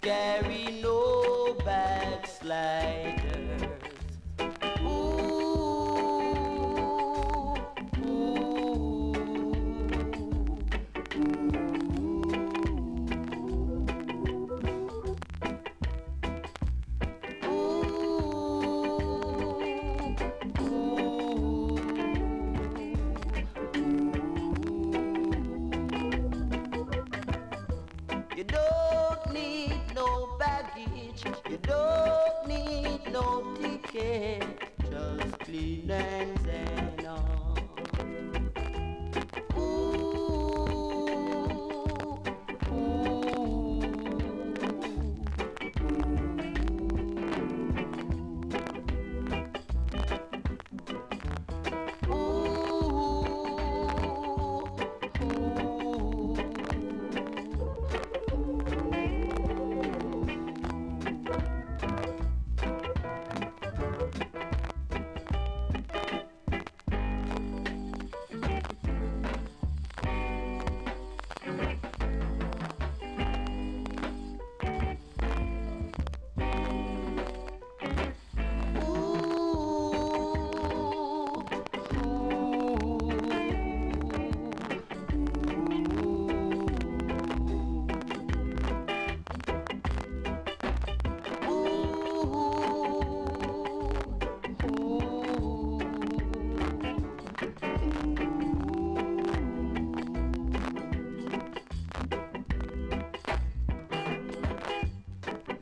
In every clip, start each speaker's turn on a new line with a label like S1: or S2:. S1: carry no backsliders. Ooh, ooh, You don't need no baggage. You don't need no ticket. Just clean hands and all. Ooh, ooh.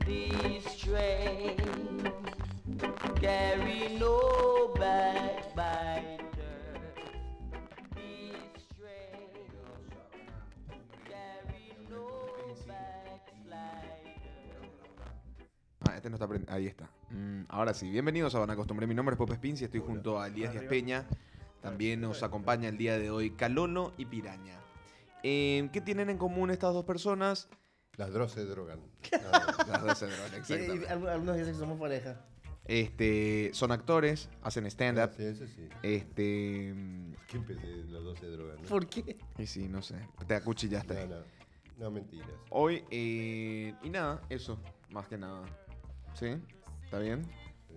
S1: These trains carry no backbiters. These trains carry no backsliders.
S2: Ah, este no está prendi- Ahí está. Mm, ahora sí, bienvenidos a Van Acostumbré. Mi nombre es Popes Pinci, estoy junto a Elías Díaz Peña. También nos acompaña el día de hoy Calono y Piraña. Eh, ¿Qué tienen en común estas dos personas?
S3: Las drogas se drogan.
S2: Las dos se drogan,
S4: Quiere-
S2: exactamente.
S4: algu- Algunos dicen que somos pareja.
S2: Este, son actores, hacen stand-up.
S3: Sí, eso sí.
S2: Este. mm,
S3: ¿Qué empecé? Las dos se drogan. ¿no?
S4: ¿Por qué?
S2: Y sí, no sé. Te acuchillaste.
S3: No, no. No, mentiras.
S2: Hoy, eh, y nada, eso, más que nada. ¿Sí? ¿Está bien?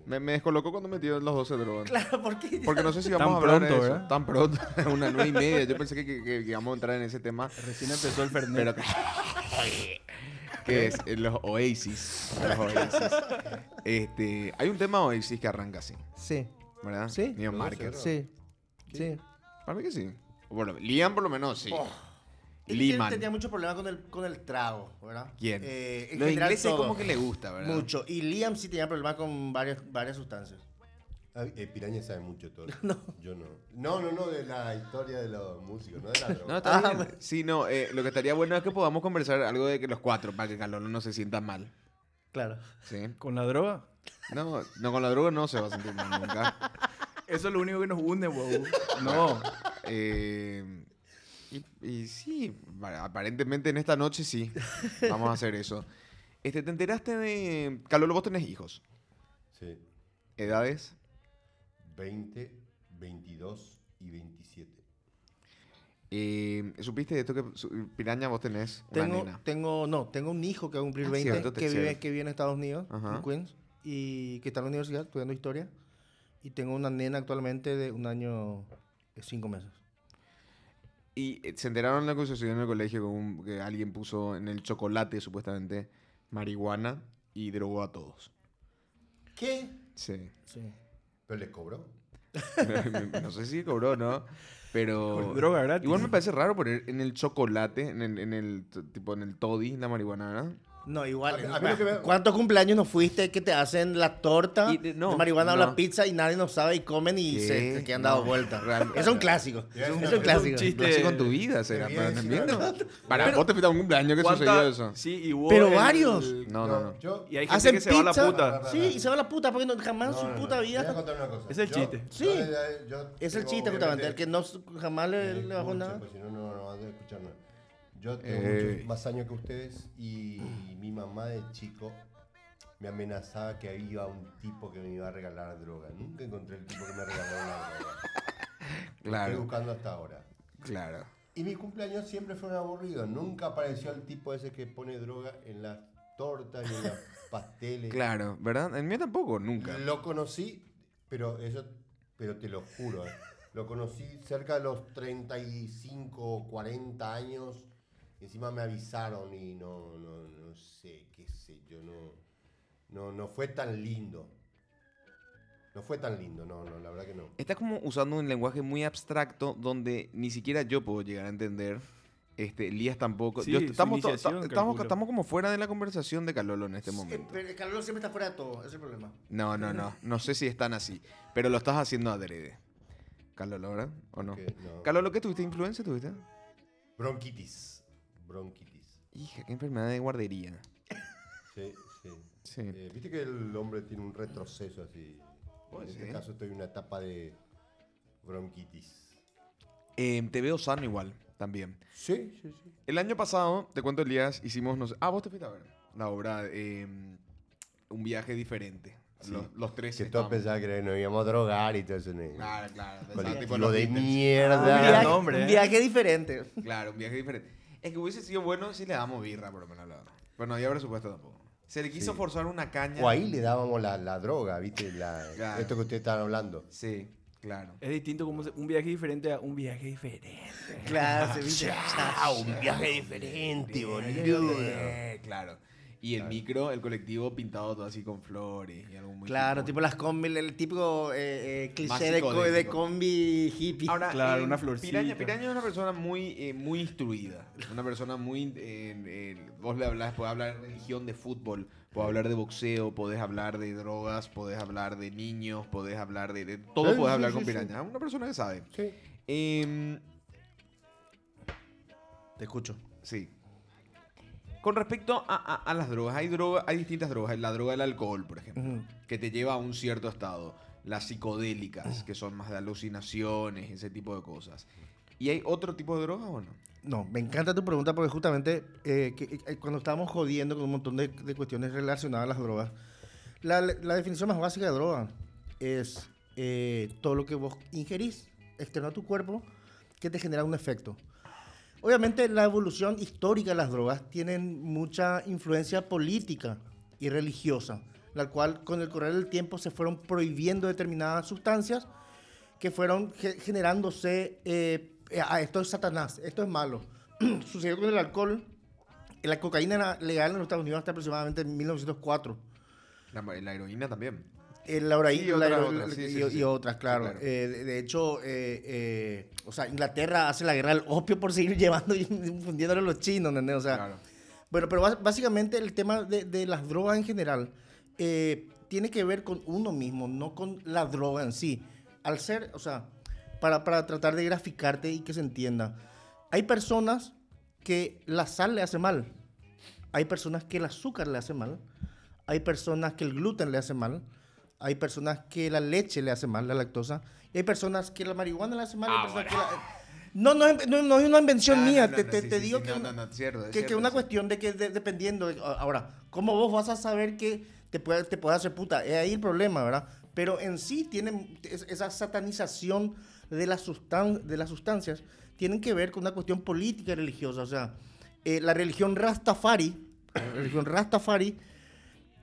S2: Me, me descolocó cuando metió los 12 drogas.
S4: Claro, ¿por qué?
S2: Porque no sé si vamos
S5: Tan
S2: a hablar de
S5: pronto,
S2: eso.
S5: ¿verdad?
S2: Tan pronto, una nueve y media. Yo pensé que, que- que íbamos a entrar en ese tema.
S5: Recién empezó el Fernet.
S2: Pero que es eh, los Oasis. Los Oasis. Este, hay un tema Oasis que arranca así,
S4: Sí,
S2: ¿verdad?
S4: Sí.
S2: Neon
S3: Los
S2: Markers.
S3: Oasis.
S4: sí, sí.
S2: Para mí que sí. Bueno, Liam por lo menos sí.
S4: Oh. Es que
S2: Liman.
S4: Tenía mucho problema con el, con el trago, ¿verdad?
S2: ¿Quién?
S4: Eh, en
S2: los
S4: general,
S2: ingleses
S4: todos.
S2: como que le gusta, ¿verdad?
S4: Mucho. Y Liam sí tenía problemas con varias, varias sustancias.
S3: Ah, eh, Piraña sabe mucho todo. No. Yo no. No, no, no, de la historia de los músicos, no de la droga.
S2: No, está bien. Sí, no, eh, lo que estaría bueno es que podamos conversar algo de que los cuatro, para que Calolo no se sienta mal.
S4: Claro.
S2: ¿Sí?
S5: ¿Con la droga?
S2: No, no, con la droga no se va a sentir mal nunca.
S5: Eso es lo único que nos hunde, wow. No.
S2: Eh, y, y sí, va- aparentemente en esta noche sí, vamos a hacer eso. Este, ¿Te enteraste de... Calolo, vos tenés hijos.
S3: Sí.
S2: ¿Edades?
S3: 20, 22 y 27.
S2: Eh, ¿Supiste de esto que su- Piraña vos tenés una
S4: Tengo,
S2: nena?
S4: tengo, no, tengo un hijo que va a cumplir
S2: Ah,
S4: 20,
S2: cierto, te-
S4: que, vive,
S2: cierto.
S4: que vive en Estados Unidos,
S2: Ajá.
S4: en Queens, y que está en la universidad estudiando historia. Y tengo una nena actualmente de un año y cinco meses.
S2: Y eh, se enteraron de lo que sucedió en el colegio con un- que alguien puso en el chocolate, supuestamente, marihuana y drogó a todos.
S4: ¿Qué?
S2: Sí.
S4: Sí.
S3: ¿Pero les cobró?
S2: no sé si cobró, ¿no? Pero.
S5: Con droga gratis.
S2: Igual me parece raro poner en el chocolate, en el, en el t- tipo en el toddy, la marihuana, ¿verdad?
S4: No, igual.
S3: A- a mí lo que me-
S4: ¿Cuántos cumpleaños no fuiste que te hacen la torta
S2: Y de- no,
S4: de marihuana
S2: no.
S4: o la pizza y nadie no sabe y comen y
S2: ¿Qué?
S4: se, se quedan dado
S2: No,
S4: vuelta?
S2: realmente.
S4: Es un clásico.
S3: Es un-
S4: Es
S3: es un
S4: un clásico.
S5: chiste.
S2: Lo
S5: Este-
S2: hace con tu vida, será,
S3: Te voy a
S2: pero no
S3: decir
S2: entiendo.
S3: algo.
S2: Para
S5: Pero-
S2: vos te pita un cumpleaños que sucedió eso.
S5: Sí, y vos
S4: Pero
S5: el-
S4: varios.
S2: No, no, no.
S3: Yo,
S5: Y hay gente
S4: Hacen
S5: que se va a la
S4: pizza.
S5: puta.
S4: Sí, y se va a la puta porque no- jamás en
S3: No,
S4: su
S3: no, no.
S4: puta
S3: Te voy a
S4: vida.
S3: contar una cosa.
S5: Es el
S3: Yo-
S5: chiste.
S4: Sí.
S3: yo- yo- yo
S4: Es el
S3: tengo,
S4: chiste justamente,
S3: obviamente,
S4: el que no s- jamás le, le bajó
S3: Escuchen,
S4: nada.
S3: pues, si no, no, no van a escuchar nada. Yo tengo
S2: Ey.
S3: muchos más años que ustedes y, mi mamá de chico me amenazaba que había un tipo que me iba a regalar droga. Nunca encontré el tipo que me regaló una droga. Estoy
S2: Claro,
S3: buscando hasta ahora.
S2: claro.
S3: Y mis cumpleaños siempre fueron aburridos. Nunca apareció el tipo ese que pone droga en las tortas, ni en los pasteles.
S2: Claro, ¿verdad? El mío tampoco, nunca.
S3: Lo conocí, pero eso, pero te lo juro, eh, lo conocí cerca de los 35, 40 años. y Encima me avisaron y no, no, no sé, qué sé yo, no, no, no fue tan lindo. No fue tan lindo, no, no, la verdad que no.
S2: Está como usando un lenguaje muy abstracto donde ni siquiera yo puedo llegar a entender. Este, Elías tampoco.
S5: Sí,
S2: Yo-
S5: su
S2: estamos, to-
S5: iniciación,
S2: ta- estamos,
S5: calculo.
S2: estamos como fuera de la conversación de Calolo en este momento.
S4: Siempre- Eh, el calor siempre está fuera de todo, ese es el problema.
S2: No, no, no. No sé si están así. Pero lo estás haciendo adrede. Calolo, ¿verdad? ¿O no?
S3: que no.
S2: Calolo, ¿qué tuviste? ¿Influencia tuviste?
S3: Bronquitis, bronquitis.
S2: Hija, qué enfermedad de guardería.
S3: Sí, sí.
S2: Sí.
S3: Eh, Viste que el hombre tiene un retroceso así.
S2: Pues
S3: en
S2: sí.
S3: este caso estoy en una etapa de bronquitis.
S2: Eh, te veo sano igual, también.
S3: Sí, sí, sí.
S2: El año pasado, te cuento, Elías, hicimos, no sé- ah, vos te fuiste a ver la obra, eh, un viaje diferente.
S3: Sí.
S2: Los, los tres
S3: Que todos
S2: estábamos-
S3: pensaban que nos íbamos a drogar y todo eso. ¿no?
S2: Claro, claro. pensaba tipo
S3: Colectivo
S2: los
S3: de
S2: Beatles.
S3: mierda.
S5: Ah, mira, no. nombre, ¿eh?
S4: un viaje diferente.
S2: Claro, un viaje diferente. Es que hubiese sido bueno si le damos birra, por lo menos, la verdad. Pero no había presupuesto tampoco. Se le quiso
S3: Sí.
S2: forzar una caña.
S3: O ahí le dábamos la, la droga, ¿viste? La-
S2: Claro.
S3: Esto que ustedes estaban hablando.
S2: Sí, claro.
S5: Es distinto como se- un viaje diferente a un viaje diferente.
S4: Claro, se viste.
S3: un viaje diferente,
S2: Eh, claro. Y el micro, el colectivo pintado todo así con flores y algo muy
S4: Claro,
S2: común.
S4: tipo las combi, el típico eh, eh, cliché de, co- de
S2: psicodélico.
S4: combi hippie.
S2: Ahora,
S5: Claro,
S2: eh,
S5: una florcita.
S2: Piraña, Piraña es una persona muy, eh, muy instruida. Una persona muy. eh, eh, vos le hablás, podés hablar de religión, de fútbol, podés hablar de boxeo, podés hablar de drogas, podés hablar de niños, podés hablar de. de- todo podés
S3: Eh, sí,
S2: hablar
S3: sí,
S2: con
S3: sí.
S2: Piraña. Una persona que sabe.
S3: Sí.
S2: Em,
S4: Te escucho.
S2: sí. Con respecto a, a- a las drogas, hay, droga, hay distintas drogas. La droga del alcohol, por ejemplo,
S4: Ujú.
S2: que te lleva a un cierto estado. Las psicodélicas, que son más de alucinaciones, ese tipo de cosas. ¿Y hay otro tipo de drogas o no?
S4: No, me encanta tu pregunta porque justamente eh, que- eh, cuando estábamos jodiendo con un montón de, de cuestiones relacionadas a las drogas, la, la definición más básica de droga es eh, todo lo que vos ingerís externo a tu cuerpo que te genera un efecto. Obviamente la evolución histórica de las drogas tienen mucha influencia política y religiosa, la cual con el correr del tiempo se fueron prohibiendo determinadas sustancias que fueron ge- generándose eh, a esto es Satanás, esto es malo. Sucedió con el alcohol. La cocaína era legal en los Estados Unidos hasta aproximadamente 1904.
S2: La, la heroína también.
S4: Eh, la hora-
S2: Sí,
S4: la-
S2: otras,
S4: la-
S2: otras, sí,
S4: y,
S2: sí, sí,
S4: y
S2: sí.
S4: otras, claro.
S2: Sí, claro.
S4: Eh, de, de hecho, eh, eh, o sea, Inglaterra hace la guerra al opio por seguir llevando y fundiéndole a los chinos, ¿entendés? O sea,
S2: claro.
S4: bueno, pero bas- básicamente el tema de, de las drogas en general eh, tiene que ver con uno mismo, no con la droga en sí. Al ser, o sea, para, para tratar de graficarte y que se entienda, hay personas que la sal le hace mal, hay personas que el azúcar le hace mal, hay personas que el gluten le hace mal, hay personas que la leche le hace mal, la lactosa, y hay personas que la marihuana le hace mal, hay personas que la- No, no, es- no, no es una invención
S2: Ah, No, no,
S4: mía,
S2: no,
S4: te,
S2: no,
S4: te-
S2: sí,
S4: te
S2: sí,
S4: digo
S2: sí,
S4: que...
S2: no,
S4: un-
S2: no, no, es cierto, es
S4: que, que
S2: cierto,
S4: una
S2: es cierto.
S4: cuestión de que de- dependiendo. de- a- ahora, ¿cómo vos vas a saber que te puede, te puede hacer puta? Es ahí el problema, ¿verdad? Pero en sí tienen es- esa satanización de, la sustan- de las sustancias tienen que ver con una cuestión política y religiosa. O sea, eh, la religión Rastafari, la religión Rastafari,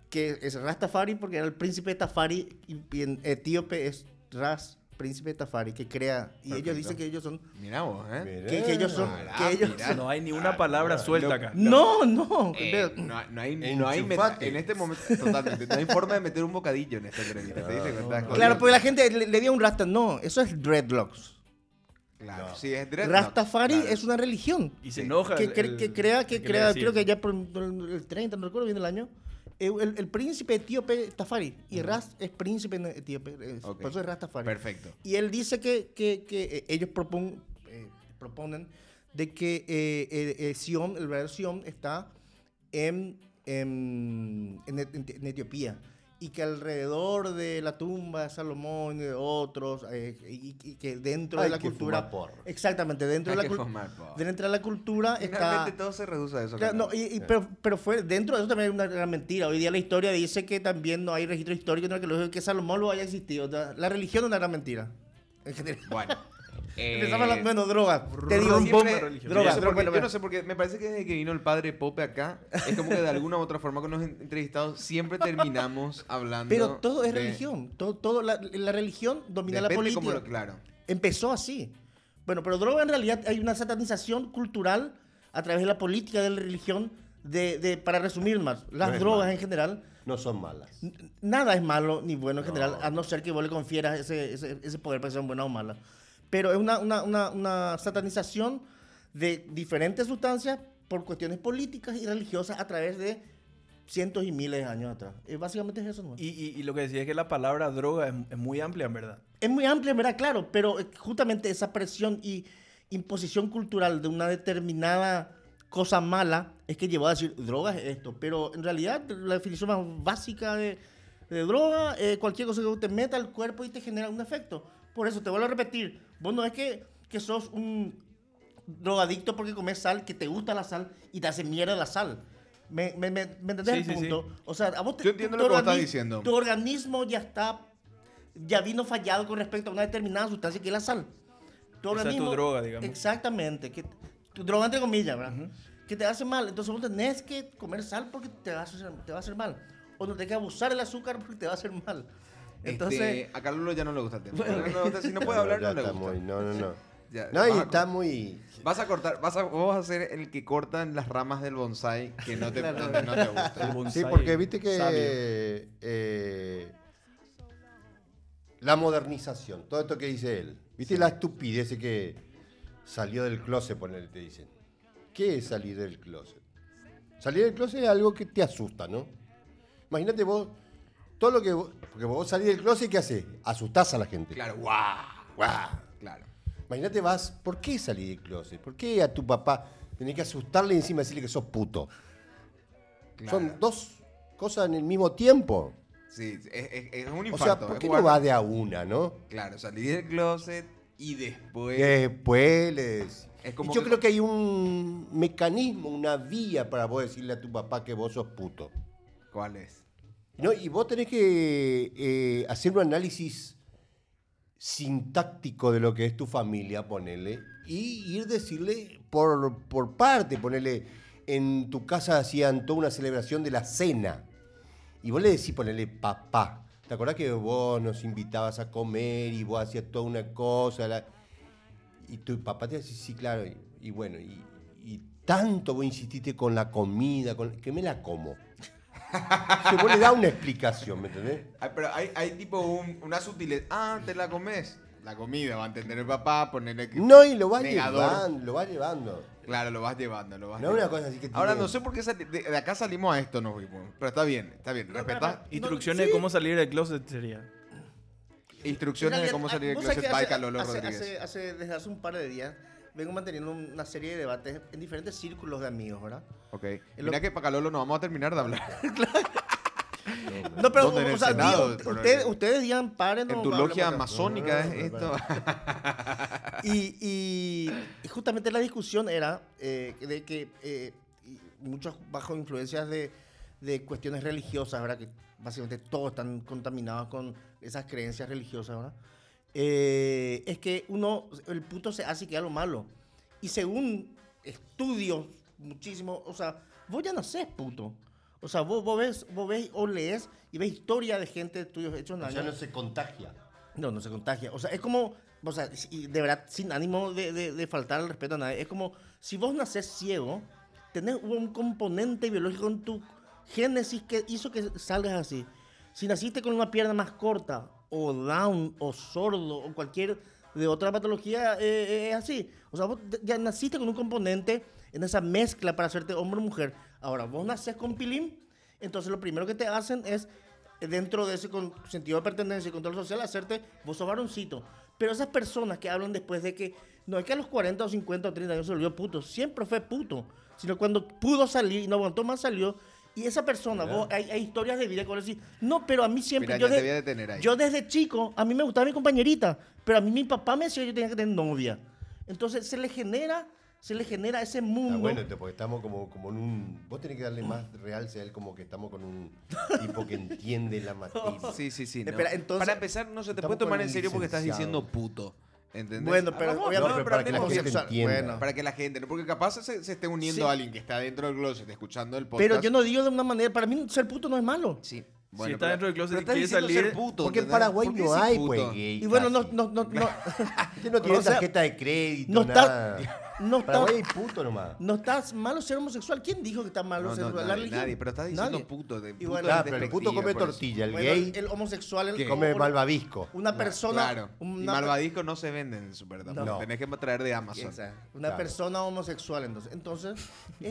S4: que es Rastafari porque era el príncipe Tafari y, y en etíope es Ras, príncipe Tafari, que crea. Y ellos
S2: Perfecto.
S4: dicen que ellos son...
S2: Mirá vos, ¿eh?
S3: Mirá.
S4: Que, que ellos son...
S2: Mirá,
S4: que ellos
S2: mirá.
S5: No hay ni una palabra suelta acá.
S4: No, no.
S2: Eh,
S4: Veo-
S2: no, no hay, no hay meta-
S3: Enchufate.
S2: en este momento totalmente no hay forma de meter un bocadillo en esta entrevista ¿te diste cuenta?
S4: Claro, porque la gente le, le dio un rasta. No, eso es dreadlocks.
S2: Claro,
S3: No.
S2: sí, es dreadnought,
S4: Rastafari
S2: claro.
S4: es una religión.
S5: Y se enoja.
S4: Que,
S5: el-
S4: cre-
S5: el-
S4: que crea, que
S5: el le
S4: crea,
S5: decía.
S4: creo que ya por el el 30, no recuerdo bien el año, eh, el, el príncipe etíope Tafari. Y Ras es príncipe en etíope. es-
S2: Ok.
S4: Por eso es Rastafari.
S2: Perfecto.
S4: Y él dice que, que- que, eh, ellos propon- eh, proponen de que eh, eh, eh, Sion, el verdadero Sion, está en, en, en Et- en Eti- en Etiopía. Y que alrededor de la tumba de Salomón y de otros, eh, y, y que dentro
S3: Hay
S4: de la
S3: que
S4: cultura.
S3: fumar porro.
S4: Exactamente, dentro
S2: Hay
S4: de
S2: que
S4: la cultura.
S2: fumar, po.
S4: Dentro de la cultura está.
S2: Finalmente todo se reduce a eso.
S4: Claro,
S2: Carlos.
S4: no, y- y- pero, pero fue dentro de eso también hay una gran mentira. Hoy día la historia dice que también no hay registro histórico en el que Salomón lo haya existido. O sea, La religión es una gran mentira. En general.
S2: Bueno, eh,
S4: Empezamos hablando, bueno, drogas. Te
S5: Rum,
S4: digo,
S5: rum,
S4: siempre-
S5: rum, religión.
S2: yo, no
S4: drogas,
S2: sé
S4: drogas,
S2: por qué-
S4: bueno,
S2: yo no sé por qué, me parece que desde que vino el padre Pope acá, es como que de alguna u otra forma con los en- entrevistados siempre terminamos hablando.
S4: Pero todo es
S2: de-
S4: religión. Todo, todo la, la religión domina la
S2: depende
S4: política.
S2: cómo lo- claro.
S4: Empezó así. Bueno, pero droga en realidad hay una satanización cultural a través de la política, de la religión, de, de- para resumir más, las
S3: No es
S4: drogas
S3: malo.
S4: en general.
S3: No son malas.
S4: n- Nada es malo ni bueno en
S3: No.
S4: general, a no ser que vos le confieras ese, ese, ese poder para que sean buenas o malas. Pero es una, una, una, una satanización de diferentes sustancias por cuestiones políticas y religiosas a través de cientos y miles de años atrás. Eh, Básicamente es eso. ¿no?
S5: Y, y- y lo que decía es que la palabra droga es, es muy amplia, en verdad.
S4: Es muy amplia, en ¿verdad? Claro, pero eh, justamente esa presión y imposición cultural de una determinada cosa mala es que llevó a decir, droga es esto. Pero en realidad la definición más básica de, de droga, eh, cualquier cosa que vos te meta al cuerpo y te genera un efecto. Por eso, te vuelvo a repetir, vos no es que, que sos un drogadicto porque comes sal, que te gusta la sal y te hace mierda la sal. ¿Me, me, me- me entendés
S5: Sí,
S4: el
S5: sí, sí.
S4: punto? O sea, a vos te,
S2: Yo entiendo
S4: tu
S2: lo que vos estás
S4: organi-
S2: diciendo.
S4: Tu organismo ya está ya vino fallado con respecto a una determinada sustancia que es la sal. Tu
S5: Esa es tu droga, digamos.
S4: Exactamente. Que, tu droga, entre comillas, ¿verdad? Que te hace mal. Entonces vos tenés que comer sal porque te va a hacer, te va a hacer mal. O no tenés que abusar del azúcar porque te va a hacer mal. Entonces,
S2: Este, a Carlos ya no le gusta el tema. No, no, no, si no puede
S3: Pero
S2: hablar,
S3: ya
S2: no le
S3: está
S2: gusta.
S3: muy- no, no, no.
S2: Ya,
S3: No, y
S2: vas a-
S3: está muy.
S2: Vas a cortar, vas a, vos vas a ser el que cortan las ramas del bonsai que no te,
S4: Claro.
S2: no- no te gusta.
S5: El
S3: Sí,
S5: bonsai
S3: porque viste que
S5: sabio.
S3: eh, la modernización, todo esto que dice él, viste la estupidez que salió del closet, ponerle, te dicen. ¿Qué es salir del closet? Salir del closet es algo que te asusta, ¿no? Imagínate vos, todo lo que vos, porque vos salís del closet, ¿qué haces? Asustás a la gente.
S2: Claro, guau.
S3: ¡Guau!
S2: Claro.
S3: Imagínate vas, ¿por qué salí del closet? ¿Por qué a tu papá tenés que asustarle y encima decirle que sos puto?
S2: claro.
S3: Son dos cosas en el mismo tiempo.
S2: Sí, es, es- es un
S3: O
S2: infarto.
S3: sea, ¿por
S2: es
S3: qué
S2: jugar-
S3: no va de a una, no?
S2: Claro, salí del closet y después.
S3: Después les...
S2: Es como
S3: Y yo
S2: que-
S3: creo que hay un mecanismo, una vía para vos decirle a tu papá que vos sos puto.
S2: ¿Cuál es?
S3: No, y vos tenés que eh, hacer un análisis sintáctico de lo que es tu familia, ponele, y ir decirle por, por parte, ponele, en tu casa hacían toda una celebración de la cena, y vos le decís, ponele, papá, ¿te acordás que vos nos invitabas a comer y vos hacías toda una cosa? la- Y tu papá te dice, sí, claro, y, y bueno, y, y tanto vos insististe con la comida, con, que me la como. Se vos le da una explicación, ¿me entendés?
S2: Ay, Ah, pero hay, hay tipo un- una sutileza. Ah, te la comes. La comida va a entender el papá, ponerle que.
S3: No, y lo va
S2: Negador.
S3: llevando, lo va llevando.
S2: Claro, lo vas llevando, lo vas
S3: No,
S2: llevando.
S3: una cosa así que
S2: Ahora
S3: tiene-
S2: no sé por qué sali- de, de acá salimos a esto, no Pero está bien, está bien. Respeta
S5: Instrucciones de cómo salir del closet sería.
S2: instrucciones
S4: En
S2: de cómo salir
S4: realidad,
S2: del
S4: vos sabés
S2: closet
S4: que
S2: by
S4: hace-
S2: Calolo
S4: hace-
S2: Rodríguez.
S4: hace- hace- desde hace un par de días vengo manteniendo una serie de debates en diferentes círculos de amigos, ¿verdad?
S2: Ok.
S4: lo-
S2: Mira que para Calolo no vamos a terminar de hablar.
S4: No, pero
S2: Eh, ¿Dónde? En
S4: o
S2: el
S4: sea,
S2: Senado,
S4: digo,
S2: por
S4: ustedes,
S2: el-
S4: ustedes digan, paren.
S2: en
S4: no,
S2: tu
S4: hablemos
S2: logia
S4: acá.
S2: masónica
S3: No, no,
S2: es esto.
S3: no,
S4: Y, y- y justamente la discusión era eh, de que eh, y muchos bajo influencias de, de cuestiones religiosas, ¿verdad? Que básicamente todos están contaminados con esas creencias religiosas, ¿verdad? Eh, es que uno, el puto se hace que a lo malo. Y según estudios, muchísimo, o sea, vos ya nacés puto. O sea, vos, vos ves, vos ves o lees y ves historia de gente de estudios hechos en
S3: O sea,
S4: años-
S3: no se contagia.
S4: no, no se contagia. O sea, es como, o sea, y de verdad, sin ánimo de, de- de faltar al respeto a nadie, es como si vos nacés ciego, tenés un componente biológico en tu génesis que hizo que salgas así. Si naciste con una pierna más corta, o down, o sordo, o cualquier de otra patología, eh, eh, es así. O sea, vos te- ya naciste con un componente en esa mezcla para hacerte hombre o mujer. Ahora, vos nacés con pilim, entonces lo primero que te hacen es, dentro de ese con- sentido de pertenencia y control social, hacerte, vos sos varoncito. Pero esas personas que hablan después de que, no es que a los 40 o 50 o 30 años se volvió puto, siempre fue puto, sino cuando pudo salir y no aguantó más salió. Y esa persona, vos, hay, hay historias de vida que vos decís, no, pero a mí siempre...
S2: Mira,
S4: yo
S2: ya te
S4: de-
S2: voy a detener ahí.
S4: yo desde chico, a mí me gustaba mi compañerita, pero a mí mi papá me decía que yo tenía que tener novia. Entonces se le genera, se le genera
S2: Ah,
S4: ese
S3: Está
S4: mundo.
S3: bueno, este, porque estamos como, como en un. Vos tenés que darle más realce a él, como que estamos con un tipo que entiende la materia.
S2: Sí, sí, sí. no.
S4: Espera, entonces-
S2: Para empezar, no se te
S3: Estamos
S2: puede tomar
S3: con
S2: en
S3: el
S2: serio porque estás
S3: licenciado.
S2: diciendo puto. ¿Entendés? Ah,
S4: Bueno, pero
S2: Hagamos-
S4: obviamente-
S2: no,
S3: pero para que la
S2: hablemos
S3: gente
S2: sexual.
S3: entienda.
S4: Bueno.
S2: Para que la gente, ¿no? porque capaz se, se esté uniendo
S4: Sí.
S2: a alguien que está dentro del closet escuchando el podcast.
S4: Pero yo no digo de una manera, para mí ser puto no es malo.
S2: Sí.
S5: Si está dentro del closet
S2: pero
S5: y
S2: estás diciendo
S5: quiere salir-
S2: ser puto,
S3: Porque en
S2: ¿entendés?
S3: Paraguay
S2: ¿Por qué
S3: no
S2: decís
S3: hay,
S2: puto?
S3: pues, gay.
S4: Y bueno, no,
S3: casi.
S4: no, no, no,
S3: Usted no tiene
S4: o sea,
S3: tarjeta de crédito,
S4: no está-
S3: nada.
S4: no está-
S3: Paraguay es puto nomás.
S4: no estás malo ser homosexual. ¿Quién dijo que está malo
S2: No,
S4: ser
S2: no,
S4: homosexual?
S2: nadie,
S4: ¿La religión?
S2: nadie, pero estás diciendo
S4: Nadie.
S2: puto. De,
S4: Y
S2: puto
S4: bueno,
S2: es
S3: Claro, pero el puto
S2: despectivo,
S3: come
S2: por eso.
S3: tortilla, el
S4: Bueno,
S3: gay
S4: el homosexual, el
S2: ¿Qué?
S3: come
S4: o-
S3: malvavisco.
S4: Una persona.
S2: Claro. y
S4: Una,
S2: malvadiscos no se venden en Superdome.
S4: No.
S2: Tenés que traer de Amazon.
S4: Esa, una
S3: Claro.
S4: persona homosexual, entonces. Entonces, eh,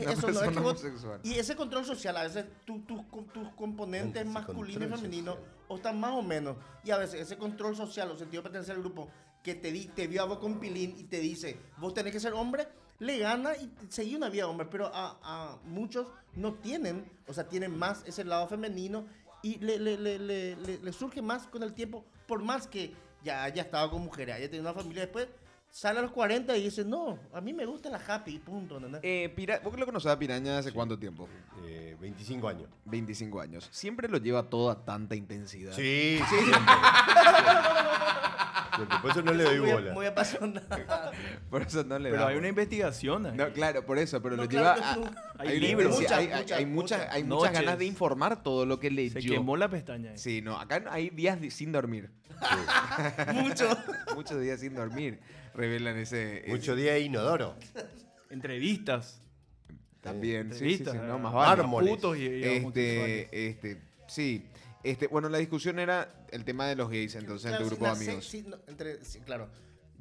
S2: Una
S4: eso no es
S2: persona
S4: que vos-
S2: homosexual.
S4: Y ese control social, a veces tu- tus com- tus componentes
S3: Ese
S4: masculinos y
S3: control
S4: femeninos
S3: social.
S4: o están más o menos. Y a veces ese control social o sentido de pertenencia al grupo que te, di, te vio a vos con pilín y te dice, vos tenés que ser hombre, le gana y seguir una vida de hombre. Pero a, a muchos no tienen, o sea, tienen más ese lado femenino y le, le- le- le- le- le surge más con el tiempo, por más que ya haya estado con mujeres, haya tenido una familia después. Sale a los 40 y dice, no, a mí me gusta la happy, punto. ¿entendés?
S2: Eh, Pira- ¿Vos que lo conocés a Piraña hace cuánto tiempo?
S3: Eh, 25 años.
S2: 25 años. Siempre lo lleva todo a tanta intensidad.
S3: Sí, sí. Siempre. Siempre, Por eso no le doy
S4: muy,
S3: bola.
S4: muy apasionada.
S2: Por eso no le
S5: Pero
S2: da.
S5: hay una investigación ahí.
S2: No, claro, por eso, pero
S4: No,
S2: lo lleva.
S4: claro, yo-
S2: a-
S5: Hay
S2: hay una
S5: libros.
S2: intensidad, hay,
S4: Muchas,
S2: hay- hay
S4: muchas,
S2: muchas, hay
S5: muchas.
S2: muchas ganas
S5: Noches.
S2: de informar todo lo que
S5: Se
S2: leyó.
S5: quemó la pestaña ahí.
S2: Sí, no, acá hay días de- sin dormir.
S4: Mucho.
S2: Muchos días sin dormir revelan ese. ese-
S3: Mucho día inodoro.
S5: Entrevistas.
S2: También, sí, sí,
S5: Entrevistas.
S2: sí, no,
S5: a-
S2: más
S5: a
S2: vale.
S3: Mármoles.
S5: Putos y, y homosexuales.
S2: Este, este, sí. Este, bueno, la discusión era el tema de los gays, entonces, en
S4: Claro,
S2: tu
S4: sí,
S2: grupo
S4: la
S2: de
S4: se-
S2: amigos.
S4: sí, no, entre- sí, claro.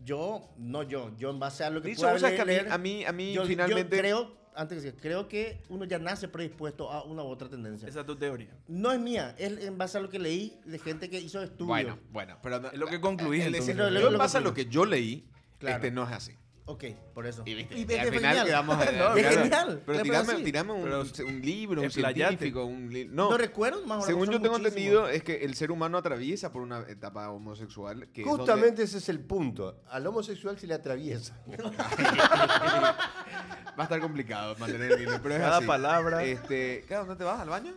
S4: Yo, no yo, yo en base a lo que
S2: De hecho,
S4: pueda
S2: vos sabés que a mí-
S4: leer,
S2: a mí- a mí
S4: yo- yo
S2: finalmente-
S4: creo, antes que siga, creo que uno ya nace predispuesto a una u otra tendencia.
S5: Esa es tu teoría.
S4: No es mía, es en base a lo que leí de gente que hizo estudios.
S2: Bueno, bueno, pero no-
S5: Es lo que concluís,
S2: el decir,
S5: entonces.
S2: yo
S4: Lo-
S2: en
S4: lo
S2: base a
S4: concluís.
S2: lo que yo leí,
S4: Claro.
S2: este no es así.
S4: Ok, por eso.
S2: Y, viste,
S4: ve
S2: y al
S4: que
S2: final
S4: genial.
S2: quedamos de-
S5: No,
S2: de-
S4: Es
S5: claro.
S4: genial.
S2: Pero
S4: claro,
S2: tirame,
S4: sí.
S2: tirame un,
S5: Pero
S2: un libro, un
S5: explayate.
S2: científico, un li-
S4: No,
S2: No,
S4: recuerdo más o menos,
S2: según
S4: son
S2: yo tengo
S4: muchísimos.
S2: entendido, es que el ser humano atraviesa por una etapa homosexual. Que es donde-
S3: Justamente ese es el punto. Al homosexual se le atraviesa.
S2: va a estar complicado mantener el hilo, pero es
S5: Cada
S2: así.
S5: palabra.
S2: Este, ¿claro, ¿Dónde te vas? ¿Al baño?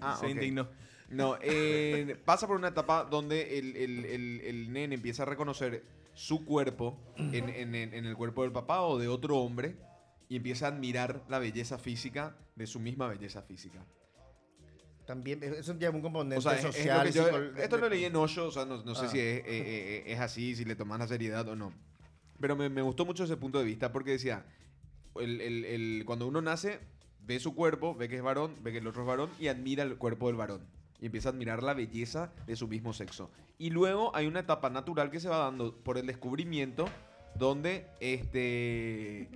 S2: Ah,
S5: Se
S2: ok.
S5: indignó.
S2: No, eh, pasa por una etapa donde el, el- el- el nene empieza a reconocer su cuerpo en, en- en- en el cuerpo del papá o de otro hombre y empieza a admirar la belleza física de su misma belleza física.
S4: También, eso lleva un componente
S2: O sea, es- es lo
S4: social.
S2: que yo-
S4: psicol-
S2: esto lo
S4: de-
S2: leí en Hoyo, o sea, no, no sé
S4: Ah.
S2: si es, eh, eh, eh, es así, si le tomas la seriedad o no. Pero me, me gustó mucho ese punto de vista porque decía, el- el- el- cuando uno nace, ve su cuerpo, ve que es varón, ve que el otro es varón y admira el cuerpo del varón. Y empieza a admirar la belleza de su mismo sexo. Y luego hay una etapa natural que se va dando por el descubrimiento donde este...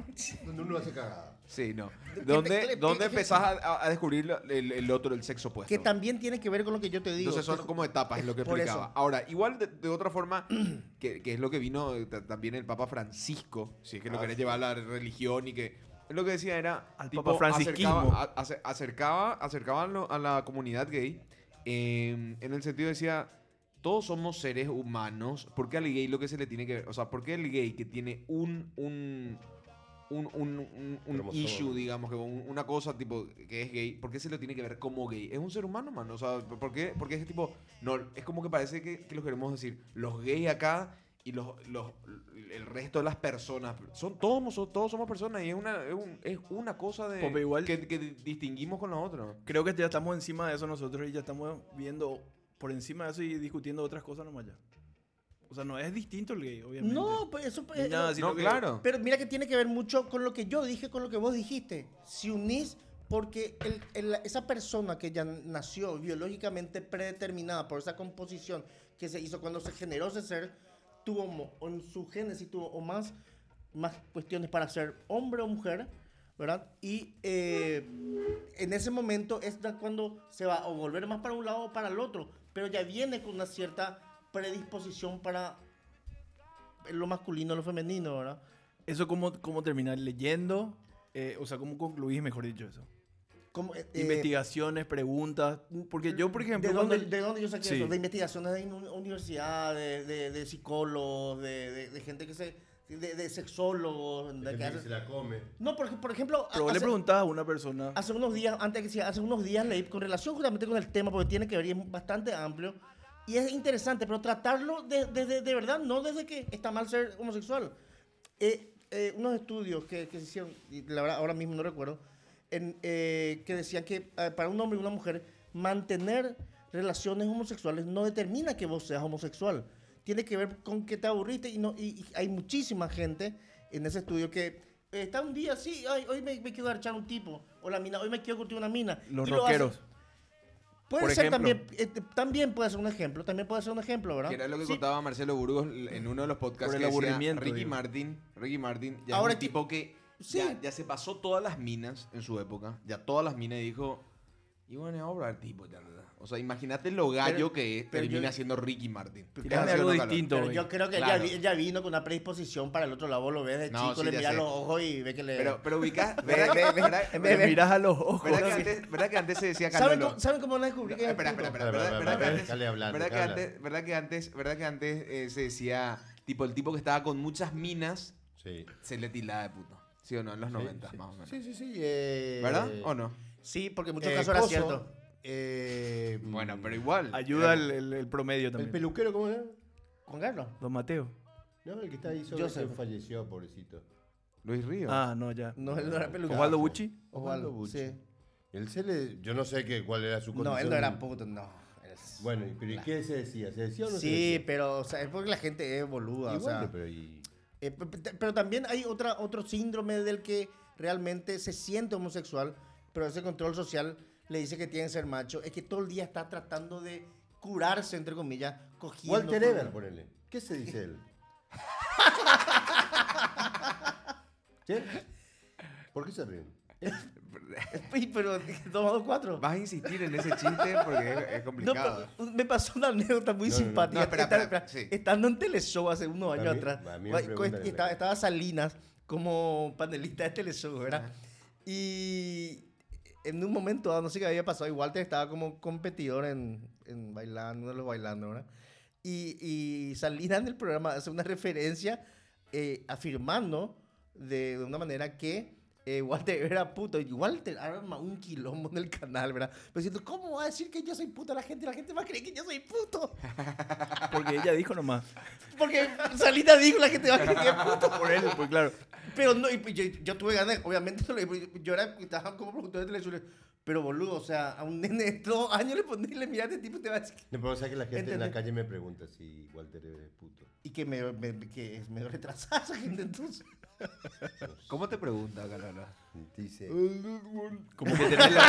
S3: Donde uno hace cagada.
S2: Sí, no.
S4: ¿Qué- qué-
S2: Donde,
S4: qué-
S2: donde
S4: qué-
S2: empezás a, a- a descubrir la- el, el otro, el sexo opuesto.
S4: Que también tiene que ver con lo que yo te digo.
S2: Entonces son
S4: Te-
S2: como etapas, es lo que
S4: por
S2: explicaba.
S4: eso.
S2: Ahora, igual de, de otra forma, que, que es lo que vino eh, ta- también el Papa Francisco, si es que lo
S3: Ah,
S2: querés
S3: sí.
S2: llevar a la religión y que... él Lo que decía era...
S5: Al Papa francisquismo.
S2: Acercaba, a- ace- acercaba, acercaba a lo- a la comunidad gay eh, en el sentido decía... Todos somos seres humanos. ¿Por qué al gay lo que se le tiene que ver? O sea, ¿por qué el gay que tiene un... un un, un- un- un
S3: Cromosoma.
S2: issue, digamos, que un- una cosa tipo que es gay, ¿por qué se lo tiene que ver como gay? Es un ser humano, mano. O sea, ¿por qué? Porque es tipo, no, es como que parece que, que los queremos decir, los gays acá y los, los- el resto de las personas. Son todos, somos- todos somos personas y es una, es un- es una cosa de
S5: Porque igual-
S2: que, que distinguimos con la otra.
S5: Creo que ya estamos encima de eso nosotros y ya estamos viendo por encima de eso y discutiendo otras cosas nomás ya. O sea, no es distinto el gay, obviamente.
S4: No, pues eso. pues,
S5: Nada,
S4: eh,
S5: Sino
S2: no,
S5: que-
S2: claro.
S4: Pero mira que tiene que ver mucho con lo que yo dije, con lo que vos dijiste. Si unís, porque el- el- esa persona que ya nació biológicamente predeterminada por esa composición que se hizo cuando se generó ese ser, tuvo mo- o en su génesis tuvo o más, más cuestiones para ser hombre o mujer, ¿verdad? Y eh, en ese momento es da- cuando se va a volver más para un lado o para el otro, pero ya viene con una cierta predisposición para lo masculino, lo femenino, ¿verdad?
S5: Eso como, como terminar leyendo, eh, o sea, cómo concluís, mejor dicho, eso.
S4: Como, eh, eh,
S5: Investigaciones, preguntas. Porque yo, por ejemplo,
S4: ¿De
S5: cuando-
S4: dónde, de dónde yo saqué
S5: Sí.
S4: eso? De investigaciones de inu- universidades, de, de psicólogos, de, de- de gente que se... de, de sexólogos. de que hace-
S3: se la come.
S4: No, porque, por ejemplo, a-
S5: Pero vos le
S4: hace,
S5: preguntás a una persona.
S4: hace unos días, antes que sea, hace unos días leí con relación justamente con el tema, porque tiene que ver y es bastante amplio, Y es interesante, pero tratarlo de, desde- de verdad, no desde que está mal ser homosexual. Eh, eh, unos estudios que, que se hicieron, y la verdad ahora mismo no recuerdo, en, eh, que decían que eh, para un hombre y una mujer mantener relaciones homosexuales no determina que vos seas homosexual. Tiene que ver con que te aburriste y, no, y, y hay muchísima gente en ese estudio que eh, está un día así, "Ay, hoy me, me quiero garchar un tipo, o la mina, hoy me quiero curtir una mina.
S5: Los
S4: y lo hace.
S5: rockeros.
S4: Puede
S5: Por
S4: ser
S5: ejemplo.
S4: también, eh, t- también puede ser un ejemplo, también puede ser un ejemplo, ¿verdad?
S2: Que era lo que
S4: Sí,
S2: contaba Marcelo Burgos l- en uno de los podcasts
S5: Por el
S2: que decía,
S5: aburrimiento,
S2: Ricky
S5: digo.
S2: Martin, Ricky Martin ya es
S4: Ahora
S2: un
S4: que-
S2: tipo que
S4: Sí.
S2: ya, ya se pasó todas las minas en su época, ya todas las minas y dijo, y bueno, ahora el tipo ya, ¿verdad?". O sea, imagínate lo gallo que
S4: pero
S2: termina
S4: yo-
S2: siendo Ricky Martin.
S5: Tirame
S2: ¿Sí o
S5: algo
S2: no, Carlos?
S5: distinto,
S4: Pero
S5: güey.
S4: yo creo que
S2: Claro.
S4: ella, vi- ella vino con una predisposición para el otro lado, vos lo ves de
S2: No,
S4: chico,
S2: sí,
S4: le
S2: ya
S4: mirás
S2: sé.
S4: los ojos y ve que le...
S2: Pero, pero ubicás,
S4: Ve,
S2: ¿verdad,
S4: ve, ve,
S2: verdad-
S4: ve,
S5: Le
S2: verdad-
S5: miras a los ojos.
S2: verdad que antes, ¿verdad que antes se decía
S4: ¿Saben,
S2: Carlolo?
S4: cómo, ¿Saben cómo la descubrí? que es
S2: espera,
S4: puto?
S2: espera, espera, ¿verdad-
S3: Espera, espera,
S2: ¿verdad que
S3: espera,
S2: antes-
S3: déjale hablar,
S2: ¿verdad que
S3: déjale
S2: antes- ¿Verdad que antes, verdad que antes eh, se decía, tipo, el tipo que estaba con muchas minas
S3: Sí.
S2: se le tildaba de puto? ¿Sí o no? En los 90
S3: sí,
S2: más o menos.
S3: Sí, sí, sí. eh,
S2: ¿Verdad? ¿O no?
S4: Sí, porque en muchos
S3: eh,
S4: casos era
S3: Coso,
S4: cierto.
S3: eh,
S4: mm,
S2: Bueno, pero igual. eh,
S5: Ayuda el, el- el promedio
S3: El
S5: también.
S3: peluquero, ¿cómo era?
S4: ¿Con Carlos?
S5: Don Mateo.
S3: No, el que está ahí sobre
S4: Joseph.
S3: que falleció, pobrecito.
S2: Luis Río.
S5: Ah, no, ya.
S4: No, él no era peluquero.
S5: Osvaldo Bucci.
S4: Osvaldo,
S3: Bucci.
S4: sí.
S3: Él se le. Yo no sé qué, cuál era su condición.
S4: No, él no era puto, no. Es-
S3: Bueno, y- pero ¿y qué se decía? ¿Se decía o no se
S4: Sí, pero o sea, es porque la gente es boluda.
S3: decía? Y
S4: o sea,
S3: bueno, pero y-
S4: Eh, pe- pe- pero también hay otra, otro síndrome del que realmente se siente homosexual, pero ese control social le dice que tiene que ser macho. Es que todo el día está tratando de curarse, entre comillas, cogiendo.
S3: Walter
S4: con-
S3: Ever, ponele. ¿Qué se dice él? ¿Sí? ¿Por qué se ríen?
S4: Y, pero dos más dos, cuatro.
S2: Vas a insistir en ese chiste porque es, es
S4: No,
S2: complicado.
S4: pero me pasó una anécdota muy
S3: No, no, no.
S4: simpática.
S2: No, espera,
S4: Estaba-
S2: espera, sí.
S4: Estando en Teleshow hace unos años
S3: A mí-
S4: atrás,
S3: a mí me
S4: cua-
S3: preguntan
S4: cua-
S3: en la
S4: estaba,
S3: calle.
S4: estaba Salinas como panelista de Teleshow, ¿verdad? Y en un momento dado, no sé qué había pasado, y Walter estaba como competidor en, en bailando, uno de los bailando, ¿verdad? Y, y Salinas en el programa hace una referencia eh, afirmando de, de una manera que eh, Walter era puto. Y Walter arma un quilombo en el canal, ¿verdad? Pero siento, ¿cómo va a decir que yo soy puto a la gente? La gente va a creer que yo soy puto.
S5: Porque ella dijo nomás.
S4: Porque Salinas dijo, la gente va a creer que es puto.
S5: Por él, pues claro.
S4: Pero no, y pues, yo, yo tuve ganas, obviamente, no le- yo era, estaba como productor de televisión. Pero boludo, o sea, a un nene de dos años le pones, le mirás a este tipo y te va a decir.
S3: No, pero o sea que la gente en
S4: Entendé.
S3: la calle me pregunta si Walter Ever es puto.
S4: Y que me, me, que es medio retrasada esa gente entonces.
S2: ¿Cómo te pregunta, Carlos?
S3: Dice.
S5: Como que tenés la,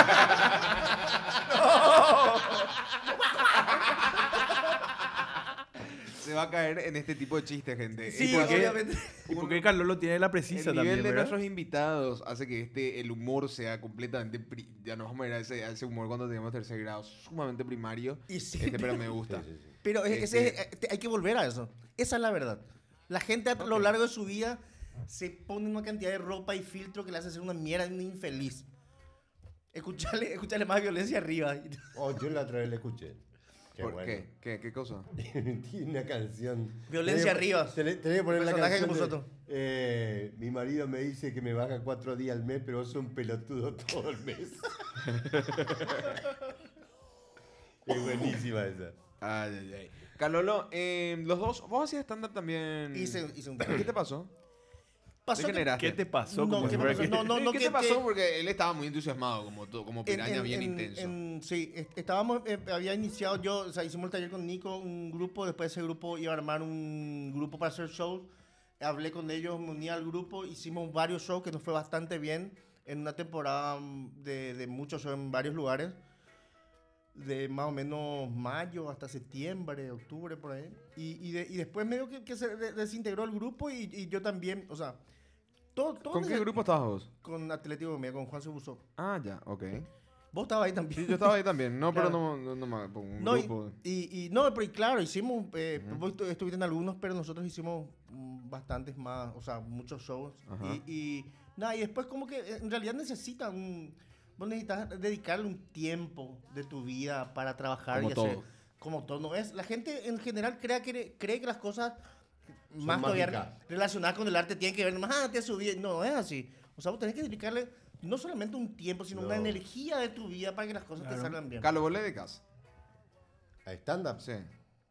S2: Se va a caer en este tipo de chistes, gente.
S4: Sí,
S2: Es porque
S4: obviamente.
S5: y porque Carlolo tiene la precisa
S2: El nivel
S5: también,
S2: de
S5: ¿verdad?
S2: nuestros invitados hace que este, el humor sea completamente. pri- Ya nos vamos a ir a ese, a ese humor cuando teníamos tercer grado, sumamente primario.
S4: Y sí,
S2: Este, pero me gusta.
S3: Sí, sí, sí.
S4: Pero es- ese es-
S2: Este-
S4: eh, te- hay que volver a eso. Esa es la verdad. La gente a lo largo de su vida se pone una cantidad de ropa y filtro que le hace ser una mierda y un infeliz. Escuchale, escuchale más violencia arriba.
S3: Oh, yo la otra vez la escuché. Qué
S2: ¿Por
S3: bueno.
S2: qué? ¿Qué? ¿Qué cosa?
S3: Tiene una canción.
S4: Violencia
S3: Tenés que-
S4: Rivas.
S3: Tenés, tenés que poner la
S4: Personaje
S3: canción.
S4: que
S3: de,
S4: puso tú.
S3: eh, mi marido me dice que me baja cuatro días al mes, pero vos sos un pelotudo todo el mes. es buenísima esa.
S2: Ay, ay, ay. Carlolo, eh, los dos, vos hacías stand-up también.
S4: Hice, hice un.
S2: ¿Qué te pasó?
S4: Pasó
S2: Mm. ¿Qué
S4: que-
S2: generaste?
S5: ¿Qué te pasó?
S4: No,
S5: como
S4: ¿qué
S5: si
S4: me
S5: fuera
S4: pasó?
S5: que-
S4: No, no, no.
S2: ¿Qué
S4: que-
S2: te
S4: que-
S2: pasó? Porque él estaba muy entusiasmado, como, tú- como
S4: en-
S2: piraña
S4: en-
S2: bien
S4: en-
S2: intenso.
S4: en- sí, est- estábamos, eh, había iniciado yo, o sea, hicimos el taller con Nico, un grupo, después ese grupo iba a armar un grupo para hacer shows. Hablé con ellos, me uní al grupo, hicimos varios shows que nos fue bastante bien en una temporada mm, de, de muchos shows en varios lugares. De más o menos mayo hasta septiembre, octubre, por ahí. Y, y de- y después medio que, que se de- desintegró el grupo y, y yo también, o sea, todo, todo
S2: ¿Con
S4: en
S2: qué
S4: el-
S2: grupo estabas vos?
S4: Con Atlético Gourmet, con Juan Subusó.
S2: Ah, ya, ok.
S4: Vos estabas ahí también.
S2: Sí, yo estaba ahí también. No, pero
S4: Claro.
S2: no, no, no me pongo un
S4: No, y,
S2: grupo.
S4: y- y- no, pero y claro, hicimos, eh, vos estu- estuviste en algunos, pero nosotros hicimos mm, bastantes más, o sea, muchos shows.
S2: Ajá.
S4: Y, y nada, y después como que eh, en realidad necesitas un, vos necesitas dedicarle un tiempo de tu vida para trabajar
S2: Como
S4: y hacer-
S2: todo.
S4: como todo. ¿no? Es, la gente en general crea que, cree que las cosas más
S3: mágicas.
S4: todavía relacionadas con el arte tienen que ver más, ah, te subí. No, es así. O sea, vos tenés que dedicarle no solamente un tiempo, sino una
S3: No.
S4: energía de tu vida para que las cosas te salgan bien.
S2: Carlos, vos le dedicas.
S3: ¿A stand-up?
S2: Sí.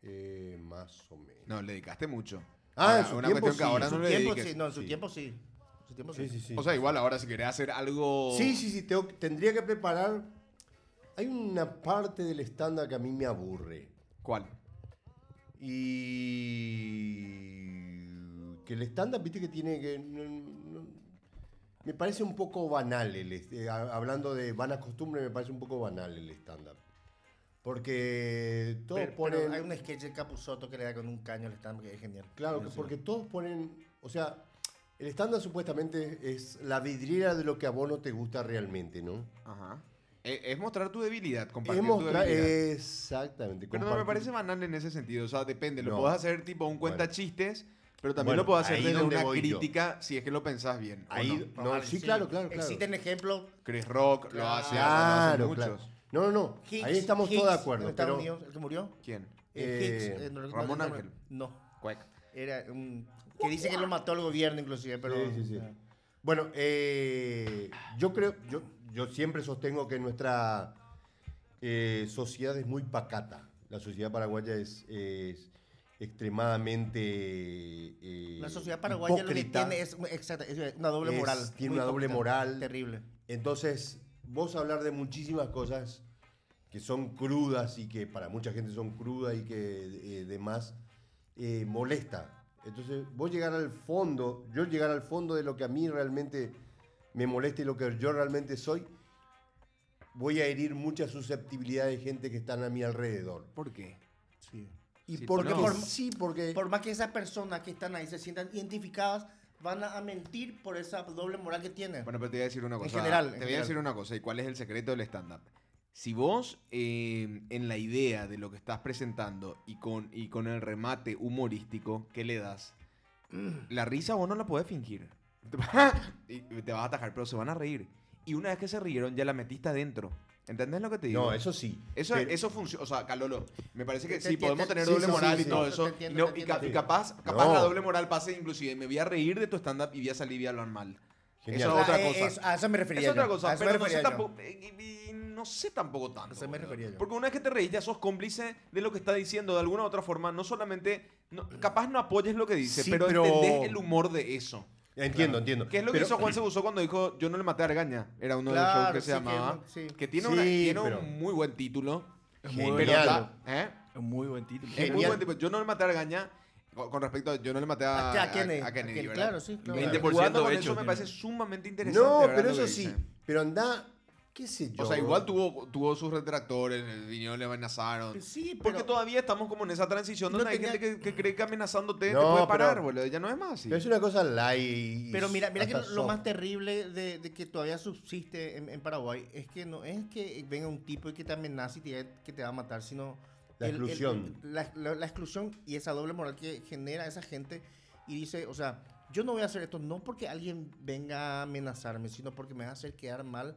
S3: Eh, más o menos.
S2: No, le dedicaste mucho.
S3: Ah,
S2: Ahora,
S3: en su
S2: una
S3: tiempo
S2: cuestión que
S3: sí,
S2: ahora
S3: en
S2: no
S4: su
S2: le
S4: tiempo
S2: dediques.
S4: sí, no, en su
S3: Sí.
S4: tiempo sí. En su tiempo
S3: Sí,
S4: sí.
S3: sí, sí.
S2: O sea, igual ahora si querés hacer algo...
S3: Sí, sí, sí, tengo- tendría que preparar. Hay una parte del estándar que a mí me aburre.
S2: ¿Cuál?
S3: Y. Que el estándar, viste, que tiene que. no- no- me parece un poco banal el. est- eh, ha- hablando de vanas costumbres, me parece un poco banal el estándar. Porque todos
S4: Pero-
S3: ponen.
S4: pero hay un sketch de Capuzoto que le da con un caño al stand que es genial.
S3: Claro, que porque todos ponen, o sea, el estándar supuestamente es la vidriera de lo que a vos no te gusta realmente, ¿no?
S2: Ajá. Eh, Es mostrar tu debilidad, compartir
S3: Hemos
S2: tu
S3: tra-
S2: debilidad.
S3: exactamente.
S2: Pero no me
S3: eh, compartir-
S2: parece banal en ese sentido. O sea, depende. Lo
S3: No.
S2: puedes hacer tipo un cuenta
S3: Bueno.
S2: chistes, pero también
S3: Bueno,
S2: lo puedes hacer
S3: ahí
S2: desde
S3: donde
S2: una
S3: voy yo.
S2: crítica si es que lo pensás bien. ¿o
S3: Ahí-
S2: no?
S3: No, sí, claro, claro, claro.
S4: Existen ejemplos.
S2: Chris Rock lo hace, o sea, lo
S3: Claro,
S2: hacen
S3: claro.
S2: muchos.
S3: No, no, no.
S4: Hicks-
S3: Ahí estamos
S4: Hicks
S3: todos de
S4: en
S3: acuerdo.
S4: Estados
S3: Pero
S4: Unidos, el que murió.
S2: ¿Quién?
S4: eh, Hicks,
S3: Eh,
S4: no recuerdo
S2: Ramón
S4: el nombre.
S2: Ángel.
S4: No,
S2: Cuec.
S4: era un... Que dice que lo mató el gobierno inclusive, pero...
S3: Sí, sí, sí.
S4: Ah.
S3: Bueno, eh, yo creo, yo, yo siempre sostengo que nuestra eh, sociedad es muy pacata. La sociedad paraguaya es, es extremadamente. eh,
S4: La sociedad paraguaya lo que
S3: hipócrita.
S4: tiene es, exacta, es una doble
S3: Es-
S4: moral.
S3: tiene
S4: muy
S3: una doble
S4: hipócrita,
S3: moral.
S4: Terrible.
S3: Entonces, vos hablar de muchísimas cosas que son crudas y que para mucha gente son crudas y que eh, demás eh, molesta. Entonces, vos llegar al fondo, yo llegar al fondo de lo que a mí realmente me molesta y lo que yo realmente soy, voy a herir mucha susceptibilidad de gente que están a mi alrededor.
S2: ¿Por qué?
S4: Sí.
S3: Y
S2: Sí,
S3: porque
S2: no.
S3: por- sí, porque
S4: Por más que esas personas que están ahí se sientan identificadas, van a a mentir por esa doble moral que tienen.
S2: Bueno, pero te voy a decir una cosa.
S4: general, en
S2: Te voy a
S4: general.
S2: decir una cosa. ¿Y cuál es el secreto del stand-up? Si vos, eh, en la idea de lo que estás presentando y con, y con el remate humorístico que le das,
S4: Mm.
S2: la risa vos no la podés fingir. Te va- y te vas a atajar, pero se van a reír. Y una vez que se rieron, ya la metiste adentro. ¿Entendés lo que te digo?
S3: No, eso sí.
S2: Eso,
S3: Pero-
S2: eso funciona, o sea, Calolo, me parece que
S4: Te
S2: sí,
S4: entiendo,
S2: podemos tener
S3: sí,
S2: doble
S3: sí,
S2: moral
S3: sí,
S2: y
S3: sí.
S2: todo
S4: Te
S2: eso.
S4: entiendo,
S2: y no-
S4: te
S2: y, ca-
S4: entiendo.
S2: y capaz, capaz
S3: No.
S2: la doble moral pase inclusive, me voy a reír de tu stand-up y voy a salir y voy a hablar mal.
S3: Genial.
S2: Eso es
S4: Ah,
S2: otra
S4: eh,
S2: cosa.
S4: es- a eso me refería
S2: es otra
S4: yo, a
S2: cosa,
S4: eso
S2: pero
S4: me
S2: no sé,
S4: refería yo.
S2: tampoco, eh, y- y no sé tampoco tanto.
S4: Eso me
S2: boludo.
S4: refería yo.
S2: Porque una vez que te reís, ya sos cómplice de lo que está diciendo de alguna u otra forma. No solamente, no- capaz no apoyes lo que dice,
S3: Sí,
S2: pero,
S3: pero-
S2: entendés el humor de eso.
S3: Entiendo, entiendo.
S2: ¿Qué es lo
S3: Pero-
S2: que hizo Juan Sebusó cuando dijo Yo no le maté a Argaña? Era uno de los shows
S4: Claro,
S2: que se
S4: sí,
S2: llamaba.
S4: que- sí.
S2: Que tiene, una-
S3: Sí,
S2: tiene
S3: pero-
S2: un muy buen título.
S5: Es
S3: Genial.
S5: muy,
S2: Pero
S5: buen-
S2: está- ¿eh?
S5: es muy buen título.
S2: Es muy
S3: Genial.
S2: buen tipo. Yo no le maté a Argaña. Con con respecto a, yo no le maté a,
S4: ¿A qué? ¿A Kennedy?
S2: a Kennedy,
S4: ¿A quién?
S2: ¿verdad?
S4: Claro, sí, claro.
S2: 20%
S5: 20%
S2: con
S5: hecho
S2: eso me
S5: tiene.
S2: parece sumamente interesante.
S3: No,
S2: ¿verdad?
S3: pero
S2: lo
S3: eso
S2: que
S3: sí.
S2: dice.
S3: Pero anda, qué sé yo.
S2: O sea, igual tuvo, tuvo sus retractores, el dinero le amenazaron.
S4: Sí,
S2: Porque
S4: pero-
S2: todavía estamos como en esa transición donde
S4: No
S2: hay
S4: tenía-
S2: gente que, que cree que amenazándote te
S3: No,
S2: puede
S3: pero-
S2: parar, boludo. Ya no es más así.
S3: Pero es una cosa light.
S4: Pero mira, mira que lo lo más terrible de, de que todavía subsiste en, en Paraguay es que no es que venga un tipo y que te amenace y te diga que te va a matar, sino
S3: La exclusión.
S4: la, la- la exclusión y esa doble moral que genera esa gente y dice, o sea, yo no voy a hacer esto no porque alguien venga a amenazarme, sino porque me va a hacer quedar mal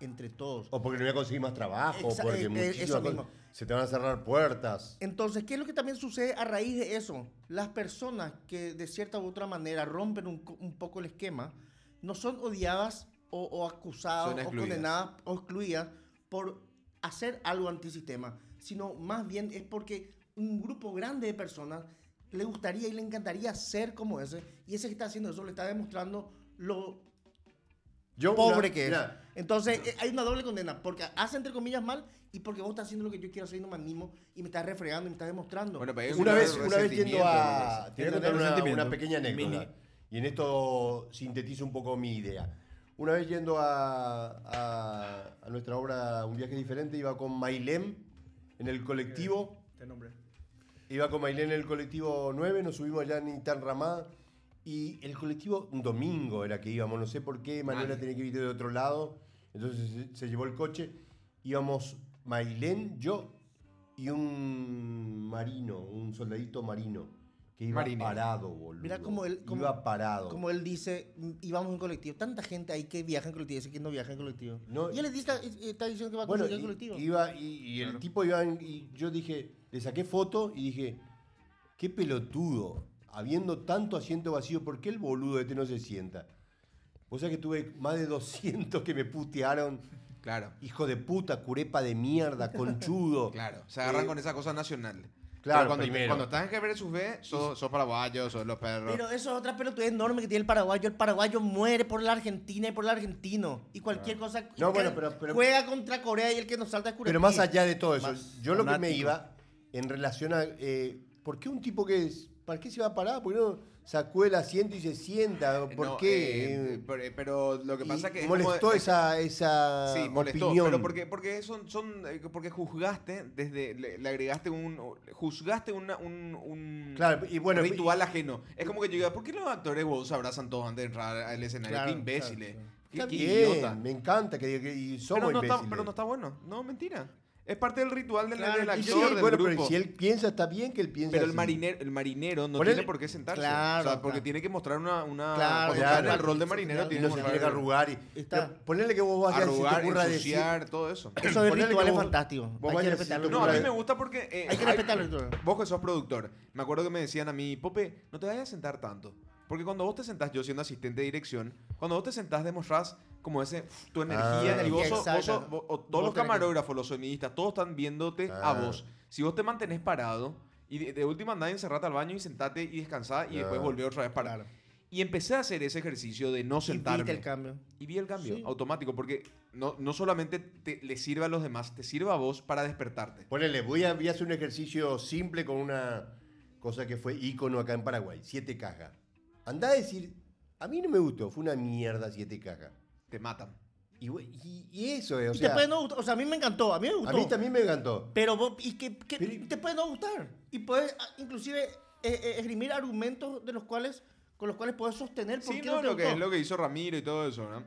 S4: entre todos.
S3: O porque no voy a conseguir más trabajo,
S4: Exa-
S3: porque
S4: eh, eh,
S3: muchísimas
S4: eso
S3: cosas-
S4: mismo.
S3: se te van a cerrar puertas.
S4: Entonces, ¿qué es lo que también sucede a raíz de eso? Las personas que de cierta u otra manera rompen un, co- un poco el esquema, no son odiadas o, o acusadas
S2: Son
S4: o
S2: excluidas.
S4: condenadas o excluidas por hacer algo antisistema, sino más bien es porque un grupo grande de personas le gustaría y le encantaría ser como ese, y ese que está haciendo eso le está demostrando lo
S3: Yo,
S4: pobre
S3: una-
S4: que es.
S3: mira,
S4: Entonces, eh, hay una doble condena, porque hace entre comillas mal y porque vos estás haciendo lo que yo quiero hacer y no me animo y me estás refregando y me estás demostrando.
S2: Bueno, pero es
S3: una
S2: un
S3: vez, una vez yendo
S2: resentimiento,
S3: a.
S2: me
S3: Te voy a
S5: Es un
S3: contar una,
S5: resentimiento.
S3: una pequeña anécdota.
S5: Mini.
S3: Y en esto sintetizo un poco mi idea. Una vez yendo a, a- a nuestra obra Un viaje diferente, iba con Mailem en el colectivo.
S5: Te nombré.
S3: Iba con Mailén en el colectivo 9, nos subimos allá en Itán Ramá. Y el colectivo, un domingo era que íbamos, no sé por qué, Manuela
S2: Mal.
S3: tenía que ir de otro lado. Entonces se, se llevó el coche. Íbamos Mailén, yo y un marino, un soldadito marino, que iba
S2: Marine.
S3: parado, boludo.
S4: Mira como él- como-
S3: iba parado.
S4: Como él dice, mm, íbamos en colectivo. Tanta gente ahí que viaja en colectivo, dice que no viaja en colectivo.
S3: No,
S4: y él le dice, está, está diciendo que va a
S3: Bueno,
S4: conseguir
S3: i-
S4: en colectivo.
S3: iba y, y el tipo iba en- y yo dije, le saqué foto y dije, qué pelotudo, habiendo tanto asiento vacío, ¿por qué el boludo este no se sienta? Vos sabés que tuve más de 200 que me putearon,
S2: Claro,
S3: hijo de puta, curepa de mierda, conchudo.
S2: claro. Se agarran
S3: Eh,
S2: con esa cosa nacional. Claro,
S3: Claro,
S2: cuando,
S3: primero.
S2: cuando estás en G versus B, sos, sos paraguayo, sos los perros.
S4: Pero eso es otra pelotudez enorme que tiene el paraguayo. El paraguayo muere por la Argentina y por el argentino. Y cualquier cosa.
S3: No,
S4: y
S3: bueno,
S4: que
S3: pero- pero-
S4: Juega contra Corea y el que nos salta es Curepí.
S3: Pero más allá de todo eso,
S1: Más
S3: yo lo que me
S5: fanático.
S3: iba en relación a. eh, ¿Por qué un tipo que es.? ¿Para qué se va a parar? ¿Por qué no sacó el asiento y se sienta? ¿Por
S2: No,
S3: qué?
S2: eh, pero, pero lo que
S3: Y
S2: pasa es que. es como-
S3: molestó esa, esa
S2: Sí, molestó,
S3: Ah, opinión.
S2: pero porque, porque son, son eh, porque juzgaste desde le, le agregaste un juzgaste una, un, un
S3: Claro, y bueno,
S2: ritual ajeno. Es como que yo diga, ¿por qué los actores huevos se abrazan todos antes de entrar al escenario?
S1: Claro,
S2: qué imbéciles.
S1: claro,
S2: Qué-
S3: Está
S2: qué
S3: bien,
S2: idiota.
S3: me encanta que diga que y somos
S2: Pero no, está,
S3: imbéciles.
S2: pero no está bueno. No, mentira. Es parte del ritual del,
S1: Claro,
S2: del
S3: Y
S2: actor,
S3: sí,
S2: del
S3: bueno,
S2: grupo.
S3: pero si él piensa, está bien que él piense
S2: Pero el
S3: así.
S2: marinero, el marinero no
S3: Por
S2: tiene
S3: el-
S2: por qué sentarse.
S1: Claro,
S2: o sea, porque
S1: claro.
S2: tiene que mostrar una. una
S1: Claro,
S2: cuando está en
S1: claro.
S2: el rol de marinero,
S1: Y
S3: Y
S2: tiene
S3: no
S2: que
S3: se
S2: mostrar.
S3: tiene que arrugar. Y,
S1: Está.
S3: pero Ponerle que vos vas a decir,
S2: arrugar,
S3: te ocurra decir.
S2: ensuciar, todo eso.
S4: Eso de
S3: Ponele que
S4: ritual es
S3: vos-
S4: fantástico.
S3: vos
S4: Hay que
S3: vayas a
S4: respetarlo.
S3: decir-
S2: No, a mí
S3: Claro.
S2: me gusta porque. eh,
S4: Hay que respetar el ritual.
S2: Vos que sos productor, me acuerdo que me decían a mí, Pope, no te vayas a sentar tanto. Porque cuando vos te sentás, yo siendo asistente de dirección, cuando vos te sentás demostrás como ese, uf, tu energía. y
S1: Ah, energía,
S2: vos, sos- vos
S1: exacto.
S2: sos- vos- o todos
S1: Vos tenés
S2: los
S1: que-
S2: camarógrafos, los sonidistas, todos están viéndote a
S3: Ah.
S2: vos. Si vos te mantenés parado, y de, de última andá encerrate al baño y sentate y descansá y después
S3: Ah.
S2: volvés otra vez para.
S1: Claro.
S2: Y empecé a hacer ese ejercicio de no
S1: Y
S2: sentarme
S1: viste el cambio.
S2: y vi el cambio
S1: Sí.
S2: automático porque no, no solamente te- le sirve a los demás, te sirve a vos para despertarte.
S3: Ponele, voy a, voy a hacer un ejercicio simple con una cosa que fue ícono acá en Paraguay, siete cajas. Andá a decir, a mí no me gustó, fue una mierda siete cajas.
S2: Te matan.
S3: Y, bu- y- y eso es, o
S4: Y
S3: sea,
S4: te puede no gustar. O sea, a mí me encantó. A mí me gustó.
S3: a mí también me encantó.
S4: Pero vos, y que, que
S3: Pero-
S4: te puede no gustar. Y puedes ah, inclusive eh, eh, esgrimir argumentos de los cuales, con los cuales puedes sostener por
S2: Sí,
S4: qué
S2: no,
S4: no te
S2: lo que
S4: gustó.
S2: es lo que hizo Ramiro y todo eso, ¿no?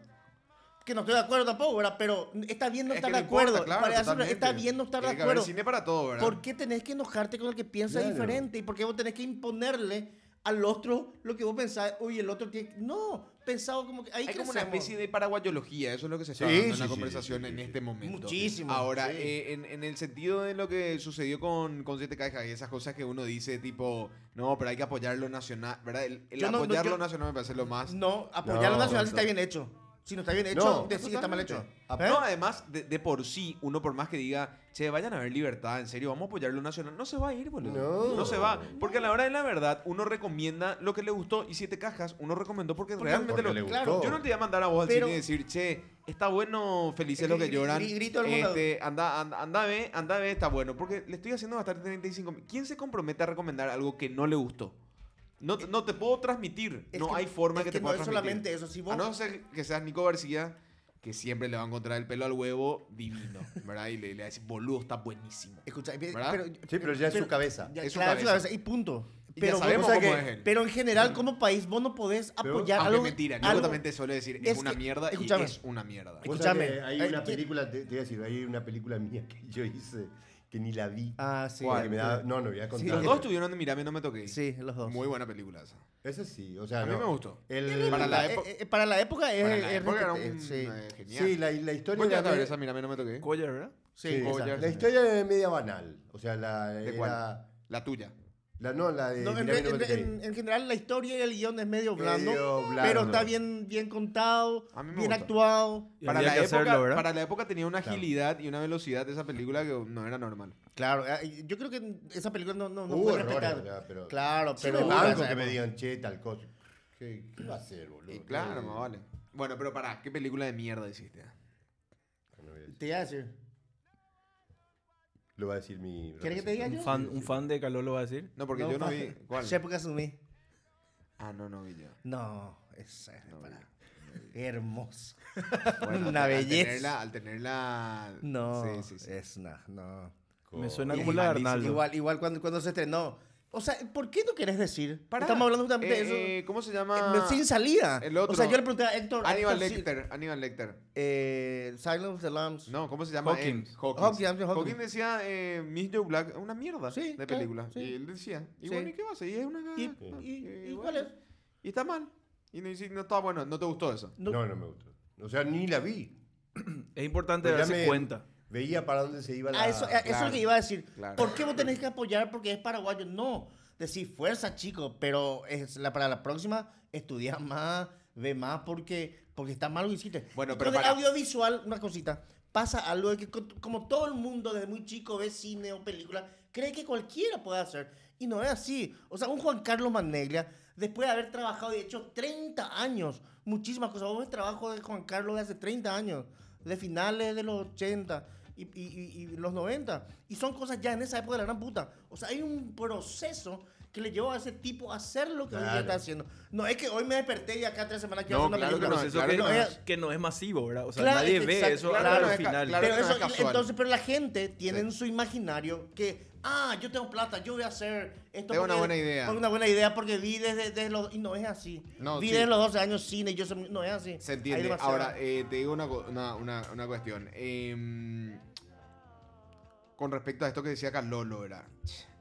S4: Que no estoy de acuerdo tampoco, ¿verdad? Pero está bien no
S2: Es
S4: estar
S2: que no
S4: de acuerdo.
S2: importa, claro,
S4: Para eso
S2: totalmente.
S4: está bien no estar de
S2: Tiene que haber
S4: acuerdo.
S2: cine para todo, ¿verdad?
S4: ¿Por qué tenés que enojarte con el que piensa
S3: Claro.
S4: diferente? ¿Y por qué vos tenés que imponerle al otro lo que vos pensás? Uy, el otro tiene... No, pensado como que... Ahí
S2: Hay como una
S4: crecemos.
S2: especie de paraguayología, eso es lo que se está
S3: Sí,
S2: dando en
S3: sí,
S2: la
S3: sí,
S2: conversación
S3: sí, sí,
S2: en
S3: sí.
S2: este momento.
S4: Muchísimo,
S2: Ahora,
S4: sí.
S2: eh, en, en el sentido de lo que sucedió con, con 7 Cajas y esas cosas que uno dice, tipo, no, pero hay que apoyar lo nacional, ¿verdad? El, el
S4: Yo no- no,
S2: apoyar
S4: yo-
S2: lo nacional me parece lo más.
S4: No, apoyar a
S3: No,
S4: lo nacional si
S2: no.
S4: está bien hecho. Si no está bien hecho,
S3: No,
S4: decir que está mal hecho.
S2: Totalmente.
S3: ¿Eh?
S2: Ah, No, además, de, de por sí, uno por más que diga, che, vayan a ver libertad, en serio, vamos a apoyar lo nacional, no se va a ir, boludo. No,
S3: No.
S2: se va. Porque a la hora de la verdad, uno recomienda lo que le gustó y siete cajas, uno recomendó porque, realmente
S3: porque
S2: lo
S3: le gustó.
S2: Claro, yo no te voy a mandar a vos al
S4: Pero-
S2: cine y decir, che, está bueno, felices los que
S4: Gri-
S2: lloran.
S4: gri- grito del mundo.
S2: este, anda, anda, anda a ver, anda a ver, está bueno. Porque le estoy haciendo gastar 35 mil. ¿Quién se compromete a recomendar algo que no le gustó? No, no te puedo transmitir.
S4: Eh, es
S2: no
S4: que-
S2: hay forma
S4: es
S2: que,
S4: que
S2: te
S4: no
S2: pueda
S4: es
S2: transmitir.
S4: solamente eso, si vos-
S2: A no ser que seas Nico García, que siempre le va a encontrar el pelo al huevo divino, ¿verdad? Y le, le va a decir, boludo, está buenísimo.
S4: Escucha, eh,
S2: ¿Verdad?
S4: pero...
S3: Sí, pero ya es su cabeza.
S4: ya,
S2: Es su
S4: claro, es su
S2: cabeza.
S4: cabeza, Y punto.
S2: Y
S4: Pero,
S2: ya sabemos
S3: o sea
S2: cómo
S3: que-
S2: es él.
S4: pero en general, como país, vos no podés
S3: Pero-
S4: apoyar
S2: Aunque
S4: algo...
S2: mentira, Nico
S4: algo-
S2: también te suele decir, es,
S4: es
S2: una
S4: que-
S2: mierda y
S4: escúchame.
S2: es una mierda.
S3: Vos sabés
S4: Escuchame,
S3: que Hay
S4: hay
S3: una
S4: eh, que-
S3: película, te, te voy a decir, hay una película mía que yo hice que ni la vi.
S1: Ah, sí.
S3: porque me daba- no, no, voy a contar.
S2: Los dos estuvieron en Mirame, no me toqué.
S1: Sí, los dos.
S2: Muy buena película esa.
S3: Ese sí, o sea,
S2: A mí
S3: no.
S2: me gustó.
S3: El-
S2: Para la
S4: Eh,
S2: época-
S4: eh, para la época es...
S2: Para la
S4: es
S2: época era
S4: repet-
S2: un,
S4: sí.
S2: eh, genial.
S3: Sí, la, la historia
S2: Vos
S3: de la
S2: llegaste a ver
S3: media-
S2: esa, mírame, no me toqué.
S5: Colla, ¿verdad?
S4: Sí,
S3: sí,
S4: esa.
S2: Goya.
S3: la historia es media banal. O sea, la
S2: ¿De
S3: era-
S2: cuál? La tuya.
S3: La, no, la de.
S4: No, en,
S3: Mirá,
S4: re-
S3: mirá, mirá,
S4: en- en- en general la historia y el guión es medio blando,
S3: Medio blando.
S4: pero está bien, bien contado,
S2: A mí me
S4: bien
S2: gustó.
S4: actuado.
S5: Y
S2: Para
S5: había
S2: la,
S5: que
S2: época,
S5: hacerlo, ¿verdad?
S2: para la época tenía una
S3: Claro.
S2: agilidad y una velocidad de esa película que no era normal.
S1: Claro, eh,
S4: Ay, Yo creo que esa película no, no, no
S3: Hubo
S4: fue
S3: errores,
S4: respetada.
S3: o sea, pero- Sí,
S4: Claro, pero
S3: me
S4: hubo
S3: banco
S4: esa
S3: que me
S4: época.
S3: digan, che, tal cosa. ¿Qué, qué va a hacer, boludo?
S2: Y claro,
S3: Eh,
S2: más vale. Bueno, pero pará, ¿qué película de mierda hiciste?
S3: no voy a decir.
S4: Te voy a decir.
S3: Lo va a decir mi.
S4: ¿Quieres que te diga
S5: Un
S4: yo?
S5: fan, un fan de Caló lo va a decir.
S2: No, porque
S4: No, pues,
S2: yo no
S4: fa-
S2: vi. ¿Cuál?
S4: Shepo Kazumi.
S2: Ah, no, no eh, vi yo.
S4: No, esa es
S2: No,
S4: para. Hermoso.
S2: Bueno,
S4: Una
S2: al-
S4: belleza.
S2: Al tenerla, al tenerla-
S4: No, Eh,
S2: Sí, sí, sí.
S4: es una, no.
S5: Me suena
S4: Y-
S5: como la de Arnaldo.
S4: Igual, igual cuando, cuando se estrenó. O sea, ¿por qué no querés decir? Estamos hablando justamente
S2: eh,
S4: de eso.
S2: eh, ¿Cómo se llama?
S4: Eh, Sin salida.
S2: el otro.
S4: O sea, yo le pregunté a Héctor.
S2: Aníbal
S4: Héctor, sí,
S2: Lecter. Aníbal Lecter.
S4: eh, Silence of the Lambs.
S2: No, ¿cómo se llama?
S5: Hawkins.
S2: Eh,
S4: Hawkins, Anthony Hawkins.
S2: Hawkins decía eh, Miss Joe Black, una mierda
S4: Sí,
S2: de
S4: claro,
S2: película.
S4: sí.
S2: Y él decía, y
S4: Sí.
S2: bueno, ¿y qué va a hacer? Y es una
S4: ¿Y,
S2: caga-
S4: y,
S2: eh,
S4: y
S2: bueno.
S4: cuál es?
S2: Y está mal. Y no, dice, no está bueno, no te gustó eso.
S4: No.
S3: No, no me gustó. O sea, ni la vi.
S5: Es importante
S3: Pero ya
S5: darse
S3: me-
S5: cuenta.
S3: Veía para dónde se iba la.
S4: Ah, eso, a- eso es
S2: claro,
S4: lo que iba a decir.
S2: claro.
S4: ¿Por qué vos tenés que apoyar porque es paraguayo? No. Decir fuerza, chico, pero es la, para la próxima estudia más, ve más porque, porque está mal lo que hiciste.
S2: Bueno,
S4: Y
S2: pero
S4: con el
S2: para.
S4: audiovisual, una cosita. pasa algo de que co- como todo el mundo desde muy chico ve cine o película, cree que cualquiera puede hacer. Y no es así. O sea, un Juan Carlos Maneglia, después de haber trabajado y hecho 30 años, muchísimas cosas, vos ves trabajo de Juan Carlos de hace 30 años, de finales de los 80 y, y- y- y los 90. Y son cosas ya en esa época de la gran puta. O sea, hay un proceso que le llevó a ese tipo a hacer lo que hoy día
S3: Claro.
S4: está haciendo. No es que hoy me desperté y acá tres semanas quiero
S2: No,
S4: hacer una
S2: claro que
S5: Un
S4: película.
S2: no,
S5: proceso
S2: claro
S5: que,
S2: que
S5: no
S4: no
S5: es,
S4: es-
S5: que no es masivo, ¿verdad? O sea,
S4: Claro,
S5: nadie
S4: es-
S5: ve
S4: exacto,
S5: eso
S4: claro,
S5: hasta
S4: no
S2: es
S5: el
S2: ca-
S5: final.
S2: claro.
S4: pero
S2: que no es
S4: eso,
S2: casual.
S4: entonces, pero la gente tiene
S2: Sí.
S4: en su imaginario que, ah, yo tengo plata, yo voy a hacer esto.
S2: Tengo una
S4: porque-
S2: buena idea.
S4: Tengo una buena idea porque vi desde, desde los... Y no es así.
S2: No,
S4: vi
S2: sí.
S4: desde los 12 años cine, yo soy- no es así.
S2: Se
S4: Hay
S2: entiende.
S4: demasiado-
S2: Ahora, eh, te digo una, co- una, una- una cuestión. Em, con respecto a esto que decía Carlolo, era.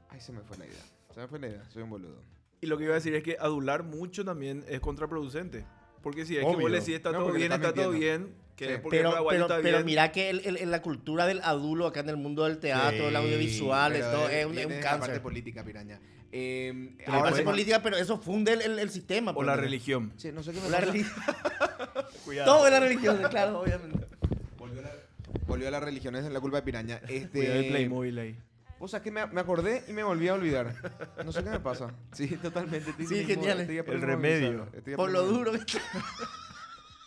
S2: Ay, se me fue la idea. Se me fue la idea. Soy un boludo.
S5: Y lo que iba a decir es que adular mucho también es contraproducente. Porque si es que
S2: Obvio.
S5: vos le decís está
S2: No,
S5: todo
S2: porque le
S5: bien,
S2: estás
S5: está todo
S2: mintiendo.
S5: bien, que
S2: Sí.
S5: es porque el
S4: pero,
S5: paraguayo
S4: pero,
S5: está
S4: pero
S5: bien.
S4: mira que el- el- el- la cultura del adulo acá en el mundo del teatro, el audiovisual,
S2: Pero,
S4: esto
S2: eh,
S4: es un, es un
S2: viene de la parte
S4: cáncer.
S2: política, piraña. Em,
S5: Pero
S4: Ahora
S5: puede-
S4: es política, pero eso funde el, el- el sistema.
S5: O
S4: pues,
S5: la
S4: ¿no?
S5: religión.
S2: Che, no sé qué me
S4: O la
S2: pasa.
S4: religión.
S5: Cuidado.
S4: Todo es la religión, claro, obviamente.
S2: Volvió a la religión, esa es la culpa de piraña.
S5: Cuidado el
S2: Este,
S5: Playmobil ahí.
S2: vos sabés que me, me acordé y me volví a olvidar. No sé qué me pasa. Sí, totalmente. estoy
S4: Sí,
S2: mismo-
S4: genial.
S2: estoy a
S5: El
S2: pleno
S5: remedio.
S2: movilizado, estoy a
S4: Por
S2: pleno
S4: lo
S2: movilizado.
S4: duro que está.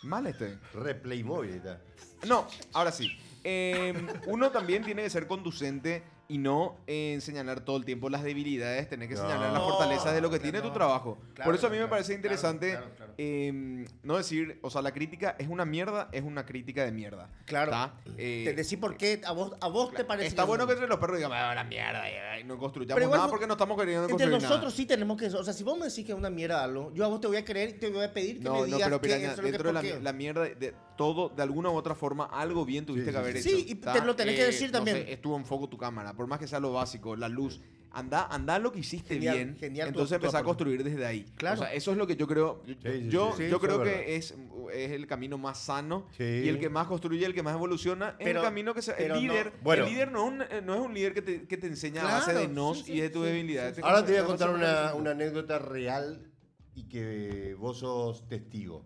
S2: Mal este.
S3: Replay móvil está.
S2: No, ahora sí. Eh, uno también tiene que ser conducente y no eh, señalar todo el tiempo las debilidades, tener que
S3: No.
S2: señalar las fortalezas de lo que
S4: Claro,
S2: tiene tu
S4: no.
S2: trabajo.
S4: Claro,
S2: Por eso a mí me
S4: claro,
S2: parece
S4: claro,
S2: interesante
S4: claro, claro.
S2: eh, no decir, o sea, la crítica es una mierda, es una crítica de mierda.
S4: Claro.
S2: ¿Está? Eh,
S4: Te decí por qué a vos, a vos te parece.
S2: Está
S4: es
S2: bueno
S4: un-
S2: que entre los perros digamos, "Ah, la mierda, y, ay, no construyamos
S4: Pero igual
S2: nada
S4: no-
S2: porque no estamos queriendo
S4: Entre
S2: construir
S4: nosotros
S2: nada.
S4: sí tenemos que. O sea, si vos me decís que es una mierda algo, yo a vos te voy a creer y te voy a pedir que
S2: No,
S4: me
S2: no,
S4: digas
S2: pero
S4: que
S2: piraña,
S4: eso es lo que
S2: dentro de la,
S4: por qué.
S2: la mierda, de todo, de alguna u otra forma, algo bien tuviste que
S3: Sí, sí,
S2: haber hecho.
S4: sí.
S2: Eh,
S4: Sí, y te lo tenés que decir
S2: no
S4: también.
S2: sé, estuvo en foco tu cámara, por más que sea lo básico, la luz. Anda, anda lo que hiciste
S4: Genial,
S2: bien.
S4: genial tu-
S2: entonces
S4: tu
S2: empezá a
S4: aporte.
S2: construir desde ahí.
S4: Claro.
S2: O sea, eso es lo que yo creo. Yo,
S3: Sí, sí,
S2: yo,
S3: sí.
S2: yo
S3: Sí,
S2: creo
S3: eso es
S2: que es, es el camino más sano
S3: Sí.
S2: y el que más construye, el que más evoluciona. es
S4: Pero-
S2: el camino que se. El
S4: pero no-
S2: líder,
S3: Bueno.
S2: el líder no, es un, eh, no es un líder que te, que te enseña a base
S4: Claro,
S2: de nos
S4: sí, sí,
S2: y de tus
S4: sí,
S2: debilidades.
S4: sí, sí.
S3: Ahora te voy a
S2: No,
S3: contar
S2: no sé
S3: una,
S2: cómo
S3: una anécdota real y que vos sos testigo.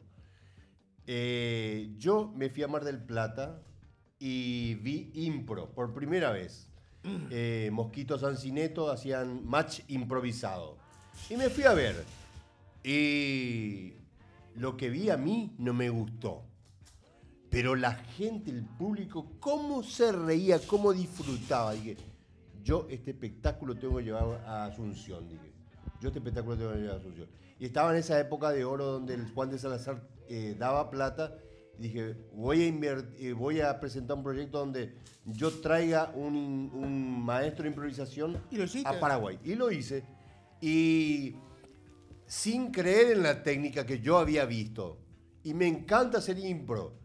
S3: Eh, yo me fui a Mar del Plata y vi impro por primera vez. Eh, Mosquito Sancineto hacían match improvisado. Y me fui a ver. Y lo que vi a mí no me gustó. Pero la gente, el público, cómo se reía, cómo disfrutaba. Dije, yo este espectáculo tengo que llevar a Asunción, dije. Yo este espectáculo tengo que llevar a Asunción. Y estaba en esa época de oro donde el Juan de Salazar eh, daba plata. Y dije, voy a, inver- eh, voy a presentar un proyecto donde yo traiga un, in- un maestro de improvisación
S4: Y lo hiciste.
S3: a Paraguay. Y lo hice. Y sin creer en la técnica que yo había visto. Y me encanta hacer impro.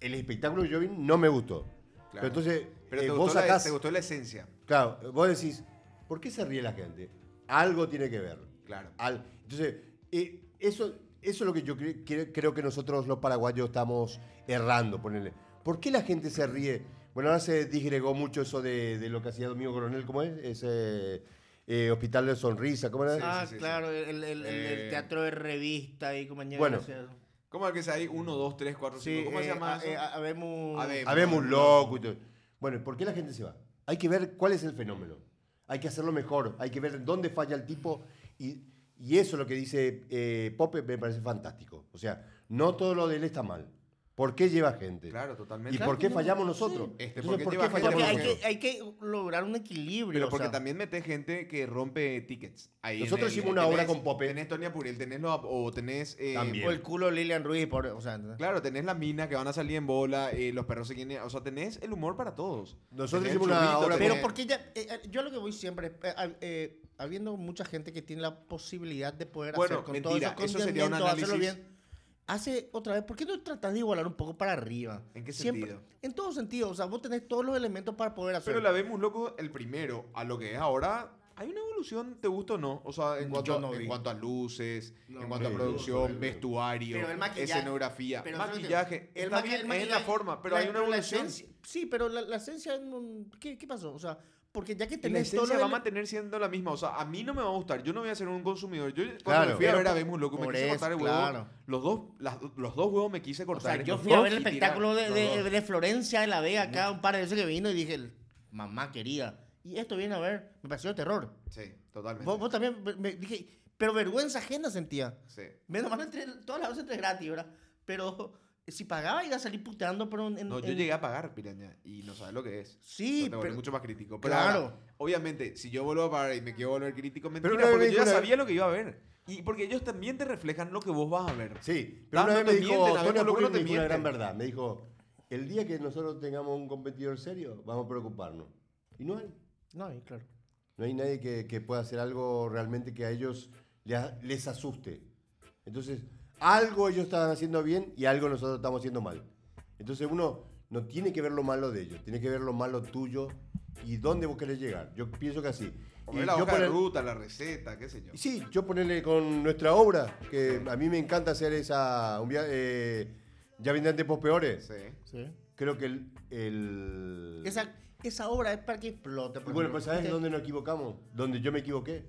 S3: El espectáculo que yo vi no me gustó. Pero entonces,
S2: Pero
S3: eh,
S2: te,
S3: vos
S2: gustó la-
S3: sacás.
S2: te gustó la esencia.
S3: Claro, vos decís, ¿por qué se ríe la gente? Algo tiene que ver.
S2: Claro.
S3: Al- entonces, eh, eso, eso es lo que yo cre- cre- creo que nosotros los paraguayos estamos errando, ponerle. ¿Por qué la gente se ríe? Bueno, ahora se disgregó mucho eso de, de lo que hacía Domingo Coronel, ¿cómo es? Ese eh, hospital de sonrisa, ¿cómo era?
S4: Ah,
S2: sí, sí, sí.
S4: claro, el, el- el- el
S2: Eh.
S4: teatro de revista y compañía.
S3: Bueno.
S4: gracias.
S2: ¿Cómo es que es ahí?
S3: Mm.
S2: 1, 2, 3, 4,
S4: Sí, eh,
S2: 5. ¿Cómo se llama?
S3: eh,
S2: eso?
S3: ah,
S4: habemos.
S2: Habemos.
S3: Habemos un loco y todo. Bueno, ¿por qué la gente se va? Hay que ver cuál es el fenómeno. Hay que hacerlo mejor. Hay que ver dónde falla el tipo. Y, y eso es lo que dice eh, Pope me parece fantástico. O sea, no todo lo de él está mal. ¿Por qué lleva gente?
S2: Claro,
S3: eh, ¿Y
S2: totalmente.
S3: por qué fallamos nosotros?
S2: Este,
S3: Entonces,
S2: ¿por qué lleva gente
S4: Porque
S2: Habemos
S4: hay
S2: nosotros.
S4: que, hay que lograr un equilibrio.
S2: Pero
S4: o
S2: porque
S4: sea.
S2: también metes gente que rompe tickets. Ahí en
S3: Nosotros
S2: el-
S3: hicimos una
S2: tenés-
S3: obra con Pope.
S2: Tenés Tonia Puriel, tenés los, o tenés... eh,
S3: También.
S4: O el culo de Lilian Ruiz, pobre, o sea,
S2: Claro, tenés las minas que van a salir en bola, eh, los perros se quieren... O sea, tenés el humor para todos.
S3: Nosotros
S2: Tenés
S3: hicimos una
S2: churrito,
S3: obra
S2: tenés-
S4: Pero porque ya, eh, eh, yo lo que voy siempre, es, eh, ah, eh, habiendo mucha gente que tiene la posibilidad de poder
S2: Bueno,
S4: hacer con
S2: mentira,
S4: todo
S2: eso sería un
S4: hacerlo
S2: análisis.
S4: bien, hace otra vez, ¿por qué no tratas de igualar un poco para arriba?
S2: ¿En qué sentido?
S4: En todo sentido, o sea, vos tenés todos los elementos para poder hacer.
S2: Pero la vemos loco el primero a lo que es ahora Hay una evolución, te gusta o no, o sea, en
S1: Yo
S2: cuanto,
S1: no
S2: a, en
S1: vi.
S2: cuanto a luces, en cuanto a
S3: sí,
S2: producción,
S3: sí, sí.
S2: vestuario,
S4: Pero el maquillaje-
S2: escenografía,
S4: pero eso es lo que-
S2: maquillaje,
S4: el
S2: está
S4: maqui-
S2: bien,
S4: el
S2: es la
S4: maquillaje-
S2: forma, pero
S4: la-
S2: hay una
S4: la
S2: evolución.
S4: esencia. Sí, pero la, la esencia. no- ¿qué, ¿Qué pasó? O sea, porque ya que
S2: Y la
S4: tenés todo
S2: esencia
S4: lo
S2: va a
S4: del-
S2: mantener siendo la misma. O sea, a mí no me va a gustar. Yo no voy a ser un consumidor. Yo cuando
S3: Claro.
S2: me fui a ver a
S4: Pero
S2: Vemos Loco, me
S4: por
S2: quise
S4: eso,
S2: cortar el huevo.
S4: claro.
S2: Los, dos, las- los dos huevos me quise
S4: O
S2: cortar.
S4: sea,
S2: en
S4: yo
S2: los
S4: fui a
S2: dos
S4: ver el
S2: y tirar.
S4: espectáculo de,
S2: Los
S4: de,
S2: dos.
S4: de Florencia de la Vega acá, un par de veces que vino y dije, mamá querida. Y esto viene a ver, me pareció terror.
S2: Sí, totalmente.
S4: Vos, vos también, me- me dije, pero vergüenza ajena sentía.
S2: Sí.
S4: Menos mal, entre, todas las veces entre gratis, ¿verdad? Pero si pagaba iba a salir puteando, pero en...
S2: No, yo
S4: en-
S2: llegué a pagar, piraña, y no sabes lo que es.
S4: Sí,
S2: No Pues te volvés
S4: pero-
S2: mucho más crítico. Pero
S4: Claro.
S2: ahora, obviamente, si yo vuelvo a pagar y me quiero volver crítico, mentira,
S3: una vez
S2: porque
S3: me
S2: yo ya
S3: dijo una-
S2: sabía lo que iba a ver. Y porque ellos también te reflejan lo que vos vas a ver.
S3: Sí,
S2: Ah,
S3: pero una
S2: no
S3: vez
S2: te
S3: me dijo,
S2: mienten, a ver,
S3: Antonio
S2: loco, no
S3: Pulis
S2: te
S3: me dijo una gran
S2: mienten.
S3: verdad. Me dijo, el día que nosotros tengamos un competidor serio, vamos a preocuparnos. Y no hay.
S4: No, y claro.
S3: No hay nadie que, que pueda hacer algo realmente que a ellos lea- les asuste. Entonces, algo ellos estaban haciendo bien y algo nosotros estamos haciendo mal. Entonces uno no tiene que ver lo malo de ellos, tiene que ver lo malo tuyo y dónde vos querés llegar. Yo pienso que así.
S2: O
S3: Y
S2: ver la
S3: yo
S2: hoja de
S3: poner-
S2: ruta, la receta, qué sé yo.
S3: y Sí, yo ponerle con nuestra obra, que a mí me encanta hacer esa... Un via- eh, ya vendrán tiempos peores.
S2: Sí.
S3: Creo que el... el-
S4: Esa, esa obra es para que explote.
S3: y
S4: por
S3: bueno,
S4: ejemplo. Este,
S3: pues ¿sabes
S4: ¿Viste?
S3: dónde nos equivocamos? Donde yo me equivoqué.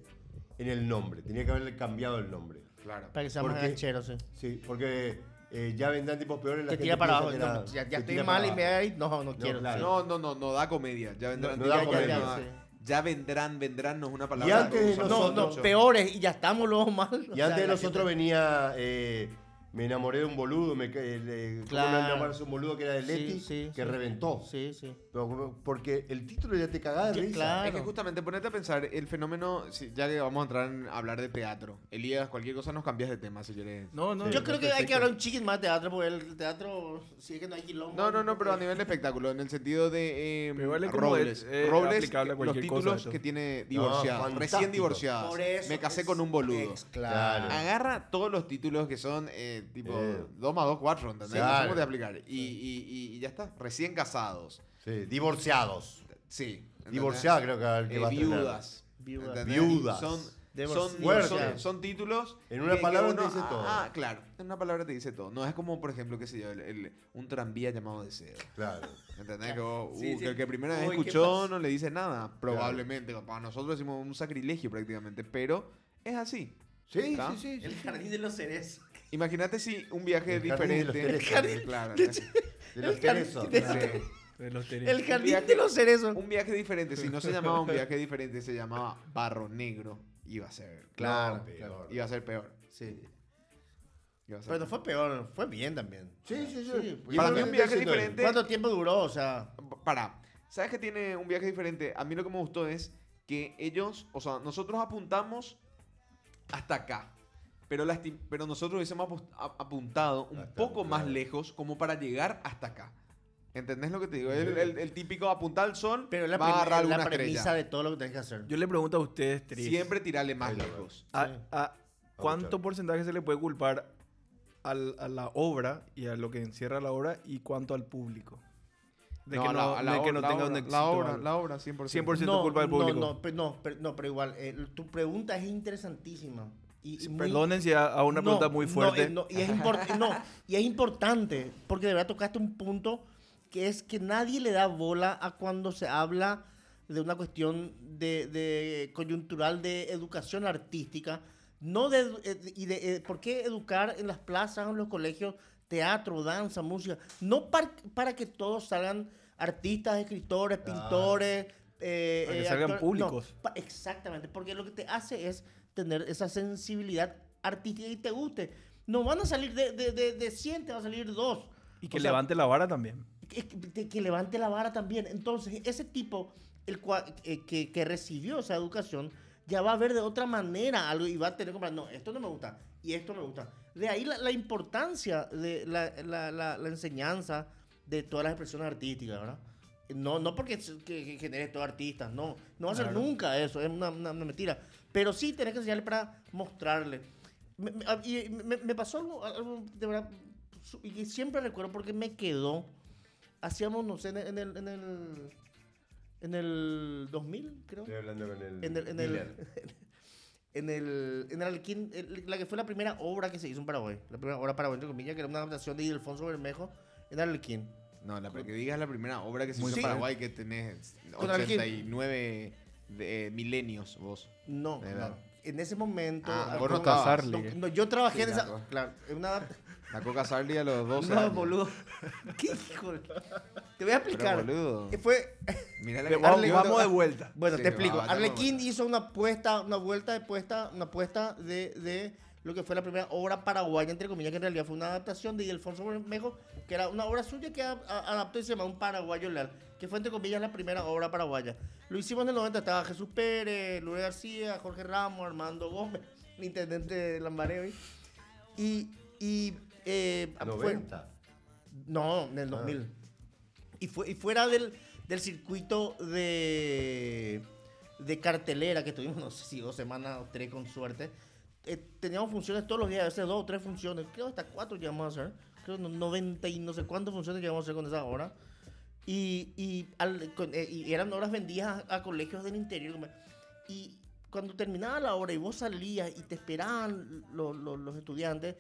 S3: En el nombre. Tenía que haberle cambiado el nombre.
S2: Claro.
S4: Para que sea más
S3: Porque-
S4: ganchero, sí.
S3: Sí, porque eh, ya vendrán tipos peores. La
S4: Te
S3: gente
S4: tira para
S3: piensa
S4: abajo.
S3: que
S4: no,
S3: era-
S4: ya
S3: te
S4: ya estoy
S3: tira
S4: mal
S3: para
S4: y me
S3: abajo.
S4: ahí. No, no
S3: No,
S4: quiero.
S3: claro.
S4: sí.
S2: No, no, no, no da comedia. Ya vendrán.
S3: No, no da
S2: ya- ya
S3: comedia,
S2: vendrán.
S4: sí.
S2: Ya vendrán, vendrán, no es una palabra.
S3: Y antes
S2: que
S3: de
S2: usamos
S4: No, no,
S3: nosotros-
S2: mucho.
S4: peores y ya estamos luego mal. O
S3: Y
S4: sea,
S3: antes de
S4: la
S3: nosotros
S4: gente-
S3: venía. eh, me enamoré de un boludo. Me, ca- el, eh, ¿cómo
S4: Claro.
S3: no enamorarse de un boludo que era de
S4: Sí,
S3: Leti?
S4: sí,
S3: que
S4: sí.
S3: reventó.
S4: Sí, sí.
S3: Pero, Porque el título ya te cagaba de
S4: Que-
S3: risa.
S4: claro.
S2: Es que justamente ponete a pensar el fenómeno, si- ya que vamos a entrar en hablar de teatro. Elías, cualquier cosa nos cambias de tema si quieres.
S5: No, no.
S4: Yo creo que hay que
S5: perfecto.
S4: hablar un chiquito más de teatro, porque el teatro, si es que no hay quilombo.
S2: No, no, no, pero a nivel de espectáculo, en el sentido de eh,
S5: Pero igual es como
S2: Robles.
S5: es- es
S2: Robles, eh,
S5: aplicable a
S2: los
S5: cualquier cosa
S2: títulos
S5: eso.
S2: que tiene divorciada, recién
S3: fantástico.
S2: divorciada.
S4: Por eso
S2: Me casé
S4: es-
S2: con un boludo.
S4: es claro.
S3: Claro.
S2: Agarra todos los títulos que son eh, tipo
S3: Eh.
S2: 2 más 2, 4, ¿entendés?
S3: Claro.
S2: No sé cómo te aplicar. Y, y- y- y ya está, recién casados.
S3: Sí, divorciados.
S2: Sí. ¿entendés?
S3: Divorciada creo que, el que
S2: Eh,
S3: va a estrenar.
S2: viudas.
S4: Viudas.
S2: ¿entendés?
S3: Viudas.
S2: Son,
S4: Divorciadas.
S2: son, son,
S3: Fuerte.
S2: son títulos.
S3: En una
S2: que- que
S3: palabra
S2: uno-
S3: te dice
S2: ah,
S3: todo.
S2: Ah, claro. En una palabra te dice todo. No es como, por ejemplo, qué sé yo, el- el- un tranvía llamado deseo.
S3: Claro.
S2: ¿Entendés? Que, vos,
S4: Sí,
S2: uh,
S4: sí.
S2: que el que primera vez
S4: Uy, ¿qué
S2: escuchó
S4: pasa?
S2: no le dice nada. Probablemente. Para nosotros decimos un sacrilegio prácticamente. Pero es así.
S3: Sí,
S2: ¿Está?
S3: sí, sí, sí.
S4: El jardín de los cerezos.
S2: Imagínate si un viaje
S3: El jardín de los
S2: diferente.
S3: teléfonos. El
S2: claro,
S3: De los
S4: El jardín
S3: teresos.
S4: de-
S3: claro.
S2: sí.
S5: De los tenis.
S4: El jardín
S2: viaje-
S4: de los cerezos.
S2: Un viaje diferente. Si no se llamaba un viaje diferente, se llamaba Barro Negro. Iba a ser.
S4: Claro,
S2: no,
S3: claro.
S2: Iba a ser peor.
S4: Sí.
S2: Iba a ser
S4: Pero no
S2: peor.
S4: fue peor, fue bien también.
S3: Sí, sí, sí.
S4: Sí, pues,
S3: Y
S2: Para
S3: lo
S2: mí
S3: que
S2: un
S3: te
S2: viaje
S3: diciendo él.
S2: diferente.
S4: ¿Cuánto tiempo duró? O sea,
S2: Para, ¿sabes que tiene un viaje diferente? A mí lo que me gustó es que ellos, o sea, nosotros apuntamos hasta acá. Pero, lasti- pero nosotros hubiésemos apus- a- apuntado un
S3: Hasta
S2: poco
S3: acá.
S2: más lejos como para llegar hasta acá. ¿Entendés lo que te digo? El, el- el típico apuntar al sol,
S4: pero es la,
S2: va a
S4: prim-
S2: agarrar
S4: es la
S2: una
S4: premisa
S2: estrella.
S4: de todo lo que tenés que hacer.
S5: Yo le pregunto a ustedes tres.
S2: Siempre tirarle más
S3: Ahí la
S2: lejos.
S5: ¿A, a cuánto
S3: escuchar.
S5: porcentaje se le puede culpar al- a la obra y a lo que encierra la obra y cuánto al público? De que
S2: a la-
S5: no,
S2: a la
S5: de que
S2: obra,
S5: no
S2: la
S5: tenga
S2: obra,
S5: un éxito.
S2: La obra,
S5: algo.
S2: la obra, 100%.
S5: 100% culpa del público.
S4: No, no, pero, no, pero, no, pero igual, eh, tu pregunta es interesantísima. Y, y muy-
S5: Perdonen si a, a una
S4: No,
S5: pregunta muy
S4: no,
S5: fuerte.
S4: eh, no, y, es import- no, y es importante, porque de verdad tocaste un punto que es que nadie le da bola a cuando se habla de una cuestión de, de coyuntural de educación artística. No de, edu- eh, y de, eh, ¿Por qué educar en las plazas, en los colegios, teatro, danza, música? No par- para que todos salgan artistas, escritores,
S3: Claro.
S4: pintores. eh,
S5: Para que
S4: eh,
S5: salgan
S4: actores-
S5: públicos.
S4: Pa- Exactamente, porque lo que te hace es tener esa sensibilidad artística y te guste. No van a salir de, de, de, de 100, te van a salir dos.
S5: y
S4: O
S5: que
S4: sea,
S5: levante la vara también.
S4: Que, que- que levante la vara también. Entonces, ese tipo el cua- eh, que, que recibió esa educación ya va a ver de otra manera algo y va a tener que comprar, no, esto no me gusta y esto me gusta. De ahí la, la importancia de la, la- la- la enseñanza de todas las expresiones artísticas, ¿verdad? No, no porque es- que, que generes todo artistas, no. No va a ser
S5: Claro.
S4: nunca eso, es una, una- una mentira. Pero sí tenés que enseñarle para mostrarle. Me, me- a- y me- me pasó algo, algo de verdad, su- y que siempre recuerdo porque me quedó. Hacíamos, no sé, en el, en el, en el, En el 2000, creo.
S3: Estoy hablando con el.
S4: En el, en el,
S3: dealer.
S4: en el, en el Alquín, el- la que fue la primera obra que se hizo en Paraguay. La primera obra paraguay, entre comillas, que era una adaptación de Ildefonso Bermejo en Arlequín.
S2: No, la que digas la primera obra que se
S4: Muy
S2: hizo en
S4: sí.
S2: Paraguay que tenés
S4: Con Arquín.
S2: 89 de, eh, milenios vos.
S4: No,
S2: De
S4: no.
S2: verdad.
S4: En ese momento.
S2: Ah,
S4: ah,
S2: vos no
S4: no,
S2: estabas.
S4: no, no, yo trabajé
S2: Sí,
S4: en esa.
S2: Naco.
S4: Claro, en una.
S2: La coca Sarli a los 12
S4: No,
S2: años.
S4: boludo. ¿Qué hijo? de- Te voy a explicar.
S2: Pero, boludo.
S4: Que Fue.
S2: Mirá la
S5: Ve-
S2: que-
S5: vamos-
S4: Arlequín-
S5: vamos de vuelta.
S4: Bueno,
S2: Sí,
S4: te explico.
S2: va, ya me
S4: Arlequín
S2: voy.
S4: hizo una apuesta, una vuelta de puesta, una apuesta de, de lo que fue la primera obra paraguaya, entre comillas, que en realidad fue una adaptación de Ildefonso Bermejo, que era una obra suya que a- a- adaptó y se llamaba Un Paraguayo Leal, que fue, entre comillas, la primera obra paraguaya. Lo hicimos en el 90, estaba Jesús Pérez, Luis García, Jorge Ramos, Armando Gómez, el intendente de Lambarevi. Y. y eh, fue-
S3: 90.
S4: no, en el 2000. Y, fue, y fuera del, del circuito de, de cartelera que tuvimos, no sé si dos semanas o tres con suerte, eh, teníamos funciones todos los días, a veces dos o tres funciones, creo hasta cuatro llegamos a hacer, creo no- 90 y no sé cuántas funciones llegamos a hacer con esa hora. Y, y, al- con- eh, y eran horas vendidas a, a colegios del interior. como- Y cuando terminaba la hora y vos salías y te esperaban lo- lo- los estudiantes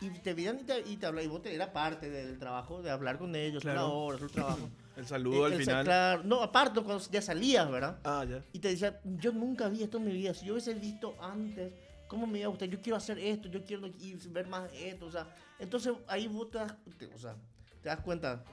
S4: y te veían y te, y te hablaban, y vos te, era parte del trabajo de hablar con ellos,
S5: Claro.
S4: la hora, el trabajo. Eh,
S5: El saludo
S2: Eh,
S4: El-
S5: al
S4: el
S5: final.
S4: sacar- no, aparte, cuando ya salías, ¿verdad?
S5: Ah, ya.
S4: Y te decían, yo nunca vi esto en mi vida, si yo hubiese visto antes, ¿cómo me iba a gustar? Yo quiero hacer esto, yo quiero y ver más esto, o sea, entonces ahí vos te das, te- o sea, te das cuenta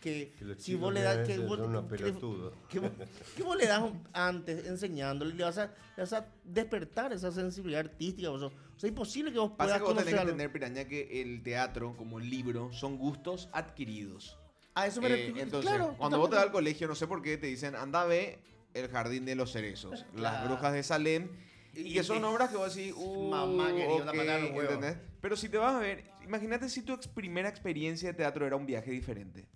S4: que,
S3: Que los
S4: si
S3: chicos
S4: vos le
S3: que
S4: das,
S3: hacen
S4: que
S3: eso
S4: vos,
S3: son unos
S4: que-
S3: pelotudos.
S4: que vos- que vos le das un- antes enseñándole, le vas, a, le vas a despertar esa sensibilidad artística, o sea, o sea, imposible que vos
S2: Pasa
S4: puedas
S2: que vos tenés
S4: conocer
S2: que
S4: algo.
S2: entender, Piraña, que el teatro como libro son gustos adquiridos.
S4: a eso me
S2: Eh,
S4: refiero,
S2: entonces,
S4: claro,
S2: cuando vos te vas al
S4: totalmente.
S2: colegio, no sé por qué, te dicen, anda ve el jardín de los cerezos, las
S4: Claro.
S2: brujas de Salem. Y que
S4: Y-
S2: son
S4: y-
S2: obras que vos decís, uh,
S4: Mamá querida, una
S2: ok",
S4: patada en los huevos.
S2: ¿entendés? Pero si te vas a ver, imagínate si tu ex- primera experiencia de teatro era un viaje diferente.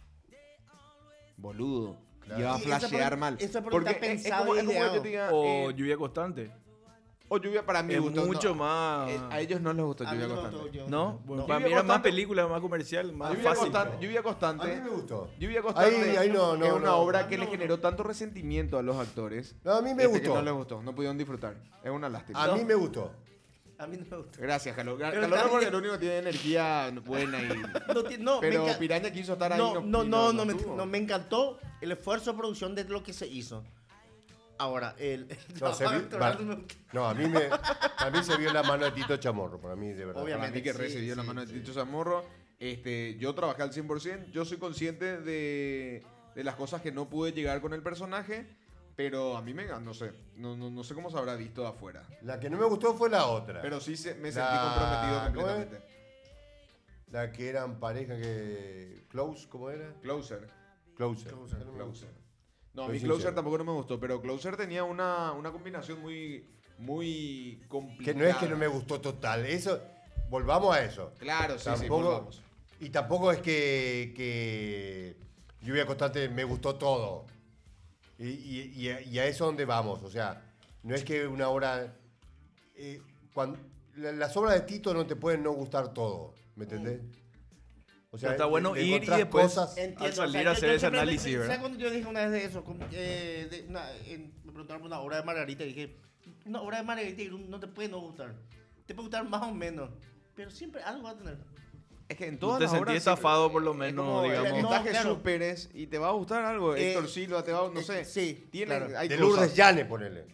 S2: Boludo.
S3: Claro.
S2: Y va a
S4: Y esa
S2: flashear
S4: por-
S2: mal.
S4: esa por
S2: porque
S4: estar
S2: es- es
S4: pensado
S2: como-
S4: e
S2: es como que yo te diga,
S5: O
S2: eh,
S5: lluvia constante.
S2: o lluvia para mí.
S5: Es mucho más.
S2: eh, a ellos no les gustó
S4: A mí
S2: lluvia
S4: no me
S2: constante.
S4: gustó, yo-
S5: ¿No?
S4: no.
S2: Lluvia
S5: para mí era más
S2: Constante-
S5: película, más comercial, más
S2: Lluvia
S5: fácil.
S2: constante, lluvia
S3: A mí
S2: constante.
S3: me gustó.
S2: Lluvia constante.
S3: Ahí- ahí no, no,
S2: es una
S3: no.
S2: obra que
S4: No,
S2: le
S4: no.
S2: generó tanto resentimiento a los actores.
S3: No, a mí me
S2: este, que
S3: gustó.
S2: no les gustó, no pudieron disfrutar. Es una lástima.
S3: A mí me gustó.
S4: A mí no me gustó.
S2: Gracias, Calor. Gra-
S4: Pero
S2: Calor no
S4: también-
S2: porque el único que tiene energía buena y.
S4: No, ti- no, me
S2: Pero
S4: encan-
S2: Piraña quiso estar ahí.
S4: No,
S2: y
S4: no, no, no, me,
S2: tuvo.
S4: no, me encantó el esfuerzo de producción de lo que se hizo. Ahora, el, el
S3: No,
S4: trabajo
S3: se vi-
S4: actoral
S3: va-
S4: no me-
S3: no, a mí me. A mí se vio la mano de Tito Chamorro, para mí, de verdad.
S4: Obviamente.
S2: Para mí que
S4: sí,
S2: recibió la
S4: sí,
S2: mano de
S4: sí.
S2: Tito Zamorro. Este, yo trabajé al 100%. Yo soy consciente de, de las cosas que no pude llegar con el personaje. Pero a mí me no sé. No, no, no sé cómo se habrá visto de afuera.
S3: La que no me gustó fue la otra.
S2: Pero sí se- me
S3: La-
S2: sentí comprometido
S3: ¿cómo es?
S2: completamente.
S3: La que eran pareja que. Close, ¿cómo era?
S2: Closer.
S3: Closer.
S4: Closer.
S3: Esa no me gustó.
S2: Closer. No, a
S3: Soy
S2: mí
S3: sincero.
S2: Closer tampoco no me gustó, pero Closer tenía una, una combinación muy, muy
S3: Que
S2: complicada.
S3: no es que no me gustó total. Eso. Volvamos a eso.
S2: Claro, sí, sí,
S3: tampoco,
S2: volvamos.
S3: y tampoco es que, que Lluvia Constante me gustó todo. Y, y- y a, y a eso donde vamos. O sea, no es que una obra... eh, cuan- la- las obras de Tito no te pueden no gustar todo. ¿Me entendés? O
S5: Pero está bueno
S3: le
S5: ir y
S3: encontrás
S5: después-
S4: Entiendo,
S5: Al salir
S4: yo-
S5: a hacer
S4: yo
S5: ese
S4: siempre-
S5: análisis,
S4: ¿sabes
S5: ¿verdad?
S4: cuando yo dije una vez de eso? Como, eh, de una- en- me preguntaron por una obra de Margarita y dije, una obra de Margarita y no te puede no gustar. Te puede gustar más o menos, pero siempre algo va a tener.
S2: Es que en
S5: Tú
S2: todas
S5: te
S2: las
S5: sentí
S2: obras
S5: estafado, por lo
S2: es
S5: menos,
S2: como,
S5: digamos.
S2: eh, Está
S4: No,
S2: Jesús
S4: claro.
S2: Pérez y te va a gustar algo.
S4: Eh,
S2: Héctor Silva te va a... No
S4: eh,
S2: sé.
S4: sí,
S2: Tienen,
S4: claro.
S2: hay
S3: de
S2: cosas.
S3: Lourdes Yane, ponele.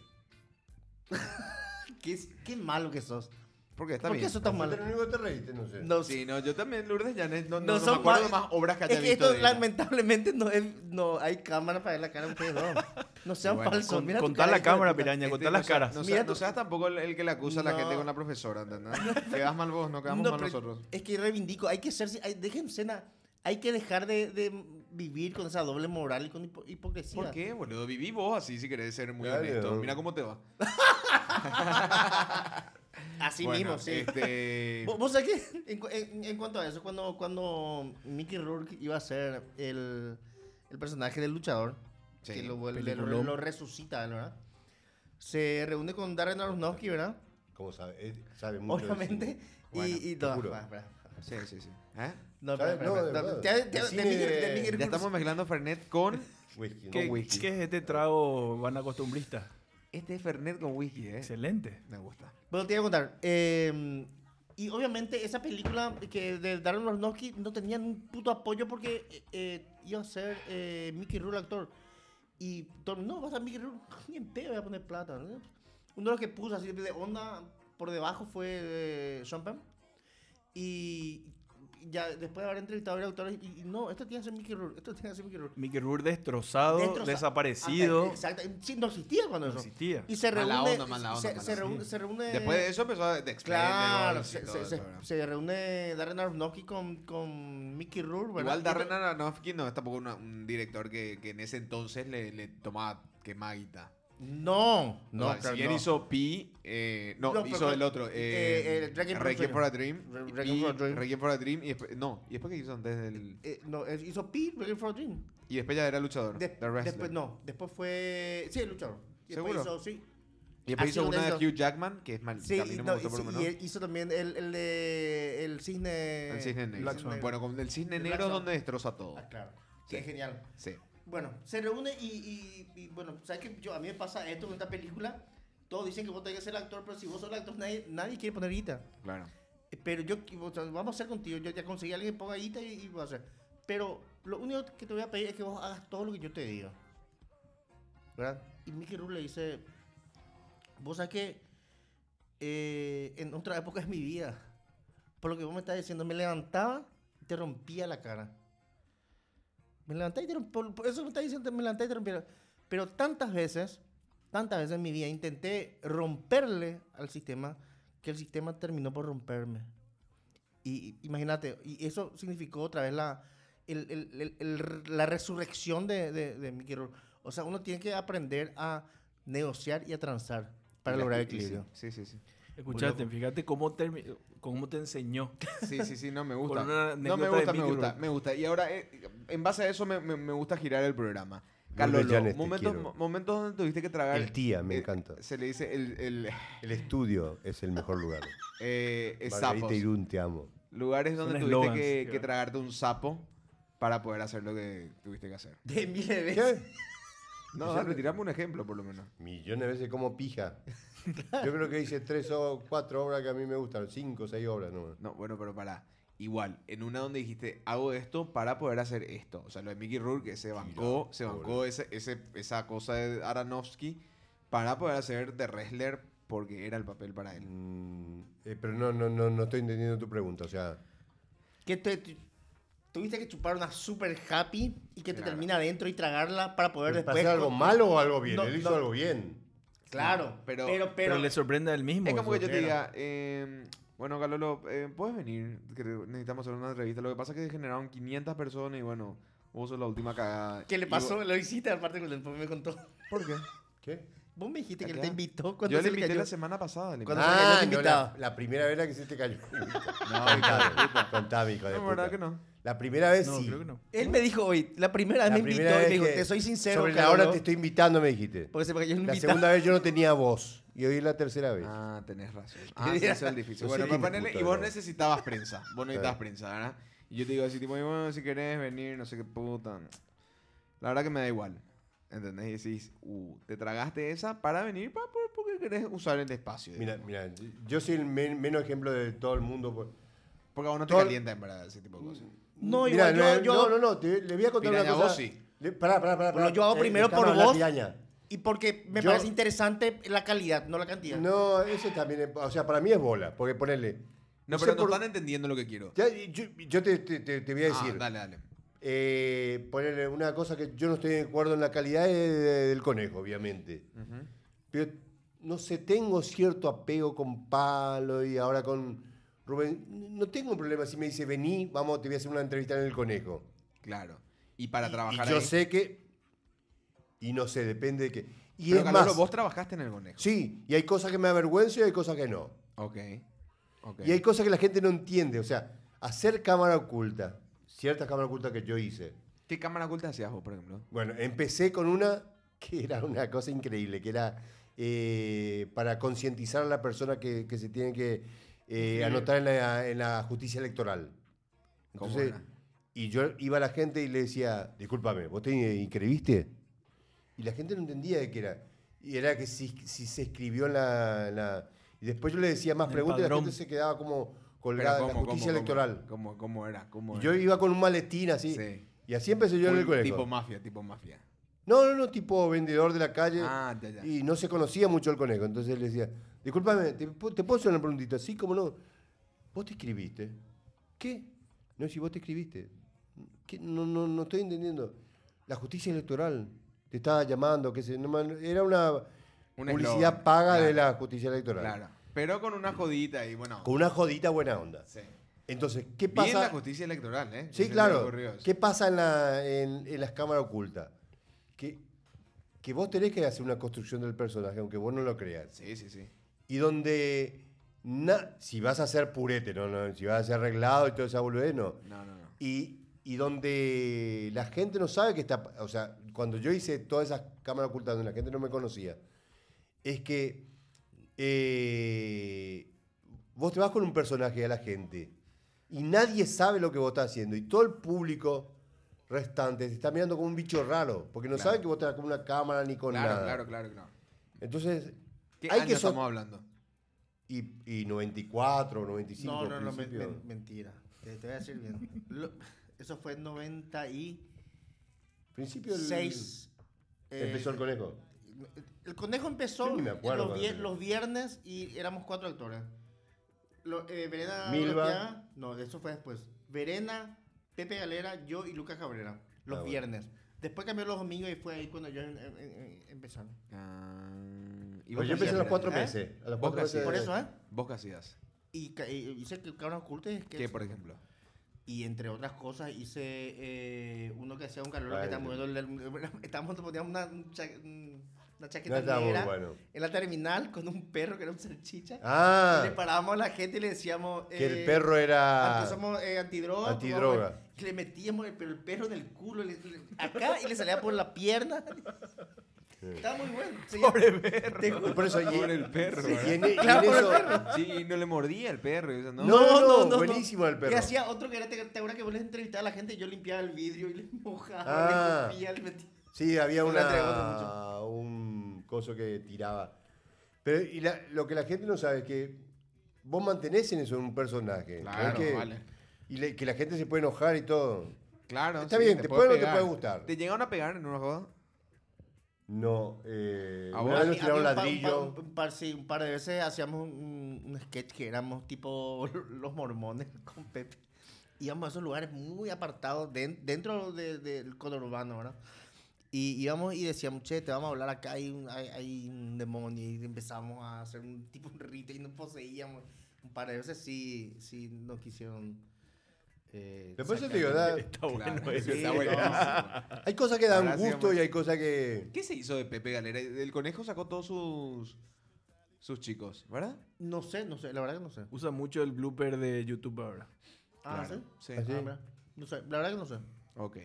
S4: Qué, qué malo que sos.
S2: Porque está
S4: ¿Por
S2: bien.
S4: qué sos tan
S3: Pero
S4: malo?
S3: lo único que te reíste, no sé.
S4: No,
S2: Sí, no, yo también Lourdes Llanes. No, no,
S4: No
S2: no me
S4: son
S2: acuerdo
S4: mal-
S2: más obras que haya
S4: Es que
S2: visto
S4: esto
S2: de ella.
S4: lamentablemente no, es, no hay cámara para ver la cara de ustedes dos. No sean
S2: Bueno,
S4: falsos.
S5: Con,
S4: Mira tu
S5: contá
S4: cara,
S5: la
S4: hijo de
S5: cámara,
S4: puta.
S5: piraña,
S2: Este,
S5: contá las
S2: no sea-
S5: caras.
S2: No,
S4: Mira
S2: sea-
S4: tu-
S2: no seas tampoco el, el que le acusa a la
S4: No.
S2: gente con la profesora, ¿entendés? Quedás mal vos, no quedamos
S4: No,
S2: mal
S4: pero
S2: nosotros.
S4: Es que reivindico, hay que ser, hay- dejen cena, hay que dejar de, de vivir con esa doble moral y con hipo- hipocresía.
S2: ¿Por qué, boludo? Viví vos así si querés ser muy
S3: Claro.
S2: honesto. Mira cómo te va.
S4: Así
S2: Bueno,
S4: mismo, sí.
S2: Este...
S4: ¿Vos, vos sabés que en, cu- en- en cuanto a eso, cuando, cuando Mickey Rourke iba a ser el, el personaje del luchador,
S2: Sí,
S4: que lo, vuelve- lo,
S5: peliculón.
S4: lo resucita, ¿verdad? Se reúne con Darren Aronofsky, ¿verdad?
S3: ¿Cómo sabe? Él sabe mucho. de
S4: Obviamente.
S3: cine.
S4: Y,
S2: Bueno,
S4: y
S3: te
S4: no,
S3: juro.
S4: va, espera.
S2: Sí, sí, sí. ¿Eh?
S4: No,
S3: ¿Sabes?
S4: espera, espera,
S3: No, de
S4: espera.
S3: verdad.
S4: Te- te-
S3: El
S4: de
S3: cine-
S4: Mickey- de Mickey
S2: Ya
S4: Rourke-
S2: estamos mezclando Fernet con
S3: Whisky, ¿no?
S5: ¿Qué,
S2: whisky.
S5: qué es este trago vanacostumbrista?
S2: Este es Fernet con whisky, ¿eh?
S5: Excelente.
S2: Me gusta.
S4: Bueno, te voy a contar. eh, y obviamente esa película que de Darren Aronofsky no tenían un puto apoyo porque eh, eh, iba a ser eh, Mickey Rourke actor. Y todo, no, va a ser Mickey Rourke. Ni en pedo voy a poner plata. ¿no? Uno de los que puso así de onda por debajo fue eh, Sean Penn. Y ya después de haber entrevistado a varios actores, y, y no, esto tiene que ser Mickey Rourke. Esto tiene que ser Mickey Rourke.
S5: Mickey Rourke destrozado,
S4: Destroza-
S5: desaparecido.
S2: Ah,
S4: Ante- Exacto. Sí, no existía cuando
S5: No
S4: eso.
S5: existía.
S4: Y se reúne.
S2: Mala onda, mala onda,
S4: se,
S2: mala
S4: se
S2: onda.
S4: reúne, se reúne-
S2: Después de eso empezó a de Expendables
S4: Claro,
S2: y
S4: se,
S2: todo
S4: se-
S2: eso,
S4: se-
S2: ¿verdad?
S4: se reúne Darren Aronofsky con, con Mickey Rourke, ¿verdad?
S2: Igual Darren
S4: Esto-
S2: Aronofsky no es tampoco una- un director que, que en ese entonces le, le tomaba quemaguita.
S4: No,
S2: No,
S4: no,
S2: si
S4: claro,
S2: bien
S4: no.
S2: hizo Pi, eh, no,
S4: No,
S2: hizo
S4: pero-
S2: el otro, eh,
S4: eh, eh, Requiem for a
S2: Requiem
S4: Dream.
S2: for a Dream,
S4: Re-
S2: y
S4: Requiem
S2: Pi,
S4: for a Dream.
S2: Requiem for a Dream, y después, no, y después que hizo antes del,
S4: Eh, no, eh, hizo P, Requiem for a Dream.
S2: y después ya era luchador,
S4: De-
S2: The Wrestler.
S4: después no, después fue. Sí, el luchador. Y después
S2: ¿Seguro?
S4: hizo, sí.
S2: Y después
S4: Ah,
S2: hizo
S4: sí,
S2: una de
S4: hizo-
S2: Hugh Jackman, que es mal,
S4: Sí,
S2: que a mí
S4: y,
S2: no me
S4: no,
S2: gustó
S4: y
S2: por lo
S4: sí,
S2: menos.
S4: y él hizo también el, el de. El cisne.
S2: El cisne negro.
S5: Black Swan.
S2: Bueno, con el cisne
S4: Black
S2: negro es
S4: Swan.
S2: donde destroza todo.
S4: Ah, claro.
S2: Sí.
S4: Sí, es genial.
S2: Sí.
S4: Bueno, se reúne y, y- y, bueno, ¿sabes qué? Yo, a mí me pasa esto con esta película. Todos dicen que vos tenés que ser el actor, pero si vos sos el actor, nadie, nadie quiere poner guita.
S2: Claro.
S4: Eh, Pero yo, o sea, vamos a hacer contigo. Yo ya conseguí a alguien que ponga guita y, y voy a hacer. Pero lo único que te voy a pedir es que vos hagas todo lo que yo te diga. ¿Verdad? Y Mickey Rourke le dice: Vos sabés que eh, en otra época es mi vida. Por lo que vos me estás diciendo, me levantaba y te rompía la cara. Me levantaba y te rompía. Por, por eso me estás diciendo, me levantaba y te rompía. la- Pero tantas veces, tantas veces en mi vida intenté romperle al sistema que el sistema terminó por romperme. Y, y- imagínate, y eso significó otra vez la, el- el- el- el- la resurrección de, de, de Mickey Rourke. O sea, uno tiene que aprender a negociar y a transar para
S2: Y la-
S4: lograr
S2: y sí,
S4: equilibrio.
S2: Sí, sí, sí.
S5: Escuchate, fíjate cómo, termi- cómo te enseñó.
S2: Sí, sí, sí, no me gusta.
S5: Con una
S2: No me
S5: anécdota de
S2: gusta, me
S5: Mickey
S2: gusta,
S5: Rourke.
S2: me gusta. Y ahora, eh, en base a eso, me, me- me gusta girar el programa.
S3: Lunes
S2: Carlos,
S3: Llanes, te
S2: momentos,
S3: este, quiero.
S2: momentos donde tuviste que tragar.
S3: El tía, me
S2: eh,
S3: encanta.
S2: Se le dice el, el
S3: El estudio es el mejor lugar.
S2: eh, eh, sapos.
S3: Margarita Irún, te amo.
S2: Lugares donde tuviste
S5: Son eslogans,
S2: que,
S5: sí,
S2: que
S5: va.
S2: tragarte un sapo para poder hacer lo que tuviste que hacer.
S4: De miles de veces.
S3: ¿Qué?
S2: No, dale, tirame un ejemplo por lo menos.
S3: Millones de veces como pija. Yo creo que hice tres o cuatro obras que a mí me gustan. Cinco o seis obras nomás.
S2: No, bueno, pero para. Igual, en una donde dijiste, hago esto para poder hacer esto. O sea, lo de Mickey Rourke, que se bancó, se bancó ese, ese- esa cosa de Aronofsky para poder hacer de wrestler porque era el papel para él.
S3: Mm, eh, pero no, no, no, no estoy entendiendo tu pregunta. O sea,
S4: Que te- te- tuviste que chupar una super happy y que te
S2: Claro.
S4: termina adentro y tragarla para poder
S3: ¿pasó
S4: después.
S3: Pues, algo malo o algo bien?
S4: No,
S3: Él hizo
S4: no.
S3: algo bien.
S4: Claro,
S2: Pero-
S4: pero, pero,
S5: Pero, le sorprende a él mismo.
S2: Es como que yo te
S5: eso.
S2: diga, eh, bueno, Galolo, eh, ¿puedes venir? Que te- necesitamos hacer una entrevista. Lo que pasa es que generaron 500 personas y bueno, vos sos la última cagada.
S4: ¿Qué le
S2: Y
S4: pasó?
S2: vos-
S4: Lo hiciste aparte cuando después me contó.
S2: ¿Por qué?
S3: ¿Qué?
S4: Vos me dijiste que él
S2: Acá.
S4: te invitó cuando
S2: Yo
S4: se
S2: le invité
S4: cayó.
S2: la semana pasada. Le
S4: Cuando
S2: invité.
S4: se le
S3: Ah,
S4: cayó
S3: no, la,
S4: invitado.
S3: la primera vez la que se te cayó.
S2: No,
S3: Contame, contame, hijo de
S2: No, verdad
S3: puta.
S2: que no.
S3: La primera vez
S5: No,
S3: sí.
S5: creo que no.
S4: Él me dijo hoy, la primera vez
S3: La
S4: me
S3: primera
S4: invitó y me
S3: vez
S4: dijo,
S3: que-
S4: te soy sincero.
S3: Sobre la
S4: Carlos,
S3: hora te estoy invitando, me dijiste.
S4: Porque se me cayó un
S3: La
S4: invitado.
S3: segunda vez yo no tenía voz. Y hoy es la tercera vez.
S2: Ah, tenés razón. Ah, sí, eso es difícil.
S3: Yo
S2: Bueno,
S3: soy
S2: pero
S3: hijo de
S2: ponele-
S3: puta,
S2: y vos
S3: ¿no?
S2: necesitabas prensa. Vos necesitabas
S3: Claro.
S2: prensa, ¿verdad? Y yo te digo así, tipo, y bueno, si querés venir, no sé qué puta. La verdad que me da igual. ¿Entendés? Y decís, uh, te tragaste esa para venir pa- por- porque querés usar el espacio.
S3: Mira,
S2: digamos.
S3: mira, yo soy el men- menos ejemplo de todo el mundo. pues. por-
S2: porque a vos no te
S3: todo- Mm,
S2: calienta en verdad ese tipo de cosas.
S4: No,
S3: Mira,
S4: igual yo-
S3: no,
S4: yo-
S3: no, no, no, te- le voy a contar
S2: Piraña,
S3: una cosa.
S2: vos sí.
S3: Le- pará, pará, pará,
S4: Bueno,
S3: pará.
S4: yo hago
S3: Eh,
S4: primero
S3: déjame
S4: por
S3: hablar,
S4: vos.
S3: piraña.
S4: Y porque me
S3: Yo-
S4: parece interesante la calidad, no la cantidad.
S3: No, ese también es, o sea, para mí es bola, porque ponerle.
S2: No, pero no están entendiendo lo que quiero.
S3: yo, yo te, te- te- te voy a
S2: Ah,
S3: decir,
S2: dale, dale.
S3: eh, ponerle una cosa que yo no estoy de acuerdo en la calidad de- de- del conejo, obviamente.
S2: Ujú.
S3: Pero no sé, tengo cierto apego con Palo y ahora con Rubén. No tengo problema si me dice, vení, vamos, te voy a hacer una entrevista en el conejo.
S2: Claro. Y para
S3: Y-
S2: trabajar
S3: y yo
S2: ahí-
S3: sé que. Y no sé, depende de qué. Y
S2: Pero,
S3: es
S2: Carlolo,
S3: más.
S2: vos trabajaste en el conejo.
S3: Sí, y hay cosas que me avergüenzo y hay cosas que no.
S2: Ok. Ok.
S3: Y hay cosas que la gente no entiende. O sea, hacer cámara oculta, ciertas cámaras ocultas que yo hice.
S2: ¿Qué cámara oculta hacías vos, por ejemplo?
S3: Bueno, empecé con una que era una cosa increíble, que era eh, para concientizar a la persona que, que se tiene que eh, anotar en la, en la justicia electoral.
S2: ¿Cómo
S3: Entonces,
S2: era?
S3: Y yo iba a la gente y le decía, discúlpame, ¿vos te inscribiste? Y la gente no entendía de qué era. Y era que si, si se escribió en la, en la- Y después yo le decía más
S5: En el
S3: preguntas y la
S5: padrón.
S3: gente se quedaba como
S2: Pero
S3: colgada en la
S2: ¿cómo,
S3: justicia
S2: cómo, cómo?
S3: electoral.
S2: ¿Cómo, cómo era? ¿Cómo
S3: Y yo
S2: era?
S3: iba con un maletín así.
S2: Sí.
S3: Y así empecé yo en el
S2: Full
S3: colegio.
S2: Tipo mafia, tipo mafia.
S3: No, no, no, tipo vendedor de la calle.
S2: Ah, ya, ya.
S3: Y no se conocía mucho el conejo. Entonces le decía, discúlpame, ¿te, pu- te puedo hacer una preguntita? Sí, cómo no. ¿Vos te escribiste? ¿Qué? No, si vos te escribiste. ¿Qué? No, no, no estoy entendiendo. La justicia electoral te estaba llamando, qué sé. no man- era una
S2: Un
S3: publicidad
S2: eslogan,
S3: paga de
S2: claro.
S3: la justicia electoral.
S2: Claro. Pero con una jodita y bueno.
S3: Con una jodita buena onda.
S2: sí.
S3: Entonces, ¿qué
S2: Bien la
S3: pasa?
S2: justicia electoral, ¿eh?
S3: Sí,
S2: Se me
S3: claro.
S2: ocurrió eso.
S3: ¿Qué pasa en, la- en- en las cámaras ocultas? Que, que vos tenés que hacer una construcción del personaje, aunque vos no lo creas.
S2: Sí, sí, sí.
S3: Y donde, na- si vas a ser purete, no, no, si vas a ser arreglado y todo esa boludez, no.
S2: No, no, no.
S3: Y, y donde la gente no sabe que está... O sea, cuando yo hice todas esas cámaras ocultas donde la gente no me conocía, es que eh, vos te vas con un personaje a la gente y nadie sabe lo que vos estás haciendo y todo el público restante te está mirando como un bicho raro, porque no
S2: Claro.
S3: sabe que vos estás con una cámara ni con
S2: Claro,
S3: nada.
S2: claro, claro, claro.
S3: Entonces,
S2: ¿Qué
S3: hay
S2: año
S3: que... so-
S2: estamos hablando?
S3: y, y 94, 95.
S4: No, no, no, men-
S3: principio.
S4: men- mentira. Te, te voy a decir bien. Lo- eso fue en 96.
S3: Principio del-
S4: eh,
S3: empezó el conejo.
S4: El conejo empezó
S3: Yo ni me acuerdo
S4: los,
S3: cuando
S4: vier-
S3: empezó.
S4: los viernes y éramos cuatro actores. Lo- eh, Verena
S3: Milva.
S4: Olaquiaga- no, eso fue después. Verena, Pepe Galera, yo y Lucas Cabrera. Los
S3: Ah, bueno.
S4: viernes. Después cambió los domingos y fue ahí cuando yo em- em- em- empezaron.
S2: Ah, ¿y
S3: Pero
S2: vos
S3: Pues yo
S2: qué
S3: empecé a los
S2: hacías,
S3: cuatro
S2: Miranda?
S3: meses. A los
S2: Vos
S3: cuatro
S2: casi-
S3: meses.
S4: Por eso, ¿eh?
S2: ¿Vos qué hacías?
S4: Y, ca- y hice que cabras ocultas. y que-
S2: ¿Qué, por ejemplo?
S4: Y entre otras cosas hice eh, uno que hacía un calor
S3: Ay,
S4: que estaba
S3: Dios.
S4: moviendo el- Estábamos poniendo una, un cha- una
S3: No
S4: chaqueta
S3: estaba muy
S4: negra
S3: bueno.
S4: en la terminal con un perro que era un salchicha.
S3: Ah,
S4: Y le parábamos a la gente y le decíamos...
S3: que el
S4: eh,
S3: perro era...
S4: anti- somos eh, antidroga.
S3: Antidroga.
S4: vamos, Y le metíamos el, pero el perro en el culo, le- le- acá, y le salía por la pierna. Estaba muy bueno. Pobre perro.
S3: Y Por eso, y,
S2: Por el perro.
S3: y
S2: ¿verdad?
S3: en, y en
S4: Claro, por el
S3: eso-
S2: Sí, y no le mordía el perro. y eso, ¿no?
S3: No, buenísimo el
S4: Y
S3: perro.
S4: hacía otro que era, te, te acuerdas que vos les entrevistabas a la gente, yo limpiaba el vidrio y les mojaba,
S3: Ah.
S4: le escupía, le metía.
S3: Sí, había
S4: No la entregamos
S3: una, un coso que tiraba. Pero y la- lo que la gente no sabe es que vos mantenés en eso un personaje. ¿no?
S2: Claro,
S3: que,
S2: vale.
S3: Y le- que la gente se puede enojar y todo.
S2: Claro.
S3: Está bien, te puede o no te
S2: pegar.
S3: puede gustar.
S2: ¿Te llegaron a pegar en una joda?
S3: No, eh,
S2: ¿A
S3: una
S2: vos?
S3: vez
S4: A
S3: nos
S4: mí- a
S3: tiraron
S4: mí un pa- un
S3: ladrillo.
S4: pa- un par- sí, un par de veces hacíamos un, un sketch que éramos tipo los mormones con Pepe. Íbamos a esos lugares muy apartados den- dentro de- del conurbano, ¿verdad? Y íbamos y decíamos, che, te vamos a hablar acá, hay un, hay, hay un demonio. Y empezamos a hacer un tipo un rito y nos poseíamos. Un par de veces sí, sí nos quisieron. eh,
S3: Después yo
S4: sacar
S3: te digo,
S4: del-
S3: da-
S5: Está bueno
S2: Claro,
S5: eso.
S2: eso está
S4: Sí,
S2: buenísimo.
S3: hay cosas que dan
S2: Ahora sí,
S3: gusto
S2: hombre.
S3: y hay cosas que...
S2: ¿Qué se hizo de Pepe Galera? El conejo sacó todos sus, sus chicos, ¿verdad?
S4: No sé, no sé, la verdad que no sé.
S5: Usa mucho el blooper de YouTube ahora.
S4: Ah,
S2: Claro, sí.
S4: ¿sí? Ah, mira. No sé, la verdad que no sé.
S2: Ok.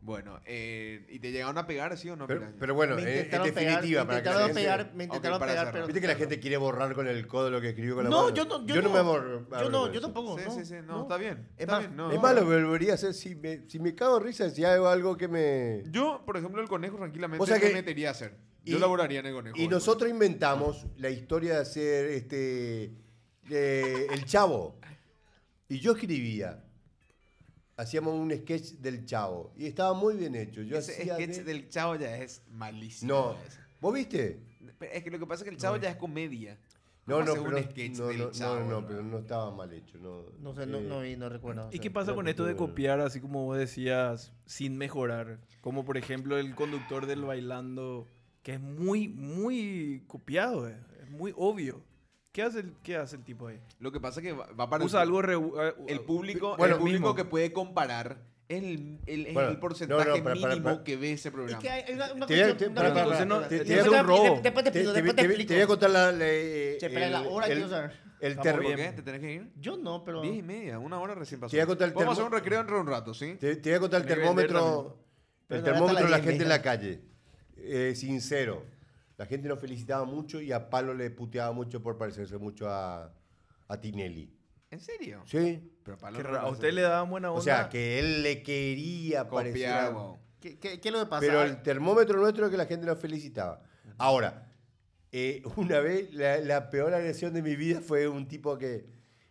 S2: Bueno, eh, ¿y te llegaron a pegar, sí o no?
S3: Pero,
S2: Piranha?
S3: pero bueno,
S4: Me
S3: en, en
S4: intentaron
S3: definitiva, para
S4: pegar, me
S3: que la
S4: intentaron
S3: gente-
S4: pegar, me
S2: Ok,
S4: intentaron
S2: para
S4: pegar,
S2: cerrar.
S4: pero
S3: Viste que la gente quiere borrar con el codo lo que escribió con la
S4: No,
S3: mano.
S4: yo no- yo
S3: yo no,
S4: no.
S3: me borro.
S4: yo
S3: abro
S4: no,
S3: con
S4: yo
S3: eso.
S4: tampoco.
S2: Sí,
S4: no,
S2: sí, sí. No,
S4: no.
S2: está bien.
S4: Es
S2: está
S4: más,
S2: bien, no.
S3: Es malo, pero volvería a hacer si me, si me cago en risa, si hago algo que me...
S2: Yo, por ejemplo, el conejo tranquilamente
S3: O sea
S2: me
S3: que-
S2: metería a hacer.
S3: y-
S2: Yo laboraría en el conejo.
S3: Y
S2: boludo.
S3: nosotros inventamos la historia de hacer este de el chavo. Y yo escribía. Hacíamos un sketch del chavo. Y estaba muy bien hecho. Yo
S2: Ese
S3: hacía
S2: sketch
S3: de-
S2: del chavo ya es malísimo.
S3: No.
S2: Es-
S3: ¿Vos viste?
S2: pero es que lo que pasa es que el chavo ya es comedia.
S3: No,
S2: ¿Cómo
S3: no,
S2: hace
S3: pero,
S2: un sketch
S3: no,
S2: del
S3: no,
S2: chavo,
S3: no, no,
S2: boludo?
S3: pero no estaba mal hecho. No,
S4: No sé, no,
S3: Eh,
S4: no, vi, no recuerdo. no
S5: ¿Y
S4: sé.
S5: qué pasa
S3: era
S5: con
S3: muy
S5: esto de
S3: bueno.
S5: copiar, así como vos decías, sin mejorar? Como por ejemplo el conductor del bailando, que es muy, muy copiado, eh, es muy obvio. ¿Qué hace el, qué hace el tipo ahí?
S2: Lo que pasa es que va, va para
S5: Usa
S2: el,
S5: algo... re- eh,
S2: el público,
S3: Bueno,
S2: el público
S5: mismo.
S2: que puede comparar es el, el- es
S3: Bueno,
S2: el porcentaje
S3: no, no, para- para-
S2: mínimo
S3: para-
S2: que ve ese
S4: Es
S2: programa.
S4: que hay, hay una, una
S3: Te voy a- te-
S4: cuestión-
S3: para-
S4: no,
S3: para-
S4: no,
S5: entonces
S4: no,
S5: no-
S4: no,
S5: te-
S4: no,
S5: te
S4: no,
S5: hace un
S4: no, no,
S5: robo.
S4: y de- Después te
S3: Te,
S4: explico,
S3: te-
S4: después
S3: te-
S4: te
S3: te voy a
S4: explico.
S3: contar la, la- eh,
S4: Che, espera, la hora quiero saber.
S3: el
S5: Estamos
S3: termo.
S2: ¿Por
S5: bien.
S2: qué? ¿Te tenés que ir?
S4: Yo no, pero...
S2: Diez y media, una hora recién pasó.
S3: Te voy a contar el
S2: Vamos a hacer
S3: termo-
S2: un recreo entre un rato, ¿sí?
S3: Te, te voy a contar el
S5: Tenés que vender
S3: termómetro.
S5: también.
S3: El
S4: Pero no,
S3: termómetro de
S4: hasta
S3: la
S4: las
S3: gente en
S4: 10,
S3: la calle. Eh, sincero. La gente nos felicitaba mucho y a Palo le puteaba mucho por parecerse mucho a, a Tinelli.
S2: ¿En serio?
S3: Sí.
S2: Pero para
S5: Que
S2: los
S5: ra- a
S2: otros
S5: usted
S2: se-
S5: le daban buena onda.
S3: O sea, que él le quería parecer.
S2: copiar.
S3: a-
S2: wow.
S4: ¿Qué, qué, qué es lo que pasa?
S3: Pero el termómetro nuestro es que la gente nos felicitaba. Ahora, eh, una vez la, la peor agresión de mi vida fue un tipo que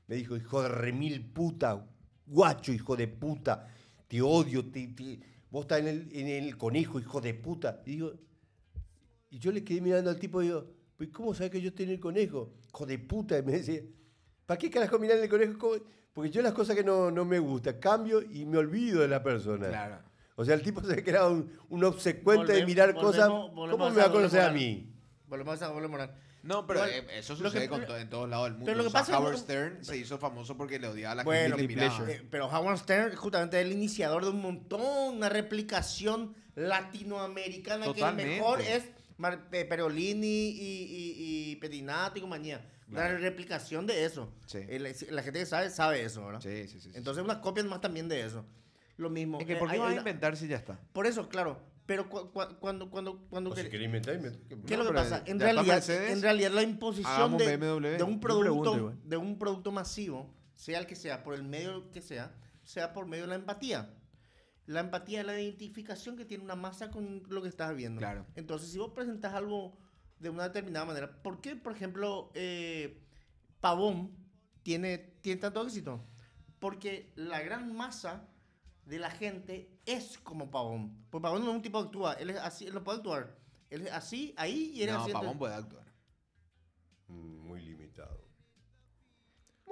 S3: me dijo, hijo de remil puta, guacho, hijo de puta, te odio, te, te- vos estás en el, en el conejo, hijo de puta. Y, digo, y yo le quedé mirando al tipo y digo, "Pues, ¿cómo sabes que yo estoy en el conejo? Hijo de puta. Y me decía, ¿para qué carajo mirar en el conejo? ¿Cómo?". Porque yo las cosas que no, no me gustan, cambio y me olvido de la persona.
S2: Claro.
S3: O sea, el tipo se ve que era un, un obsecuente de
S4: Volvemos-
S3: mirar
S4: volvemos-
S3: cosas.
S4: volvemos
S3: ¿Cómo
S4: a
S3: me va a
S4: Saúl
S3: conocer a
S4: Morán.
S3: mí?
S4: Volvemos a volver moral.
S2: No, pero
S4: Igual,
S2: eh, eso
S4: lo que-
S2: sucede con to- en todos lados del mundo.
S4: pero lo que
S2: O sea,
S4: pasa es que-
S2: Howard Stern se hizo famoso porque le odiaba a la
S1: Bueno,
S2: gente y le
S1: mi
S2: miraba.
S1: pleasure.
S2: Eh,
S4: Pero Howard Stern justamente es el iniciador de un montón, una replicación latinoamericana
S2: Totalmente.
S4: que el mejor es Mar- eh, Perolini y, y, y Petinato y compañía.
S2: Claro.
S4: Una replicación de eso.
S2: Sí.
S4: Eh, La, la gente que sabe, sabe eso, ¿verdad?
S2: Sí, sí, sí. sí.
S4: Entonces unas copias más también de eso. Lo mismo.
S2: Es que
S4: eh,
S2: ¿por qué
S4: hay-
S2: vas a
S4: hay-
S2: inventar si ya está?
S4: Por eso, claro. Pero cu- cu- cuando, cuando, cuando...
S3: O si
S2: Pues
S4: quer-
S3: querés inventar, inventá.
S4: ¿Qué es
S2: No,
S4: lo que
S2: pero
S4: pasa?
S2: ya
S4: En
S2: está
S4: realidad,
S2: Mercedes,
S4: en realidad la imposición
S2: hagamos
S4: de,
S2: BMW.
S4: de un
S2: Yo
S5: pregunto
S4: producto,
S5: igual.
S4: de un producto masivo, sea el que sea, por el medio que sea, sea por medio de la empatía. La empatía es la identificación que tiene una masa con lo que estás viendo.
S2: Claro.
S4: Entonces, si vos presentás algo de una determinada manera, ¿por qué, por ejemplo, eh, Pavón tiene, tiene tanto éxito? Porque la gran masa de la gente es como Pavón. Porque Pavón no es un tipo que actúa, él es así, él no puede actuar. Él es así, ahí y él es
S2: No,
S4: así.
S2: Pavón
S4: entonces-
S2: puede actuar.
S3: Mm, Muy limitado.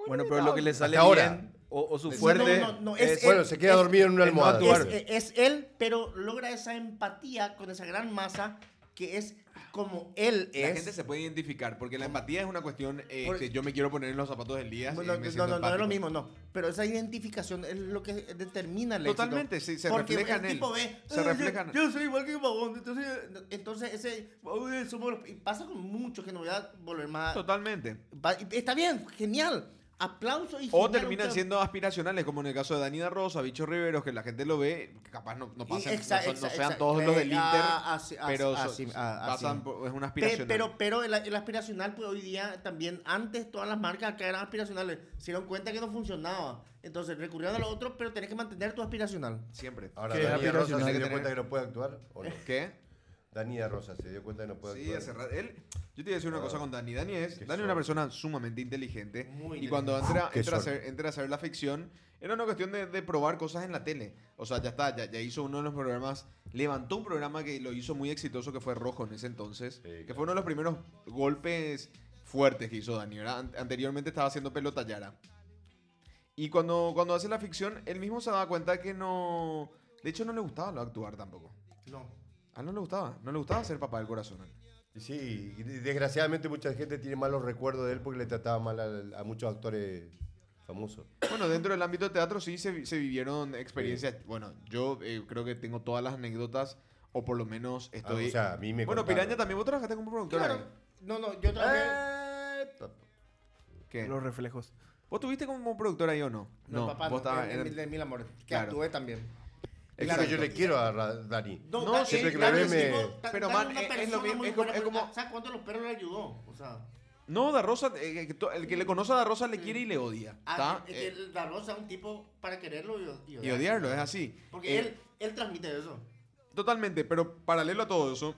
S5: bueno, pero lo que le sale
S3: ahora.
S5: bien o, o su
S2: Sí,
S5: fuerte
S4: no, no, no, es-
S3: bueno, se queda
S4: es-
S3: dormido en una
S5: es no
S3: almohada.
S5: actuar.
S4: es, es él, pero logra esa empatía con esa gran masa que es como él
S2: La
S4: es.
S2: gente se puede identificar porque la empatía es una cuestión. eh,
S4: Por-
S2: este, yo me quiero poner en los zapatos del día. eh,
S4: No, no, no, no, no es lo mismo, no. Pero esa identificación es lo que determina el
S2: Totalmente,
S4: éxito.
S2: sí, se
S4: Porque
S2: refleja en
S4: el
S2: él.
S4: tipo ve,
S2: Se
S4: "Eh,
S2: refleja en
S4: yo, yo soy igual que Pavón. Entonces, entonces ese, "Uy, somos los-". y pasa con muchos que no voy a volver más.
S2: Totalmente.
S4: Va- y está bien, genial. Aplauso y
S2: O
S4: genial,
S2: terminan
S4: un-
S2: siendo aspiracionales, como en el caso de Dani da Rosa, Bicho Riveros, que la gente lo ve, que capaz no, no
S4: Y
S2: pasen,
S4: exa-
S2: no son-
S4: exa-
S2: no sean
S4: exa-
S2: todos los del
S4: eh,
S2: Inter,
S4: ah, así- así-
S2: pero son-
S4: así- ah, así.
S2: pasan por- es una
S4: Pe-
S2: aspiración.
S4: Pero, pero el, el aspiracional, pues hoy día también, antes todas las marcas que eran aspiracionales se dieron cuenta que no funcionaba. Entonces recurrieron a lo otro, pero tenés que mantener tu aspiracional.
S2: Siempre.
S3: Ahora,
S5: ¿Qué es
S3: Dani Rosa
S5: aspiracional
S3: se
S5: que
S3: dio
S2: tener?
S3: cuenta que no puede actuar. ¿o no?
S2: ¿Qué?
S3: Dani Rosa se dio cuenta que no puede
S2: Sí,
S3: actuar.
S2: hace rato. Él, yo te voy a decir una cosa con Dani. Dani es,
S3: Ah,
S2: Dani
S3: Qué
S2: es una
S3: suerte.
S2: persona sumamente inteligente.
S4: Muy
S2: y cuando entra,
S3: Qué
S2: entra, a
S3: suerte.
S2: hacer, entra a hacer la ficción, era una cuestión de, de probar cosas en la tele. O sea, ya está, ya, ya hizo uno de los programas, levantó un programa que lo hizo muy exitoso, que fue Rojo en ese entonces, que
S3: claro.
S2: fue uno de los primeros golpes fuertes que hizo Dani. ¿verdad? An- Anteriormente estaba haciendo pelota Yara. Y cuando, cuando hace la ficción, él mismo se da cuenta que no... De hecho, no le gustaba lo actuar tampoco.
S4: No.
S2: A él no le gustaba, no le gustaba ser papá del corazón. a él.
S3: Y Sí, y de- desgraciadamente mucha gente tiene malos recuerdos de él porque le trataba mal al- a, muchos actores famosos.
S2: Bueno, dentro del ámbito de teatro sí se, vi- se vivieron experiencias. Bueno, yo eh, creo que tengo todas las anécdotas, o por lo menos
S3: Ah,
S2: estoy.
S3: o sea, a mí me
S2: bueno,
S3: contaron.
S2: Piraña también, vos trabajaste como productora.
S4: Claro. No, no, yo trabajé.
S3: Eh, pa-
S2: ¿Qué?
S5: los reflejos.
S2: ¿Vos tuviste como productora ahí o no?
S4: No, papá,
S2: vos
S4: no,
S2: estabas
S4: en,
S2: en-
S4: en- en Mil Amores. Que
S2: Claro.
S4: actué también.
S3: Es
S2: Exacto.
S3: que yo le quiero a Ra- Dani.
S2: No,
S4: ta-
S2: siempre
S4: eh,
S2: que
S3: lo
S4: Dani
S3: ve me-
S4: tipo, ta-
S2: Pero,
S4: Dani
S2: man,
S4: una
S2: es- es
S4: persona
S2: lo mismo,
S4: muy
S2: es como-
S4: buena,
S2: es como-
S4: pero, ¿Sabes cuánto los perros le ayudó? O sea,
S2: No, Da Rosa, eh, que to- el que le conoce a Da Rosa le quiere y le odia.
S4: Mm. ah,
S2: ¿tá?
S4: es que
S2: Eh,
S4: el La Rosa es un tipo para quererlo y, y
S2: y odiarlo, es así.
S4: Porque
S2: Eh,
S4: él, él transmite eso.
S2: Totalmente, pero paralelo a todo eso,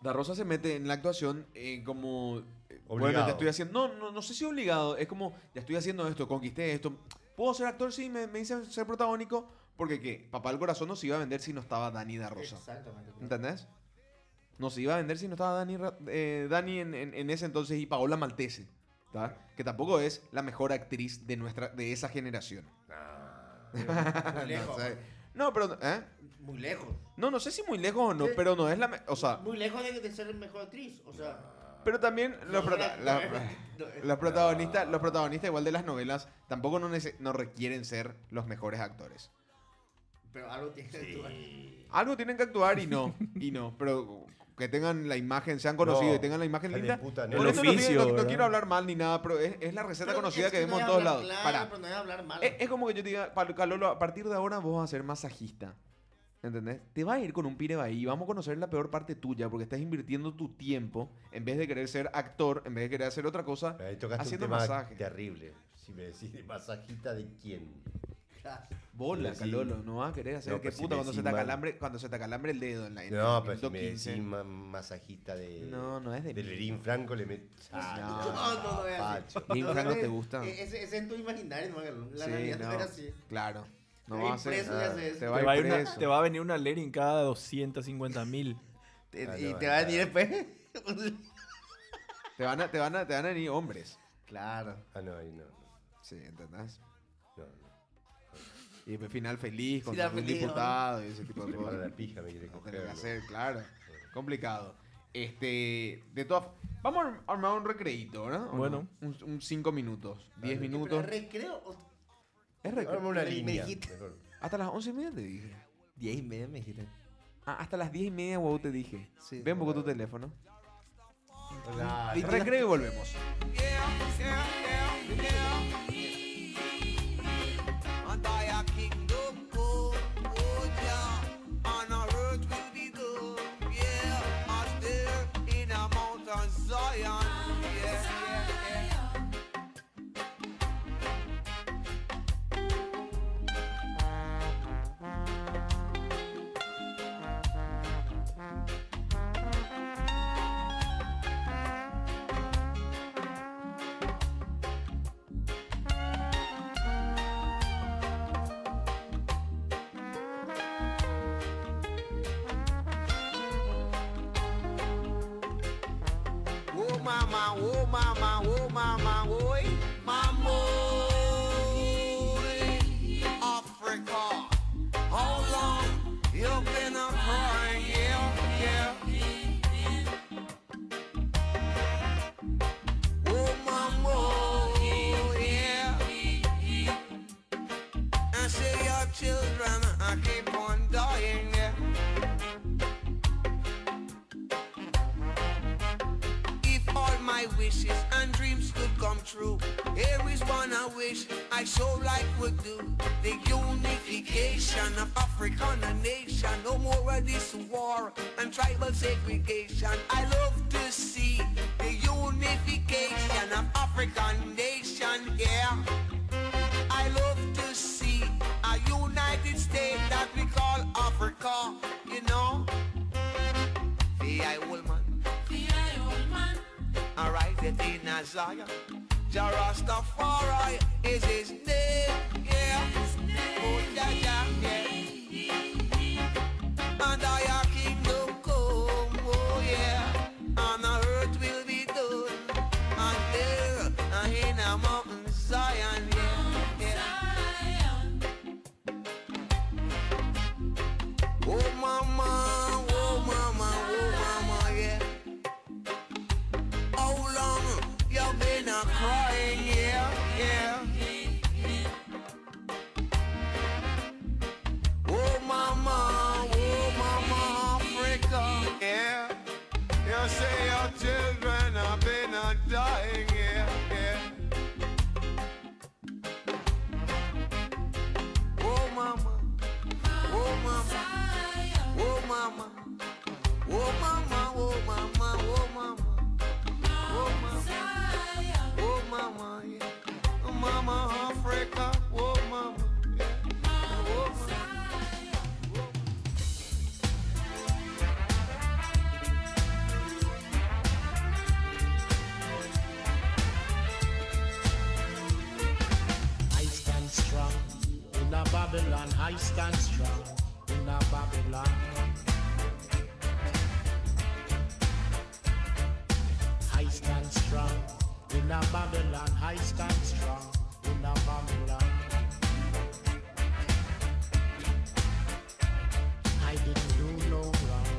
S2: Da Rosa se mete en la actuación eh, como. eh, Bueno,
S3: Obligado.
S2: ya estoy haciendo. No, no, no sé si obligado, es como, ya estoy haciendo esto, conquisté esto. ¿Puedo ser actor? Sí, me, me hice ser protagónico. Porque qué? Papá del Corazón no se iba a vender si no estaba Dani Da Rosa.
S4: Exactamente.
S2: ¿Entendés? No se iba a vender si no estaba Dani, Ra- eh, Dani en, en- en ese entonces y Paola Maltese, ¿tá? que tampoco es la mejor actriz de, nuestra, de esa generación.
S4: Muy
S2: No,
S4: lejos.
S2: o sea, no, pero... ¿eh?
S4: Muy lejos.
S2: No, no sé si muy lejos o no,
S4: Sí.
S2: pero no es la... me- O sea,
S4: Muy lejos de, de ser mejor actriz. O sea,
S2: Pero también los,
S4: no,
S2: prota-
S4: no,
S2: la-
S4: no, eh, no.
S2: los protagonistas, los protagonistas igual de las novelas, tampoco no, nece- no requieren ser los mejores actores.
S4: pero algo tiene que actuar.
S2: Algo tienen que actuar y no, y no, pero que tengan la imagen, sean conocidos
S3: No,
S2: y tengan la imagen
S3: hija de
S2: linda.
S3: puta, no.
S2: Por
S5: El
S2: eso no digo-
S5: oficio,
S2: no, no
S5: ¿verdad?
S2: quiero hablar mal ni nada, pero es, es la receta
S4: Pero
S2: conocida
S4: es
S2: que vemos en
S4: no es
S2: todos
S4: hablar
S2: lados.
S4: claro,
S2: Pará. Eh,
S4: pero no es hablar mal.
S2: Es, es como que yo te diga, "Pablo Calolo, a partir de ahora vos vas a ser masajista. ¿Entendés? Te vas a ir con un pire ahí y vamos a conocer la peor parte tuya porque estás invirtiendo tu tiempo en vez de querer ser actor, en vez de querer hacer otra cosa,
S3: Ahí tocaste un
S2: haciendo
S3: tema
S2: masaje.
S3: terrible. Si me decís de masajita de quién.
S2: Bola,
S3: Sí.
S2: Calolo, no vas a querer hacer
S3: No,
S2: que
S3: pero si
S2: puta
S3: me
S2: cuando se, te
S3: encima-
S2: acalambre, cuando se te acalambre el dedo en la en
S3: No,
S2: el
S3: pero si
S2: minuto
S3: me
S2: 15.
S3: decís ma- masajita de.
S2: No, no es de
S3: Del
S2: mí.
S3: Lerín Franco le Ah, metes.
S2: No,
S4: no, no voy a decir.
S2: Ni un franco
S4: no,
S2: te
S4: eh,
S2: gusta.
S4: eh, Ese ese es en tu imaginario, no Galo. La
S2: Sí,
S4: realidad no
S2: no,
S4: era así.
S2: Claro. No
S4: Te
S2: vas a hacer.
S4: impreso y
S2: nada.
S4: haces.
S2: Te
S5: Te va,
S2: va
S5: a
S2: a ir
S5: ir una-
S2: preso.
S5: te va a venir una Lerin cada 250 mil.
S4: Te-
S3: Ah,
S4: y
S3: no,
S4: te va a
S3: no.
S4: venir después. un-
S2: Te van a, te van a, te van a venir hombres.
S4: claro.
S3: Ah, no, ahí no. no,
S2: Sí, ¿entendés?
S3: No, no.
S2: Y después final feliz con
S4: Sí, la
S2: un
S4: feliz, ¿no?
S2: diputado y ese tipo de
S3: Le para
S2: cosas.
S3: la pija, me quiere
S2: No tenés
S3: coger.
S2: que
S3: ¿no?
S2: hacer, claro. Complicado. Este, de todas Vamos a arm- armar un recreíto, ¿no? ¿O no?
S5: Bueno.
S2: Un- Un 5 minutos, 10
S4: Pero
S2: minutos.
S4: recreo o-
S2: Es recreo.
S3: Arma una
S4: Me- me
S3: línea.
S4: dijiste.
S3: mejor.
S2: Hasta las 11 y media te dije.
S4: Diez y media me dijiste.
S2: Ah, hasta las 10 y media, wow, te dije.
S4: Sí.
S2: Ven un poco tu teléfono.
S3: Claro.
S2: Recreo y volvemos.
S6: Oh mama, oh mama, oh mama, oi, mamoy, Africa. How long you been a crying? Yeah, yeah. Oh mamoy, yeah. And say your children, I keep on dying. Yeah. If all my wishes and dreams could come true, here is one I wish I so like would do. The unification of African a nation, no more of this war and tribal segregation. I love to see the unification of African nation, yeah. I love to see a United States that we call Africa, you know. The I woman. Arise it in Isaiah. Jah Rastafari is his name, yeah. Oh, Jah, Jah, yeah. And I our kingdom come, oh yeah. And the earth will be done. And there, and in a mountain Zion, yeah. yeah. Oh mama, oh mama, oh mama, yeah. How long you been a crying? Yeah, yeah. Oh mama, oh mama, Africa. Yeah. You say your children have been a dying. Yeah, yeah. Oh mama, oh mama, oh mama, oh mama, oh mama, oh mama. Oh mama, oh mama, yeah. Oh mama Africa, oh mama, yeah. Oh mama.
S7: I stand strong in a Babylon. I stand strong in a Babylon. I stand strong in a Babylon. I stand strong in a Babylon. I didn't do no wrong.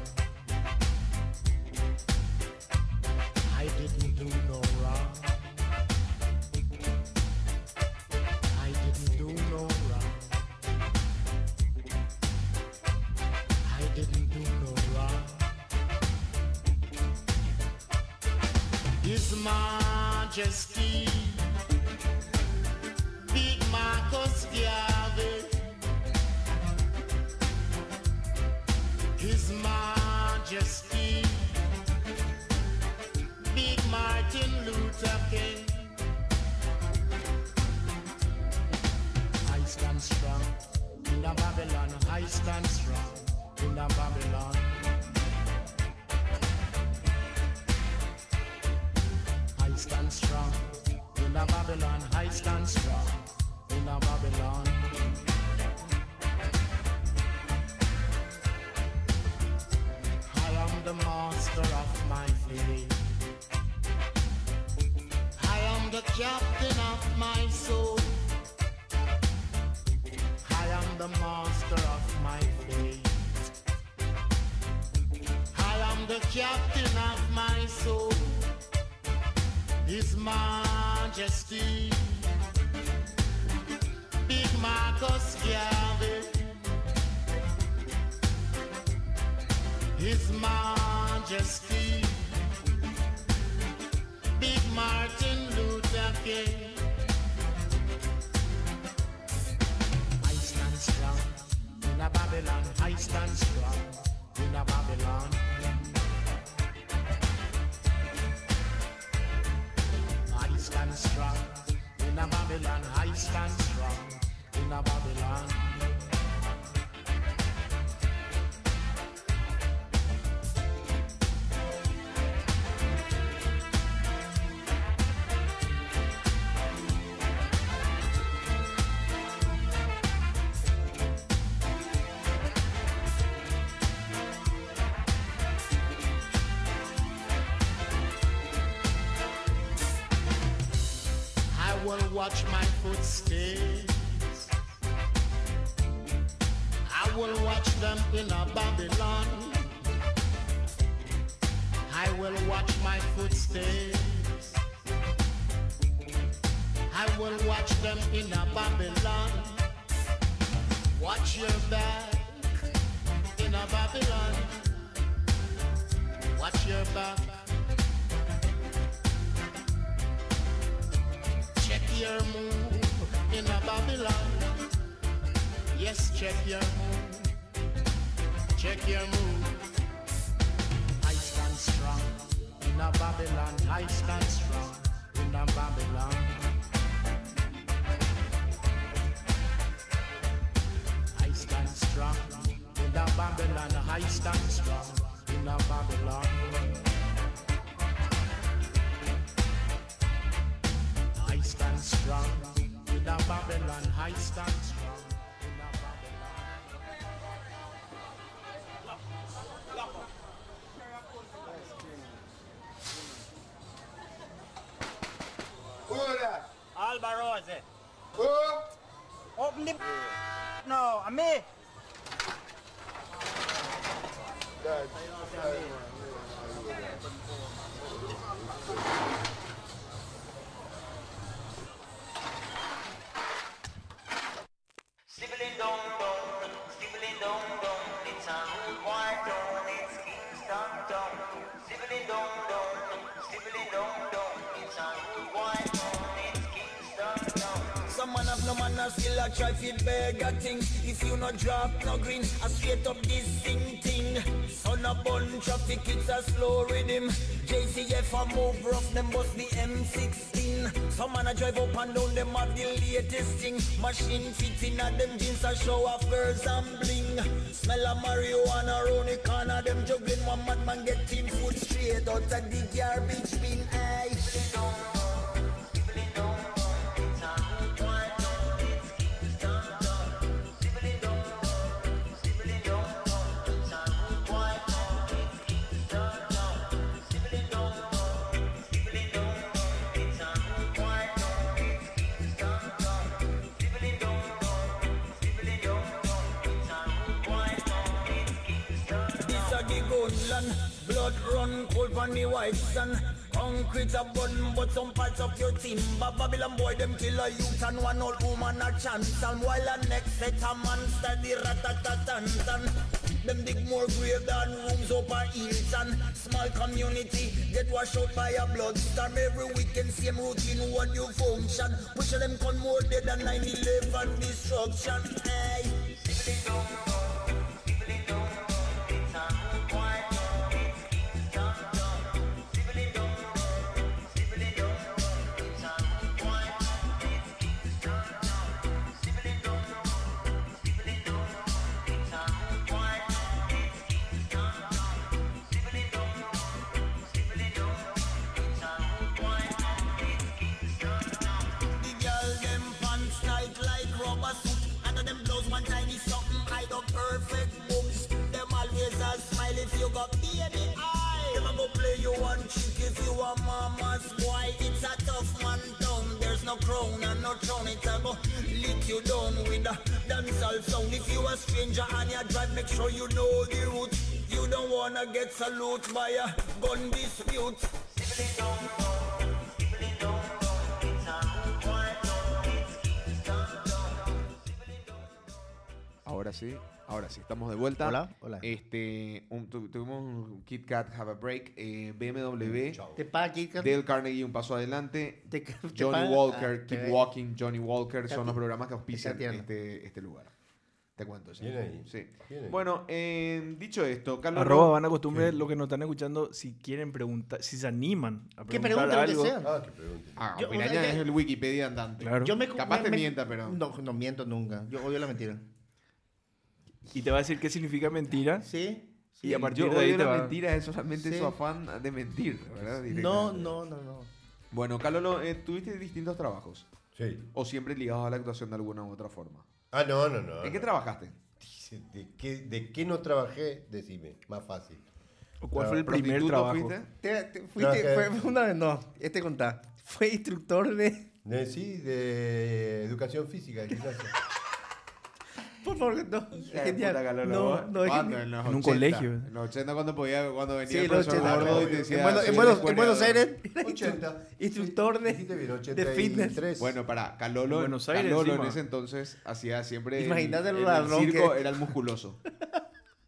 S7: I didn't do no wrong. I didn't do no wrong. I didn't do no wrong. His Majesty, Big Marcus Garvey. His Majesty, Big Martin Luther King. a Babylon, I stand strong. In a Babylon. I am the master of my fate. I am the captain of my soul. I am the master of my fate. I am the captain of my soul. His Majesty, Big Marcus Garvey. His Majesty, Big Martin Luther King. I stand strong in a Babylon. I stand strong in a Babylon. I stand strong in a Babylon. I stand strong in a Babylon. I will watch my footsteps. I will watch them in a Babylon. I will watch my footsteps. I will watch them in a Babylon. Watch your back in a Babylon. Watch your back. Check your move in a Babylon. Yes, check your move. Check your move. I stand strong in a Babylon. I stand strong in a Babylon. I stand strong in a Babylon. I stand strong in a Babylon. I stand strong in a Babylon. I stand strong in a Babylon.
S8: Hola.
S9: Albarose.
S8: Oh.
S9: Open the No, a me. Stibbling dong dong, stibbling dong dong, it's a rude war dong, it's Kingston dong. Stibbling dong dong, stibbling dong dong, it's a rude war dong, it's Kingston dong.
S10: Some man have no manners, still a try fit beggar thing. If you no drop no green, I straight up this thing thing. Son a bun traffic, it's a slow rhythm. JCF a move rough, them bust the M16. Some man a drive up and down, them have the latest thing. Machine fitting at them jeans, a show off girls and bling. Smell a marijuana round the corner, them juggling. One madman get team food straight out of the garbage bin. Aye. This a the gunland Blood run cold on the white sun Concrete a bun but some parts of your team But Babylon boy them kill a youth and one old woman a chance And while a next set a man study ratatatan Them dig more grave than rooms up a Hilton Small community get washed out by a bloodstorm Every weekend same routine what you function Push them con more dead than 9-11 destruction Aye. you got baby eye. Them a go play you one cheek if you a mama's boy. It's a tough man down. There's no crown and no throne. It's a go lick you down with a dancehall sound. If you a stranger and you drive, make sure you know the route. You don't wanna get salute by a gun dispute.
S2: Ahora sí, ahora sí, estamos de vuelta.
S1: Hola, hola.
S2: Este, un- tu- tuvimos un Kit Kat Have a Break, eh, BMW,
S1: Te paga Kit Kat.
S2: Dale Carnegie Un Paso Adelante,
S1: Te- te
S2: Johnny
S1: paga-
S2: Walker,
S1: ah, te
S2: Keep
S1: ve.
S2: Walking, Johnny Walker, son
S1: Está
S2: los
S1: ti-
S2: programas que auspician
S1: tierno.
S2: este, este lugar. Te cuento ya.
S3: Bien ahí,
S2: Sí.
S3: bien ahí.
S2: Bueno, eh, dicho esto, Carlos.
S5: Arroba van a costumbre lo que nos están escuchando si quieren preguntar, si se animan a
S4: Que
S5: preguntar
S4: pregunten lo que
S5: algo.
S4: sea.
S3: Ah, que pregunte.
S2: Ah,
S4: Yo- o
S2: Piraña
S4: sea, ya-
S2: es el Wikipedia andante.
S5: Claro.
S4: Yo me,
S2: Capaz
S4: me-
S2: te
S4: me-
S2: mienta, pero.
S1: No, no miento nunca. Yo odio la mentira.
S5: Y te va a decir qué significa mentira.
S1: ¿Sí?
S5: Y a partir
S2: Yo
S5: de ahí
S2: odio
S5: te
S2: la
S5: va.
S2: mentira, es solamente
S1: Sí.
S2: su afán de mentir, ¿verdad?
S1: No,
S2: Directamente.
S1: no, no, no.
S2: Bueno, Calolo, eh, tuviste distintos trabajos.
S3: Sí.
S2: ¿O siempre ligados a la actuación de alguna u otra forma?
S3: Ah, no, no, no.
S2: ¿En qué
S3: no.
S2: trabajaste?
S3: Dice, ¿De qué, ¿De qué no trabajé? Decime, más fácil.
S5: ¿O ¿Cuál fue el primer
S2: ¿Prostituto
S5: trabajo?
S2: fuiste?
S1: Te- te- fuiste,
S3: Claro que-
S1: fue fue una vez, no, este contá. Fue instructor de.
S3: De- sí, de educación física. de gimnasia.
S1: Por favor, no.
S2: Hija de puta,
S1: Genial.
S2: Calolo,
S1: No,
S2: vos.
S1: no, es
S2: ¿Cuándo?
S1: genial.
S2: los
S5: En un
S2: 80.
S5: colegio.
S2: En los 80 cuando, podía, cuando venía
S1: Sí,
S2: el
S1: los
S2: profesor
S1: 80,
S2: gordo y te
S3: obvio.
S2: decía...
S1: En Buenos,
S2: "Soy
S1: en
S2: el
S1: Buenos- en
S2: escuadrón".
S1: Buenos Aires, era
S3: 80.
S1: instructor de,
S3: Dijiste bien,
S1: de fitness.
S3: 83.
S2: Bueno, para Calolo,
S5: En Buenos Aires,
S2: Calolo en
S5: encima.
S2: ese entonces hacía siempre...
S1: Imagínate
S2: el,
S1: el
S2: en el
S1: ladrón
S2: circo
S1: que-
S2: era el musculoso.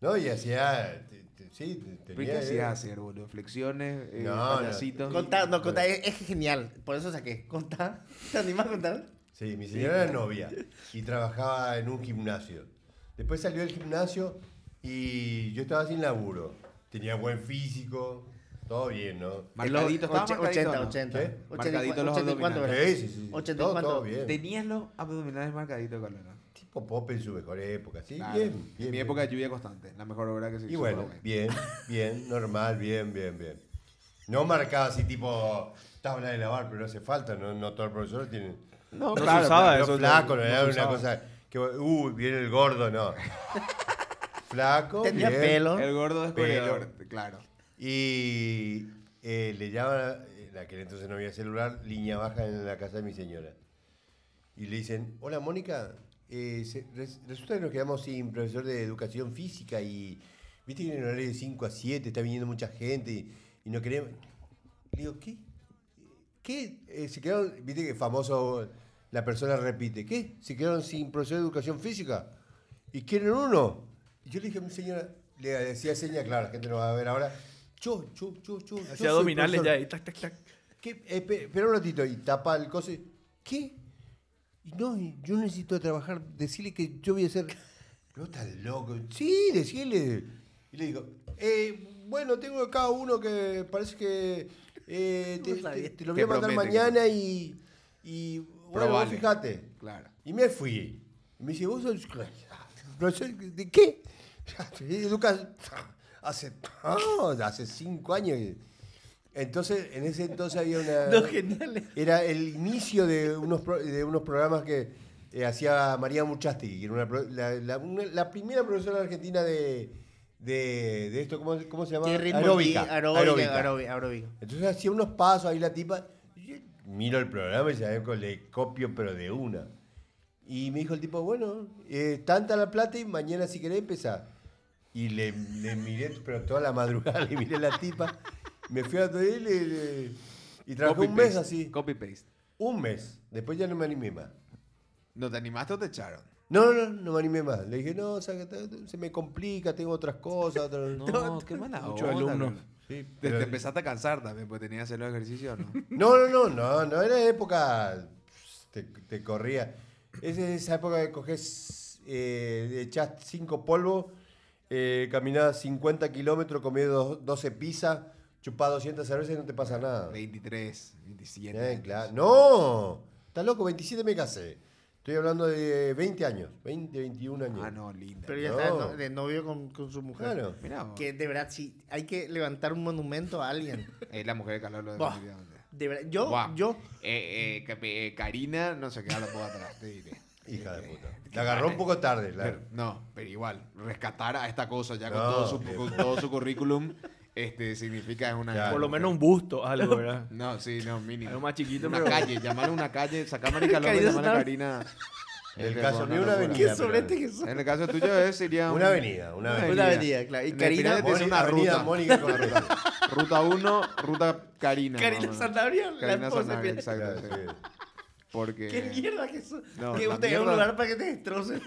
S3: No, y hacía. te- te- sí, te-
S2: ¿Pero
S3: tenía.
S2: qué hacía hacer, boludo? Flexiones, eh,
S3: No, no.
S2: payasitos.
S1: Contá, no, contá, es, es genial. Por eso saqué. Contá. ¿Te animas a contar?
S3: Sí, mi señora era novia y trabajaba en un gimnasio. Después salió del gimnasio y yo estaba sin laburo. Tenía buen físico, todo bien, ¿no?
S2: Marcadito,
S1: Los
S2: estaba
S1: och-
S2: marcadito,
S1: 80,
S2: ¿no?
S1: 80.
S3: ¿Qué?
S1: 80,
S2: Marcadito los
S1: 80 y cuánto
S2: abdominales.
S1: era?
S3: Sí, sí, sí.
S1: 80 y
S3: Todo,
S1: cuánto.
S3: todo bien.
S2: Tenías los abdominales marcaditos, Calolo.
S3: Tipo pop en su mejor época, sí,
S2: Claro.
S3: bien, bien.
S2: en mi
S3: bien.
S2: época de lluvia constante, la mejor obra que se hizo.
S3: Y bueno,
S2: probablemente.
S3: bien, bien, normal, bien, bien, bien. No marcaba así tipo tabla de lavar, pero no hace falta, no, no todos los profesores tienen.
S2: No,
S5: se
S2: claro,
S5: usaba
S3: Pero
S5: eso,
S3: flaco, no,
S5: no
S3: era
S5: se
S3: una
S5: usaba.
S3: cosa que, uy, viene el gordo, no. flaco,
S1: Tenía
S3: bien.
S1: pelo.
S2: El gordo es
S3: Pero-
S2: goleador, claro.
S3: Y eh, le llaman, en aquel entonces no había celular, línea baja en la casa de mi señora. Y le dicen, hola Mónica, eh, se- res- resulta que nos quedamos sin profesor de educación física y viste que en el horario de 5 a 7 está viniendo mucha gente y, y no queremos... Le digo, ¿qué? ¿Qué? Eh, se quedaron, viste que famoso, la persona repite, ¿qué? ¿Se quedaron sin profesor de educación física? ¿Y quieren uno? Y yo le dije a mi señora, le decía seña, claro, la gente lo va a ver ahora, yo, yo, yo, yo. yo soy
S5: Hacía abdominales
S3: profesor.
S5: ya y tac, tac, tac.
S3: ¿Qué? Espe- espera un ratito y tapa el coso. y, ¿Qué? Y no, y yo necesito trabajar. Decirle que yo voy a ser. No estás loco. Sí, decirle. Y le digo, eh, bueno, tengo acá uno que parece que eh, te, te- te lo voy
S2: Que
S3: a mandar
S2: promete,
S3: mañana y. y bueno, vos
S2: Probale.
S3: fíjate.
S2: Claro.
S3: Y me fui. Y me dice, vos sos. profesor ¿De qué? Educas. Hace. no, hace cinco años. que- Entonces, en ese entonces había una.
S1: No, genial.
S3: Era el inicio de unos, pro- de unos programas que eh, hacía María Muchasti, que era una pro- la, la- una- la primera profesora argentina de, de, de esto, ¿cómo, cómo se llama?
S1: Qué ritmo
S3: Aeróbica,
S1: aquí, aeróbica,
S3: aeróbica.
S1: aeróbica, aeróbica.
S3: Entonces hacía unos pasos ahí la tipa. y yo miro el programa y ya le copio, pero de una. Y me dijo el tipo, bueno, eh, tanta la plata y mañana si querés empezar. Y le, le miré, pero toda la madrugada le miré la tipa. Me fui a todo él y, le- y trabajé un mes
S2: paste,
S3: así.
S2: Copy paste.
S3: Un mes. Después ya no me animé más.
S2: ¿No te animaste o te echaron?
S3: No, no, no me animé más. Le dije, no, o sea, que te- se me complica, tengo otras cosas. otras-
S2: No, qué mala
S5: Muchos
S2: onda,
S5: alumnos.
S2: bro.
S3: Sí,
S2: Te,
S3: pero-
S2: te empezaste a cansar también porque tenías que hacer los ejercicios, ¿no?
S3: No, no, no, no, no, era época. Te, te corría. Es esa época que cogés, eh, echás cinco polvos, eh, caminás 50 kilómetros, comés dos- 12 pizzas, chupás 200 cervezas y no te pasa nada.
S2: 23, 27.
S3: Eh, claro. ¡No! Estás loco, 27 me casé. Estoy hablando de 20 años, 20, 21 años.
S2: Ah, no, linda.
S1: Pero ya
S3: No.
S1: está de no- de novio con, con su mujer.
S3: Claro.
S2: Mirá vos.
S1: Que de verdad, sí, hay que levantar un monumento a alguien.
S2: Es la mujer de Calolo,
S1: Buah.
S2: definitivamente.
S1: De verdad, yo,
S2: Buah.
S1: yo,
S2: Eh, eh, Cap- eh, Karina no se queda la poco atrás, te diré.
S3: Hija de puta. La agarró un poco tarde, la-
S2: Pero- no, pero igual, rescatar a esta cosa ya con,
S3: No,
S2: todo, su,
S3: que-
S2: con todo su currículum este, significa es una...
S3: Claro.
S5: Por lo menos un busto, algo, ¿verdad?
S2: No, sí, no, mínimo.
S5: Algo más chiquito,
S2: Una
S5: pero-
S2: calle, llamar a una calle, sacar a Marica López,
S5: Caído
S2: llamar a
S5: está-
S2: Karina.
S3: En el
S2: Este,
S3: caso,
S2: bueno,
S3: ni una
S2: locura.
S3: avenida. pero-
S2: En el caso tuyo es, sería...
S3: Una avenida, una avenida.
S4: Una avenida, claro. Y
S2: En
S4: Karina-
S2: Espinal tiene una
S3: Avenida
S2: ruta.
S3: Mónica Correa.
S2: Ruta 1, ruta Karina. más o
S4: Karina
S2: menos.
S4: Sanabria, la
S2: Karina
S4: esposa.
S2: Sanabria,
S4: mira.
S2: exacto.
S3: Claro,
S2: sí.
S3: sí.
S2: Porque...
S4: Qué mierda que eso.
S2: Eh. No,
S4: que
S2: la
S4: usted es un
S2: mierda-
S4: lugar para que te destrocen.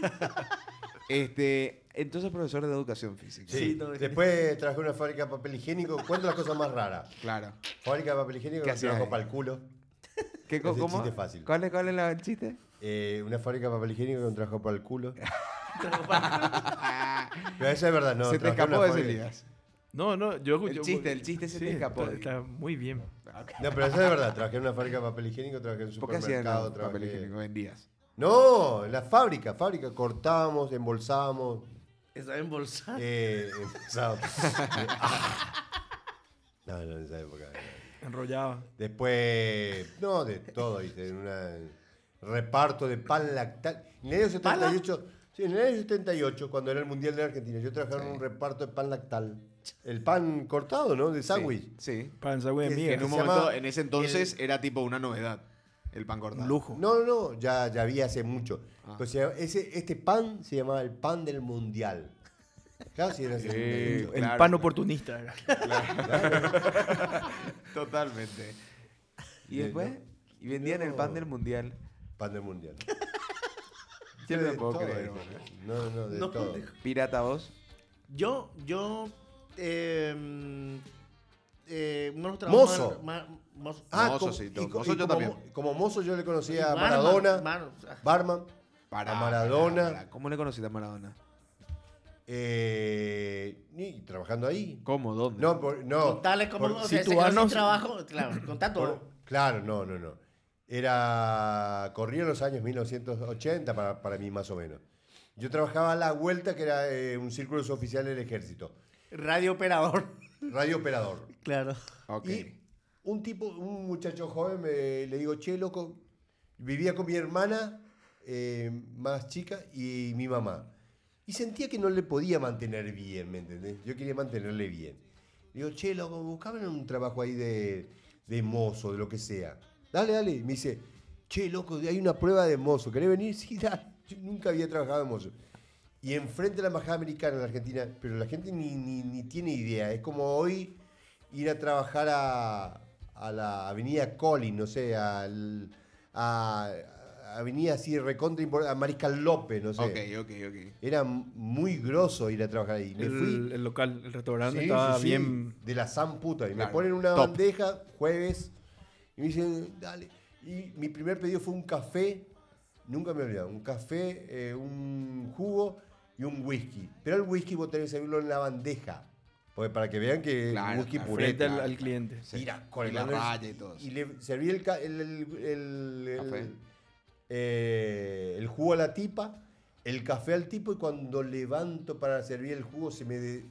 S2: Este, entonces profesor de educación física.
S3: Sí, Después trabajé en una fábrica de papel higiénico. Cuento las cosas más raras.
S2: Claro.
S3: Fábrica de papel higiénico
S2: ¿Qué
S3: que
S2: hacías
S3: trabajo
S2: ahí?
S3: para el culo.
S2: ¿Qué, co-
S3: Ese
S2: ¿Cómo?
S3: chiste es fácil.
S2: ¿Cuál es, cuál es la- el chiste?
S3: Eh, una fábrica de papel higiénico con trabajo para el culo. Pero esa es verdad, no.
S2: Se te
S3: trabajé en una
S2: escapó de ese
S3: fábrica-
S2: Elías.
S5: No, no, yo escuché.
S2: El chiste, el chiste se te escapó.
S5: Está, está muy bien.
S3: No, pero esa es verdad. Trabajé en una fábrica de papel higiénico, trabajé en un
S2: ¿Por qué hacían
S3: supermercado,
S2: el
S3: trabajé...
S2: papel higiénico? Vendías.
S3: No, en la fábrica, fábrica. Cortábamos, embolsábamos.
S4: Está en bolsa.
S3: Eh, embolsábamos. no, no, en esa época. eh. no.
S5: Enrollaba.
S3: Después, no, de todo, ¿viste? En un reparto de pan lactal. En el año 78, sí, en el año 78, cuando era el Mundial de la Argentina, yo trabajaba en un reparto de pan lactal. El pan cortado, ¿no? De sándwich.
S2: Sí.
S5: Para el sagüe de
S3: Es que
S5: miga.
S2: En un
S3: se
S2: momento,
S3: llama
S2: en ese entonces, era tipo una novedad. El pan cortado.
S5: Un lujo.
S3: No, no, no, ya, ya había hace mucho.
S2: Ah.
S3: Pues se llama- ese, este pan se llamaba el pan del mundial. Claro, sí, era
S2: Eh,
S5: el
S3: ese.
S2: claro,
S5: pan
S2: claro.
S5: oportunista. era.
S2: Totalmente. Y
S3: Sí,
S2: después, y vendían el pan del mundial.
S3: Pan del mundial.
S2: Yo no
S3: De
S2: lo puedo
S3: todo,
S2: creer. ¿eh?
S3: de
S2: boludo.
S3: todo. No, no, de
S4: No,
S3: todo.
S4: pendejo.
S2: Pirata vos.
S4: Yo, yo. Eh, eh, uno de los trabajos
S3: Mozo.
S4: más- más- mozo.
S2: Mozo,
S3: como-
S2: sí,
S3: Ah, y
S2: todo.
S3: co-
S2: Mozo
S3: y
S2: yo
S3: como
S2: también.
S3: mo- Como mozo yo le conocía a
S4: Barman,
S3: Maradona,
S4: Mar- o sea,
S3: Barman, a Maradona,
S2: pará, pará. ¿Cómo le conociste a Maradona?
S3: eh, y trabajando ahí.
S2: ¿Cómo? ¿Dónde?
S3: No, por- no.
S4: Contales cómo.
S3: por-
S4: o sea, ese
S5: situanos-
S4: gran trabajo. Claro, contá
S3: por-
S4: todo.
S3: claro, no, no, no. Era. Corrían los años 1980 para, para mí, más o menos. Yo trabajaba a la vuelta, que era eh, un círculo oficial del ejército.
S4: Radio operador.
S3: Radio operador.
S4: Claro.
S2: Ok.
S3: Y un tipo, un muchacho joven, me- le digo, che, loco, vivía con mi hermana eh, más chica y mi mamá. Y sentía que no le podía mantener bien, ¿me entendés? Yo quería mantenerle bien. Le digo, che, loco, buscaban un trabajo ahí de, de mozo, de lo que sea. Dale, dale. Me dice, che, loco, hay una prueba de mozo. ¿Querés venir? Sí, dale. Yo nunca había trabajado de mozo. Y enfrente de la embajada americana en la Argentina, pero la gente ni, ni- ni tiene idea. Es como hoy ir a trabajar a, a la avenida Collin, no sé, al- a, a avenida así recontra impor- a Mariscal López, no sé.
S2: Ok, ok, ok.
S3: Era m- muy grosso ir a trabajar ahí. Me fui.
S5: El, el local, el restaurante
S3: Sí,
S5: estaba
S3: sí, sí,
S5: bien.
S3: De la san puta. Y
S2: Claro,
S3: me ponen una
S2: top.
S3: bandeja jueves y me dicen, dale. Y mi primer pedido fue un café, nunca me olvidaba, un café, eh, un jugo y un whisky. Pero el whisky vos tenés que servirlo en la bandeja. Porque para que vean que
S2: Claro,
S3: el whisky
S2: claro.
S3: puré.
S5: Frente al,
S2: claro.
S5: al cliente.
S2: Sí.
S3: Mira,
S2: Y la
S3: colgando el-
S2: raya y todo.
S3: y le serví el, ca- el, el- el- el-
S2: Café.
S3: eh, el jugo a la tipa, el café al tipo y cuando levanto para servir el jugo se me, de-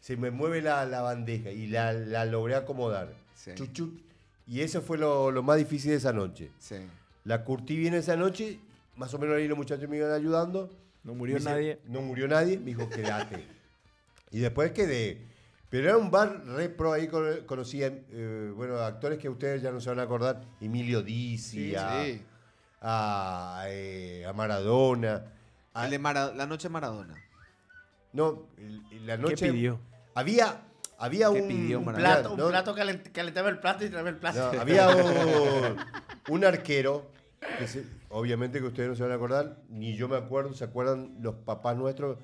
S3: se me mueve la, la bandeja y la, la logré acomodar.
S2: Sí.
S3: Chuc, chuc. Y eso fue lo, lo más difícil de esa noche.
S2: Sí.
S3: La curtí bien esa noche, más o menos ahí los muchachos me iban ayudando.
S5: No murió
S3: Me dice,
S5: nadie.
S3: No murió nadie, me dijo, quédate. y después quedé. Pero era un bar re pro, ahí con- conocí a, eh, bueno, actores que ustedes ya no se van a acordar, Emilio Dizzi, a,
S2: Sí.
S3: a, eh, a Maradona. a-
S2: El em de Mara- la noche de Maradona.
S3: no, el- la noche...
S5: ¿Qué pidió?
S3: Había, había
S2: ¿Qué
S3: un,
S2: pidió
S3: un
S2: Maradona?
S4: Plato,
S3: no,
S4: un plato calent- calentaba el plato y traía el plato.
S3: no, había un, un arquero, que se- obviamente que ustedes no se van a acordar, ni yo me acuerdo, se acuerdan los papás nuestros,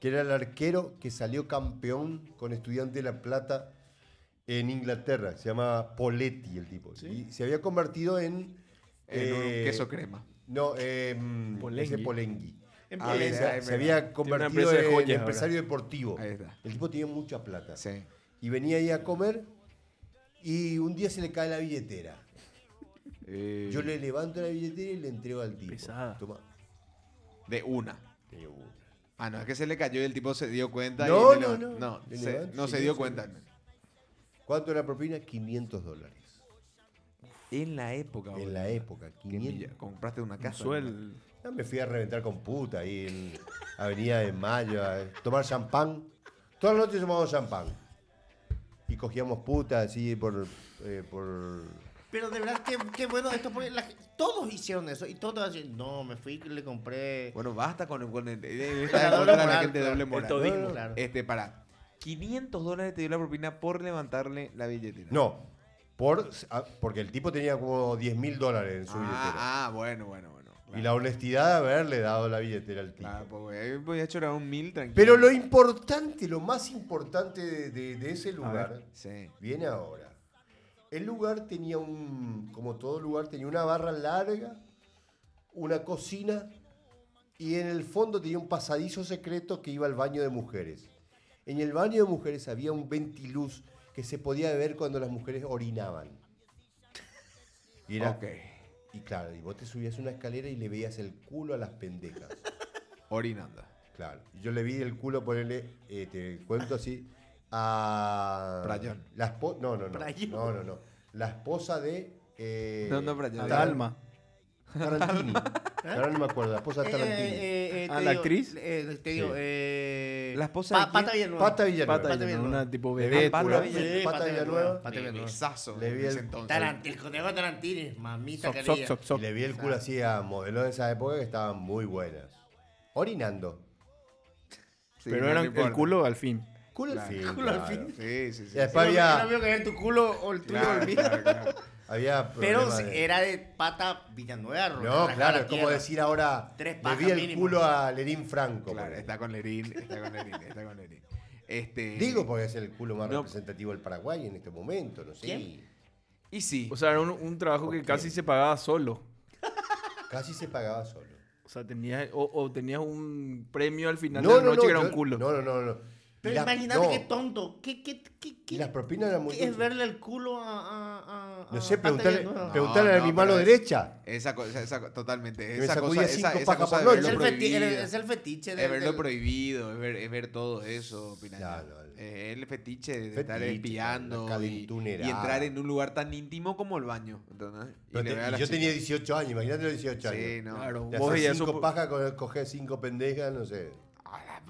S3: que era el arquero que salió campeón con Estudiante de La Plata en Inglaterra, se llama Poletti el tipo, y se había convertido en...
S2: En un
S3: eh,
S2: queso crema.
S3: No, em,
S5: Polenghi.
S3: ese Polenghi.
S4: En
S3: Ah,
S4: Polenghi.
S3: se-
S2: Ah, es
S3: se
S2: verdad.
S3: había convertido
S5: empresa de
S3: en
S5: joyas ahora.
S3: empresario deportivo.
S2: Ahí está.
S3: El tipo tenía mucha plata
S2: Sí.
S3: y venía ahí a comer y un día se le cae la billetera.
S2: Eh,
S3: Yo le levanto la billetera y le entrego al tipo.
S5: Pesada.
S3: Toma.
S2: De una.
S3: Tenía una.
S2: Ah, no, es que se le cayó y el tipo se dio cuenta.
S3: No,
S2: y le-
S3: no, no.
S2: No,
S3: Le
S2: se-
S3: levantó,
S2: no
S3: se
S2: se
S3: quedó
S2: dio
S3: sin-
S2: cuenta.
S3: ¿Cuánto era la propina? 500 dólares.
S2: En la época,
S3: En la época, 500.
S2: época. Compraste una casa.
S5: Suel.
S3: Ya me fui a reventar con puta ahí en Avenida de Mayo, a tomar champán. Todas las noches tomábamos champán. Y cogíamos puta así por. eh, por...
S4: Pero de verdad, qué, qué bueno esto, porque la- todos hicieron eso. Y todos decían, no, me fui y le compré.
S2: Bueno, basta con el. Con el- eh, eh,
S4: La
S2: moral
S4: doble
S2: a la
S4: moral,
S2: gente de
S4: claro.
S2: doble
S4: El
S2: moral.
S4: todismo.
S2: No, no,
S4: Claro.
S2: Este, para. 500 dólares te dio la propina por levantarle la billetera.
S3: No, por, ah, porque el tipo tenía como 10 mil dólares en su billetera.
S2: Ah, ah, bueno, bueno, bueno.
S3: Y la honestidad de haberle dado la billetera al tipo.
S2: Claro, pues güey, voy a chorar un mil tranquilo.
S3: Pero lo importante, lo más importante de, de- de ese lugar
S2: Sí.
S3: viene ahora. El lugar tenía un, como todo lugar, tenía una barra larga, una cocina y en el fondo tenía un pasadizo secreto que iba al baño de mujeres. En el baño de mujeres había un ventiluz que se podía ver cuando las mujeres orinaban. Y era-
S2: Ok.
S3: y claro, y vos te subías una escalera y le veías el culo a las pendejas.
S2: Orinando.
S3: Claro. Y Yo le vi el culo ponerle, eh, te cuento así, a.
S2: Brayón.
S3: La espo- no, no, no.
S4: Brayón.
S3: No, no, no. La esposa de. Eh,
S2: No, no, Brayón.
S3: Tar-
S5: Dalma.
S3: Tarantini. Ahora no me acuerdo, la esposa de Tarantini.
S5: ¿A la actriz?
S4: eh, te digo,
S3: Sí.
S4: eh,
S2: ¿La esposa de quién?
S4: Pata Villanueva.
S3: Pata Villanueva.
S5: Pata
S4: Villanueva.
S5: Villanueva, una tipo
S3: Le vi
S5: vedette.
S3: el culo.
S2: Pata
S3: Sí,
S2: Villanueva.
S3: Pata Villanueva.
S4: Pata Villanueva.
S2: Besazo.
S3: Le vi
S2: en ese
S3: el-
S2: entonces.
S4: Tarantino, el conejo Tarantini, mamita
S5: Soc,
S4: querida.
S5: soc, soc, soc.
S3: Y le vi el culo así a modelos de esa época que estaban muy buenas. Orinando.
S2: Sí,
S5: Pero
S2: no
S5: eran
S2: le importa.
S5: el culo al fin.
S3: Culo al
S2: Claro.
S3: fin.
S4: Culo al
S3: claro.
S4: fin.
S2: Sí, sí,
S3: Y
S2: sí.
S3: después
S4: Yo no
S3: había.
S4: veo que era tu culo o el tuyo o
S2: Claro,
S4: el mío.
S2: claro, claro.
S3: había
S4: Pero
S3: problemas
S4: si
S3: de-
S4: era de pata Villanueva.
S3: No,
S4: Rojala,
S3: claro, es
S4: Jala,
S3: como
S4: Tierra.
S3: decir ahora.
S4: Tres
S3: le
S4: pajas
S3: vi el
S4: mínimo.
S3: culo a Lerín Franco.
S2: Claro,
S3: ponele.
S2: está con Lerín, está con Lerín, está con Lerín. Este,
S3: Digo porque es el culo más
S2: No.
S3: representativo del Paraguay en este momento, no sé.
S4: ¿Quién?
S2: Y sí.
S5: O sea, era un, un trabajo que
S3: Ok.
S5: casi se pagaba solo.
S3: Casi se pagaba solo.
S5: O sea, tenías, o, o tenías un premio al final de la noche que era
S3: yo-
S5: un culo.
S3: No, no, no. no.
S4: Pero
S3: Y las-
S4: imagínate
S3: no,
S4: qué tonto. ¿Qué, qué, qué,
S3: Y
S4: qué,
S3: las propinas eran muy
S4: qué es
S3: dulces.
S4: verle el culo a. a, a-
S3: No
S4: a
S3: sé,
S4: Pata
S3: preguntarle,
S4: Villanueva?
S3: preguntarle
S2: No,
S3: a mi
S2: no,
S3: mano
S2: pero-
S3: derecha.
S2: Esa cosa, esa, co- totalmente.
S3: me
S2: Esa
S3: sacudí
S2: cosa,
S3: cinco
S2: esa, esa
S3: pajas
S2: cosa de
S3: por
S4: Es
S2: verlo
S4: el, feti-
S2: prohibido.
S4: es el fetiche de.
S2: Es verlo
S4: del-
S2: prohibido, es ver, es ver todo eso, Piraña.
S3: Claro, el-
S2: Eh, el fetiche de
S3: Fetiche,
S2: estar espiando
S3: la
S2: y,
S3: calentunerada.
S2: y entrar en un lugar tan íntimo como el baño. ¿entendés? Y
S3: Pero
S2: le
S3: te-
S2: ve a
S3: y
S2: las
S3: yo tenía
S2: chicas.
S3: 18 años, imagínate los 18
S2: Sí,
S3: años.
S2: no.
S5: Claro,
S3: Te
S5: vos
S3: haces
S5: veías
S3: cinco
S5: eso.
S3: pajas, co- coger cinco pendejas, no sé.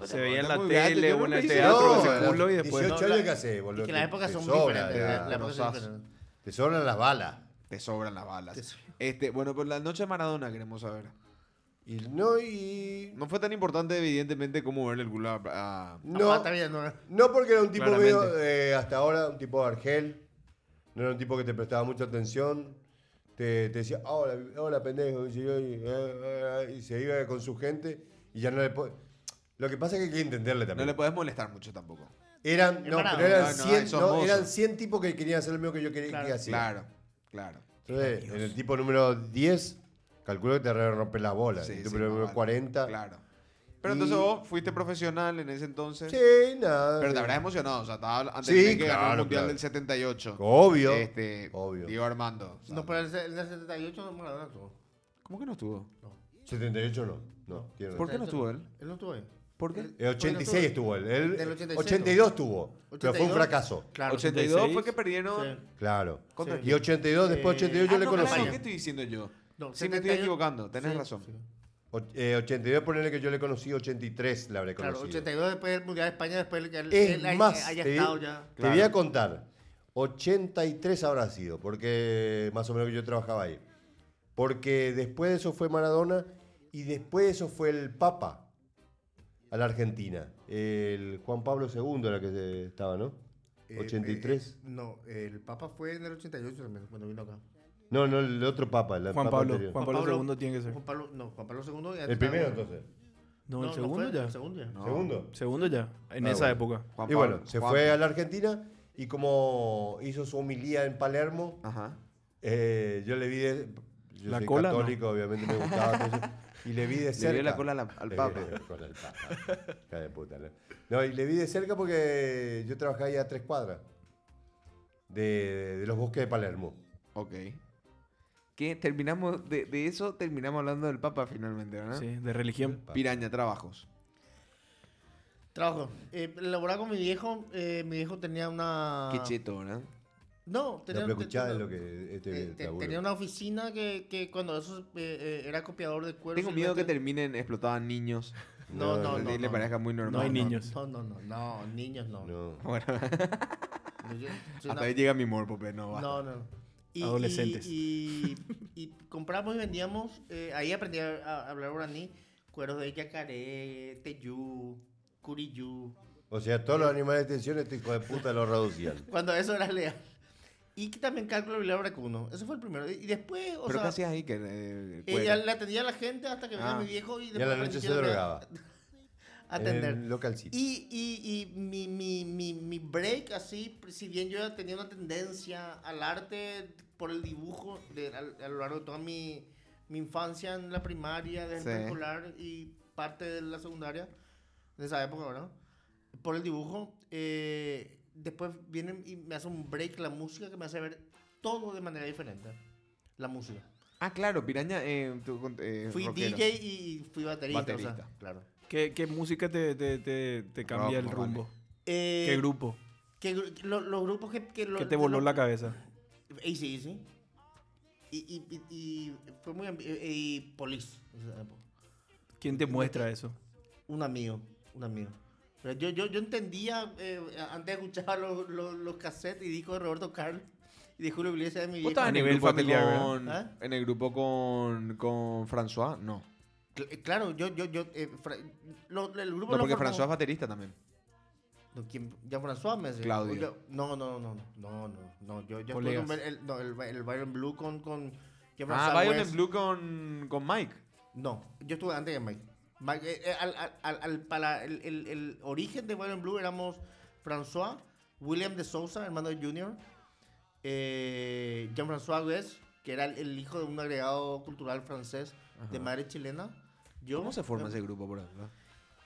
S5: Se veía en la
S2: muy grande,
S5: tele
S2: yo
S5: o en
S2: nunca
S5: el
S2: hice
S5: teatro
S2: eso.
S5: ese culo y después.
S3: 18
S5: no,
S3: años,
S5: la-
S3: ¿qué haces,
S4: Es
S3: boludo?
S4: que las
S3: Te-
S4: épocas
S3: te
S4: son muy
S3: sobra, ya.
S4: diferentes. las épocas son
S2: rosas.
S4: diferentes.
S3: Te sobran las balas.
S2: Te sobran las balas. Este, bueno, pues la noche de Maradona queremos saber.
S3: Y no, y.
S2: No fue tan importante, evidentemente, como verle el culo a- a...
S3: No.
S4: A Pata Villanueva.
S3: No porque era un tipo
S5: Claramente.
S3: medio, eh, hasta ahora, un tipo de Argel. No era un tipo que te prestaba mucha atención. Te, te decía, hola, hola pendejo. Y, se iba y, eh, eh, y se iba con su gente. Y ya no le po- Lo que pasa es que hay que entenderle
S2: No
S3: también.
S2: le podés molestar mucho tampoco.
S3: eran, no,
S4: Parado.
S3: pero
S2: No,
S3: eran,
S2: no,
S3: 100,
S2: esos
S3: no,
S2: mozos.
S3: eran 100 tipos que querían hacer lo mismo que yo quería
S4: Claro.
S3: que hacía.
S2: Claro, claro.
S3: Entonces, en el tipo número 10, calculo que te re- rompe las bolas.
S2: Sí,
S3: en el
S2: sí,
S3: tipo número
S2: más vale.
S3: 40.
S2: Claro. Pero
S3: Y-
S2: entonces vos fuiste profesional en ese entonces.
S3: Sí, nada.
S2: Pero te
S3: sí.
S2: habrás emocionado, o sea, estaba antes
S3: Sí,
S2: de que ganó el
S3: claro,
S2: Mundial
S3: claro.
S2: del 78.
S3: Obvio.
S2: Este,
S3: obvio.
S2: Diego Armando. o sea,
S4: No, pero el el del 78 no Maradona estuvo.
S2: ¿Cómo que no estuvo?
S3: 78 no. No, tiene razón.
S2: ¿Por qué no estuvo él?
S4: Él no estuvo ahí.
S2: ¿Por qué?
S4: Él-
S3: El 86
S4: Bueno,
S3: estuvo él. El,
S4: Del 86
S3: 82 tuvo. Pero fue un
S4: 82.
S3: fracaso.
S4: Claro.
S2: 82 fue
S5: 86.
S2: que perdieron.
S4: Sí.
S3: Claro.
S2: ¿Contra
S3: Y 82, después
S4: Eh,
S3: 82 yo
S2: Ah,
S3: le
S2: no,
S3: conocí.
S2: claro, ¿Qué estoy diciendo yo?
S4: No,
S2: sí, me estoy
S4: 78.
S2: equivocando, tenés
S4: Sí,
S2: razón.
S4: sí.
S3: Och- eh, 82, ponerle que yo le conocí, 83 le habré
S4: Claro,
S3: conocido.
S4: 82 después del Mundial de España, después el que él,
S3: Es
S4: él haya-
S3: más, eh,
S4: haya
S3: te,
S4: estado ya.
S3: te voy a contar. 83 habrá sido, porque más o menos que yo trabajaba ahí. Porque después de eso fue Maradona y después de eso fue el Papa a la Argentina. El Juan Pablo II era que se- estaba, ¿no? 83.
S4: Eh, eh, no, el Papa fue en el 88 también, cuando vino acá.
S3: No, no, el otro papa, el
S5: Juan
S3: papa
S5: Pablo.
S3: anterior.
S5: Juan Pablo II tiene que ser.
S4: Juan Pablo, no, Juan Pablo II. ya
S3: El
S4: estaba-
S3: primero entonces.
S5: No,
S4: No,
S5: el segundo
S4: no fue,
S5: ya.
S4: El segundo ya.
S3: Segundo.
S5: Segundo ya, en
S3: Ah,
S5: esa
S3: bueno.
S5: época.
S2: Juan
S3: y bueno,
S2: Pablo,
S3: se
S2: Juan-
S3: fue a la Argentina y como hizo su homilía en Palermo,
S2: Ajá.
S3: eh, yo le vi de... Yo
S5: La
S3: soy
S5: cola, no.
S3: católico, obviamente me gustaba todo eso, Y le vi de cerca.
S2: vio la cola al- al
S3: Le vi
S2: papa.
S3: la cola al papa. Hija de puta, ¿no? No, y le vi de cerca porque yo trabajaba ahí a tres cuadras de, de los bosques de Palermo.
S2: Ok. Que terminamos, de, de eso terminamos hablando del Papa finalmente, ¿verdad?
S5: Sí, de religión.
S2: Piraña, trabajos.
S4: Trabajo. Eh, laboraba con mi viejo. eh, mi viejo tenía una.
S2: Qué cheto, ¿verdad?
S4: No,
S3: Lo
S4: tenía,
S3: que escuchás
S4: te-
S3: es lo que este
S4: te- te-
S3: laburo.
S4: tenía una oficina que, que cuando eso eh, eh, era copiador de cuero.
S2: Tengo miedo que
S4: silvestre-
S2: terminen explotados niños.
S4: No, no,
S2: Y
S4: no.
S2: le
S4: no.
S2: parezca muy
S4: No,
S5: No hay
S2: normal.
S4: no,
S5: niños.
S4: No, no, no, no, niños no.
S3: No.
S2: Bueno,
S4: Yo- soy
S2: hasta
S4: una-
S2: ahí llega mi morbo, pero no basta.
S4: No, no. no. Y,
S5: Adolescentes.
S4: Y, y- y compramos y vendíamos. eh, ahí aprendí a, a hablar guaraní. Cueros de yacaré, teyú, curiyú.
S3: O sea, todos los animales de extensión, este hijo de puta lo reducían.
S4: Cuando eso era leal. Y que también cálculo bilar bracuno. Eso fue el primero. Y después, o
S2: Pero
S4: sea,
S2: ¿qué hacías ahí? Que, eh,
S4: ella
S2: cuero?
S4: le atendía a la gente hasta que venía
S2: Ah.
S4: mi viejo. Y,
S3: Y a la
S4: después
S3: noche se
S4: aprendí a
S3: drogaba.
S4: Atender.
S3: En el localcito.
S4: Y, y, y mi, mi, mi, mi break, así, si bien yo ya tenía una tendencia al arte por el dibujo de- al- a lo largo de toda mi, mi infancia en la primaria, desde
S2: Sí.
S4: el escolar y parte de la secundaria, de esa época, ¿verdad? Por el dibujo. eh, después viene y me hace un break la música que me hace ver todo de manera diferente. La música.
S2: Ah, claro, Piraña. eh, tú con- eh,
S4: Fui
S2: rockero.
S4: DJ y fui baterista. o sea,
S2: Baterista.
S4: claro.
S5: ¿Qué, qué música te, te- te- te cambia el
S2: Rock, Ah, pues, vale.
S5: rumbo?
S4: Eh,
S5: ¿Qué grupo?
S4: que gru- lo- los grupos que... que lo-
S5: ¿Qué te voló
S4: lo-
S5: la cabeza?
S4: Easy Easy. Y, y, y, y fue muy. ambi- eh, Y, y Police. en esa época.
S5: ¿Quién te muestra eso?
S4: Un amigo, un amigo. Pero yo, yo, yo entendía, eh, antes escuchaba los, los, los cassettes y discos de Roberto Carlos y de Julio Iglesias de mi
S2: ¿Vos
S4: viejo.
S2: estabas en el
S5: nivel
S2: grupo este
S5: familiar, ¿verdad?
S2: con,
S4: ¿Ah?
S2: en el grupo con, con François? No.
S4: Cl- eh, claro, yo, yo, yo, eh, Fra- lo- el grupo
S2: No,
S4: lo
S2: porque
S4: formamos-
S2: François es baterista también.
S4: No, ¿quién? ¿Ya François me decía?
S2: Claudio.
S4: O yo- no, no, no, no, no, no, no, yo, yo estuve
S5: Colegas.
S4: con el, no, el, el Byron Blue con, con
S2: Ah,
S4: Jean-François
S2: Violet
S4: West.
S2: Blue con, con Mike.
S4: No, yo estuve antes que Mike. Mike, eh, eh, al, al- al- al- para el, el- el origen de Violent Blue éramos François, William de Sousa, hermano de Junior, eh, Jean-François Guess, que era el, el hijo de un agregado cultural francés de madre chilena. Yo,
S2: ¿Cómo se forma
S4: eh,
S2: ese grupo, por ejemplo?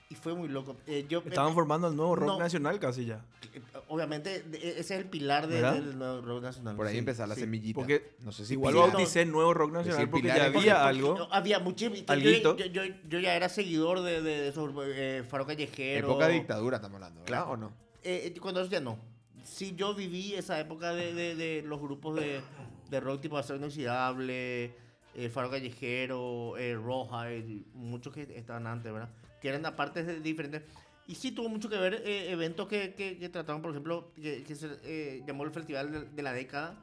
S4: Y fue muy loco. Eh, yo,
S5: Estaban formando el nuevo rock
S4: no.
S5: nacional casi ya.
S4: eh, obviamente, de- e, ese es el pilar de-
S5: ¿Verdad?
S4: del nuevo rock nacional.
S2: Por ahí
S4: sí,
S2: empezar la
S4: sí.
S2: semillita.
S5: Porque
S2: no sé si
S5: Igual
S2: Pilar-
S5: bauticé el nuevo rock nacional
S2: Decir
S5: porque ya
S2: pilares,
S5: había
S2: porque-
S5: algo.
S4: No, había muchísimo. Yo,
S5: Alguito.
S4: yo, yo, yo ya era seguidor de, de esos eh, Faro Callejero.
S2: Época de dictadura estamos hablando, ¿verdad?
S4: Claro.
S2: ¿O no?
S4: Eh, eh, cuando eso ya no. Sí, yo viví esa época de, de- de los grupos de, de rock tipo Acero Inoxidable, eh, Faro Callejero, eh, Roja, y muchos que estaban antes, ¿verdad? Que eran aparte de- diferentes. Y sí tuvo mucho que ver eh, eventos que, que- que trataron, por ejemplo, que, que se eh, llamó el Festival de, de la Década,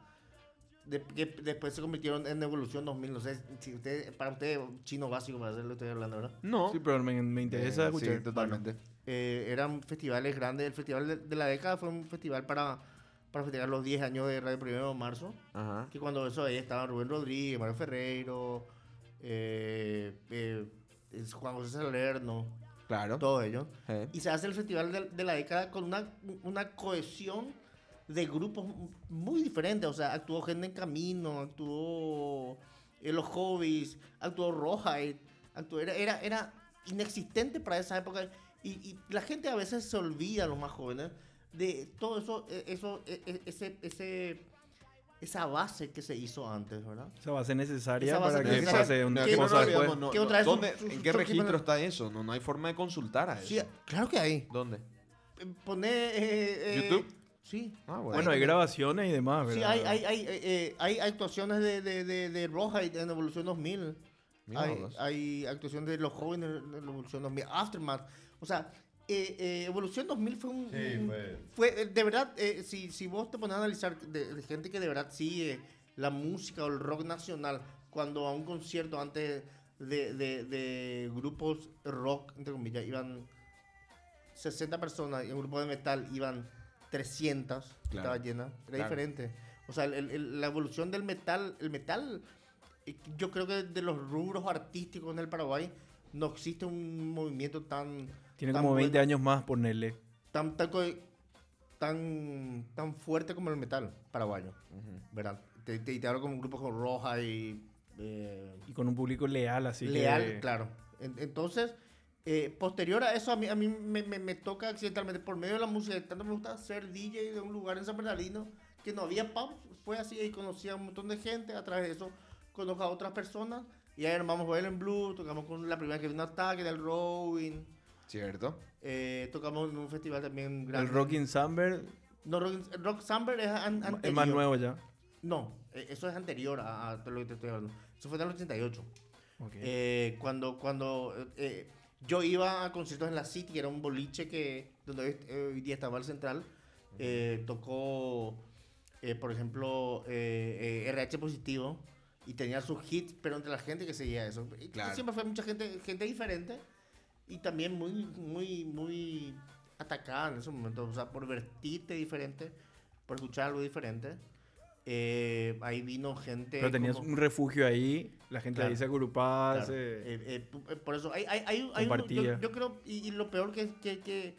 S4: de- que después se convirtieron en Evolución 2000. No sé, si ustedes- para ustedes, chino básico, para hacerlo estoy hablando, ¿verdad?
S2: No.
S5: Sí, pero me, me interesa
S2: Eh,
S5: escuchar.
S2: Sí, totalmente.
S4: Eh, eran festivales grandes. El festival de, de la década fue un festival para, para festejar los 10 años de Radio Primero de Marzo.
S2: Ajá.
S4: Que cuando eso ahí estaban Rubén Rodríguez, Mario Ferreiro, eh, eh, es Juan José Salerno,
S2: Claro.
S4: todos ellos.
S2: Eh.
S4: Y se hace el festival de, de la década con una, una cohesión de grupos muy diferentes. O sea, actuó Gente en Camino, actuó eh, Los Hobbies, actuó Roja. eh, actuó- era, era, era inexistente para esa época. Y, y la gente a veces se olvida, los más jóvenes, de todo eso, eh, eso eh, eh, ese, ese, esa base que se hizo antes, ¿verdad?
S5: Esa base necesaria
S4: Esa base
S5: para que
S4: necesaria.
S5: Eh, pase una
S2: No,
S4: ¿Qué-
S2: no,
S5: cosa
S2: no,
S5: después.
S2: digamos, no,
S4: ¿Qué
S2: no.
S4: otra vez
S2: ¿Dónde-
S4: sus-
S2: ¿En
S4: sus-
S2: qué
S4: sus-
S2: registro está eso? No, no hay forma de consultar a eso.
S4: Sí, claro que hay.
S2: ¿Dónde?
S4: Poner.
S2: ¿YouTube?
S4: Sí.
S2: Ah,
S5: Bueno, hay grabaciones y demás, ¿verdad?
S4: Sí, hay, hay, hay, eh, eh, hay actuaciones de, de, de, de Roja y en Evolución 2000.
S2: Mira
S4: Hay,
S2: vos.
S4: hay actuaciones de los jóvenes en Evolución 2000. Aftermath. O sea, eh, eh, Evolución 2000 fue un...
S3: Sí,
S4: un-
S3: fue.
S4: fue, eh, de verdad, eh, si, si vos te pones a analizar de, de gente que de verdad sigue la música o el rock nacional, cuando a un concierto antes de, de, de grupos rock, entre comillas, iban 60 personas y en un grupo de metal iban 300,
S2: Claro.
S4: estaba llena, era
S2: Claro.
S4: diferente. O sea, el- el- el- la evolución del metal, el metal, eh, yo creo que de los rubros artísticos en el Paraguay no existe un movimiento tan...
S5: Tiene
S4: tan
S5: como 20
S4: bueno
S5: años más, ponerle.
S4: tan, tan, co- tan, tan fuerte como el metal paraguayo, ¿verdad? Te, te, y te hablo como un grupo como Roja y eh,
S5: Y con un público leal, así que-
S4: Leal, claro. En- entonces, eh, posterior a eso, a mí, a mí me, me- me toca accidentalmente, por medio de la música, tanto me gusta ser DJ de un lugar en San Bernardino, que no había pub, fue así, y conocí a un montón de gente, a través de eso conozco a otras personas, y ahí armamos Bell en Blue, tocamos con la primera que vino Ataque, del Rowing,
S2: Cierto.
S4: eh, tocamos en un festival también
S5: El Rock in Summer
S4: No, Rock, Rock Samber es an- anterior.
S5: Es más nuevo ya.
S4: No, eh, eso es anterior a, a todo lo que te estoy hablando. Eso fue en el 88.
S5: Ok.
S4: Eh, cuando cuando eh, eh, yo iba a conciertos en la City, era un boliche que donde hoy, eh, hoy día estaba el Central, eh, tocó, eh, por ejemplo, eh, eh, RH Positivo y tenía sus hits, pero entre la gente que seguía eso. Y
S2: Claro.
S4: Siempre fue mucha gente, gente diferente y también muy, muy, muy atacada en esos momentos, o sea, por vestirte diferente, por escuchar algo diferente. Eh, ahí vino gente.
S5: Pero tenías
S4: eh, como-
S5: un refugio ahí, la gente
S4: Claro.
S5: ahí se agrupaba,
S4: Claro.
S5: se-
S4: Eh, eh, p- eh, por eso, hay, hay, hay- hay un- yo,
S5: Compartía.
S4: yo creo, y, y lo peor que, que, que,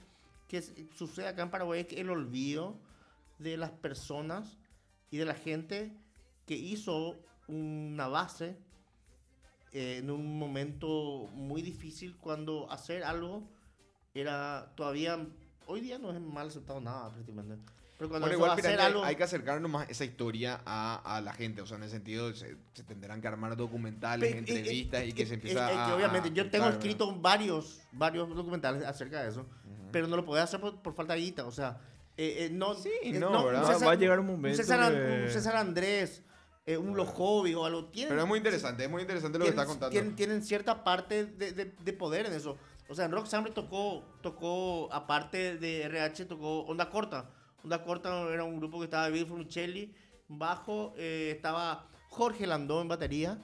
S4: que s- sucede acá en Paraguay es que el olvido de las personas y de la gente que hizo una base eh, en un momento muy difícil cuando hacer algo era todavía, hoy día no es mal aceptado nada prácticamente. Pero
S2: Bueno,
S4: cuando eso
S2: igual
S4: hacer
S2: Piraña,
S4: algo...
S2: hay que acercarnos más esa historia a, a la gente. O sea, en el sentido, se, se tendrán que armar documentales,
S4: Pe- eh, eh,
S2: entrevistas y que se
S4: eh,
S2: empieza
S4: eh, que
S2: a.
S4: Obviamente, yo
S2: a-
S4: tengo
S2: claro,
S4: escrito varios, varios documentales acerca de eso, pero no lo podía hacer por, por falta de guita, o sea, eh, eh, no...
S2: Sí,
S4: eh,
S2: no,
S4: un
S2: ¿verdad?
S5: Va a llegar un momento
S4: César, An-
S5: que-
S4: un César Andrés, eh, un Los Hobbies o algo, tienen...
S2: Pero es muy interesante, es muy interesante lo que
S4: tienen-
S2: está contando.
S4: Tienen, tienen cierta parte de, de- de poder en eso. O sea, en Rock Sambre tocó, tocó, aparte de RH, tocó Onda Corta. Onda Corta era un grupo que estaba David Fruncelli, bajo, eh, estaba Jorge Landó en batería.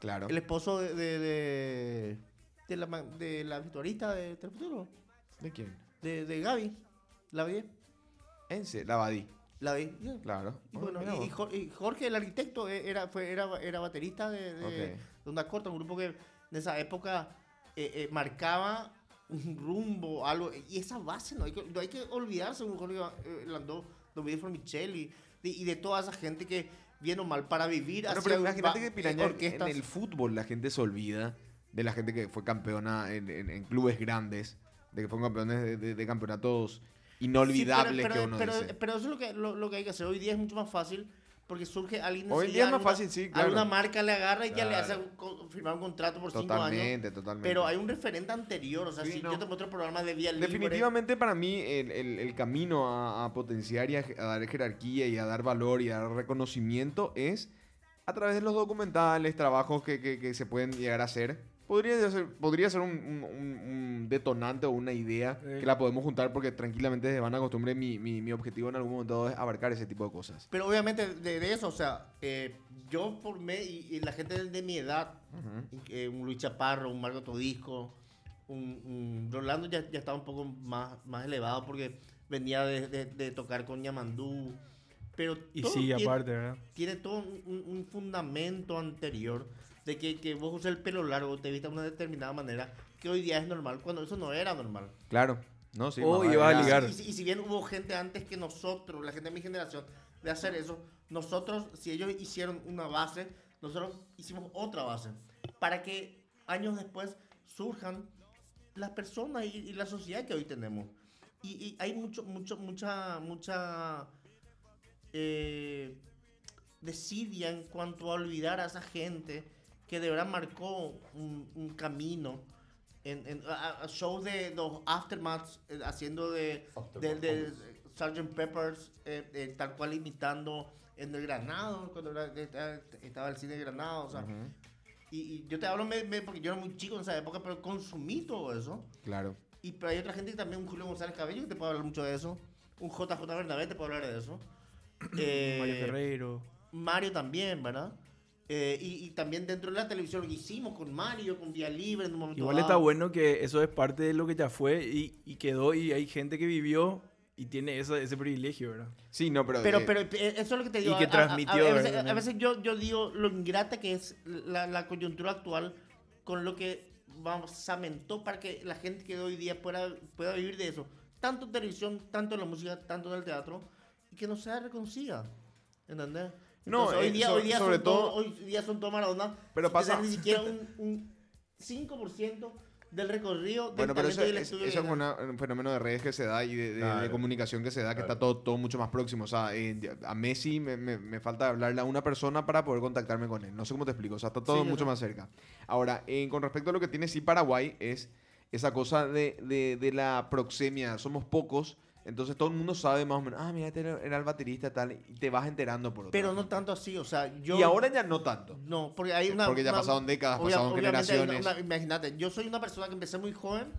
S2: Claro.
S4: El esposo de, de, de, de la, ma- de la victorista de Telefuturo,
S2: ¿De quién?
S4: de, de Gaby. La vi,
S2: Ense, la Badí.
S4: la vi. yeah.
S2: Claro.
S4: Y,
S2: Oh,
S4: bueno,
S2: mira
S4: y-
S2: vos.
S4: y Jo- y Jorge, el arquitecto, eh, era, fue, era, era baterista de, de,
S2: Ok.
S4: de Onda Corta, un grupo que en esa época eh, eh, marcaba un rumbo, algo. Y esa base, no hay que, no hay que olvidarse, un Jorge eh, Landó, Domínguez Formicelli, de- y de toda esa gente que bien o mal para vivir.
S2: Bueno,
S4: hacía
S2: pero
S4: ba-
S2: imagínate
S4: eh,
S2: que Piraña, en
S4: orquestas.
S2: el fútbol la gente se olvida de la gente que fue campeona en, en- en clubes grandes, de que fueron campeones de, de- de campeonatos
S4: Sí, pero-
S2: inolvidables
S4: pero,
S2: que uno
S4: pero-
S2: dice.
S4: pero eso es lo que, lo, lo que hay que hacer. Hoy día es mucho más fácil porque surge alguien.
S2: Hoy en
S4: enseguida,
S2: día es más
S4: alguna-
S2: fácil, sí, claro.
S4: Alguna marca le agarra y ya le hace
S2: Claro.
S4: un co- firmar un contrato por cinco años.
S2: Totalmente, totalmente.
S4: Pero hay un referente anterior. O sea,
S2: Sí,
S4: si
S2: no.
S4: yo te muestro programas de vía libre.
S2: Definitivamente para mí el, el- el camino a, a potenciar y a, a dar jerarquía y a dar valor y a dar reconocimiento es a través de los documentales, trabajos que, que- que se pueden llegar a hacer. Podría ser, podría ser un, un- un- un detonante o una idea
S5: Sí.
S2: que la podemos juntar porque tranquilamente desde van a costumbre mi, mi- mi objetivo en algún momento es abarcar ese tipo de cosas.
S4: Pero obviamente de, de eso, o sea, eh, yo formé y, y la gente de, de mi edad, eh, un Luis Chaparro, un Marco Todisco, un, un Rolando ya, ya estaba un poco más, más elevado porque venía de, de- de tocar con Yamandú. Pero
S5: y
S4: todo
S5: sí,
S4: tiene-
S5: aparte, ¿verdad?
S4: tiene todo un, un- un fundamento anterior de que, que vos usas el pelo largo, te vistas de una determinada manera, que hoy día es normal, cuando eso no era normal.
S2: Claro. No, sí,
S5: Oh,
S2: más
S5: y vas a
S2: vale,
S5: ligar.
S4: Y, si- y si bien hubo gente antes que nosotros, la gente de mi generación, de hacer eso, nosotros, si ellos hicieron una base, nosotros hicimos otra base, para que años después surjan las personas y, y la sociedad que hoy tenemos. Y, y hay mucho, mucho, mucha, mucha eh, desidia en cuanto a olvidar a esa gente que de verdad marcó un, un camino. En, en- a- a- shows de los aftermaths eh, haciendo de, de,
S3: Aftermath
S4: de
S3: Songs.
S4: Sgt. Peppers, eh, eh, tal cual imitando en el Granado, cuando era- era- estaba el cine de Granado. O sea, y, y yo te hablo me- me- porque yo era muy chico en esa época, pero consumí todo eso.
S2: Claro.
S4: Y pero hay otra gente que también, un Julio González Cabello, que te puede hablar mucho de eso. Un JJ Bernabé te puede hablar de eso. Eh,
S5: Mario Ferreiro.
S4: Mario también, ¿verdad? Eh, y, y también dentro de la televisión lo que hicimos con Mario, con Vía Libre en un momento
S5: Igual
S4: dado.
S5: está bueno que eso es parte de lo que ya fue y, y quedó y hay gente que vivió y tiene esa- ese privilegio, ¿verdad?
S2: Sí, no, pero...
S4: Pero,
S2: eh,
S4: pero eh, eso es lo que te
S5: y
S4: digo.
S5: que
S4: a- a-
S5: transmitió,
S4: A, a veces,
S5: ¿verdad?
S4: a veces yo, yo digo lo ingrata que es la, la coyuntura actual con lo que basamentó para que la gente que de hoy día pueda, pueda vivir de eso. Tanto en televisión, tanto en la música, tanto en el teatro, y que no sea reconocida. ¿Entendés?
S2: No,
S4: Entonces, hoy
S2: eh,
S4: día,
S2: so-
S4: hoy día
S2: sobre
S4: son todo,
S2: todo-
S4: hoy día son todo Maradona.
S2: Pero
S4: sin
S2: pasa-
S4: tener ni siquiera un, un 5% del recorrido del
S2: Bueno, pero
S4: talento
S2: eso
S4: y del
S2: es,
S4: estudio
S2: eso
S4: que
S2: es
S4: hay.
S2: una- un fenómeno de redes que se da y de, de- de
S3: Claro.
S2: comunicación que se da, que
S3: Claro.
S2: está todo, todo mucho más próximo. O sea, eh, ya- a Messi me, me- me falta hablarle a una persona para poder contactarme con él. No sé cómo te explico, o sea, está todo
S4: Sí, yo
S2: mucho
S4: sé.
S2: más cerca. Ahora, eh, con respecto a lo que tiene sí Paraguay, es esa cosa de, de- de la proxemia. Somos pocos Entonces todo el mundo sabe más o menos, ah, mira, este era era el baterista tal, y te vas enterando por otro.
S4: Pero no tanto así, o sea, yo...
S2: Y ahora ya no tanto.
S4: No, porque hay una...
S2: Porque ya
S4: una-
S2: pasaron décadas, pasaron
S4: obviamente hay una-
S2: generaciones.
S4: una- Imagínate, yo soy una persona que empecé muy joven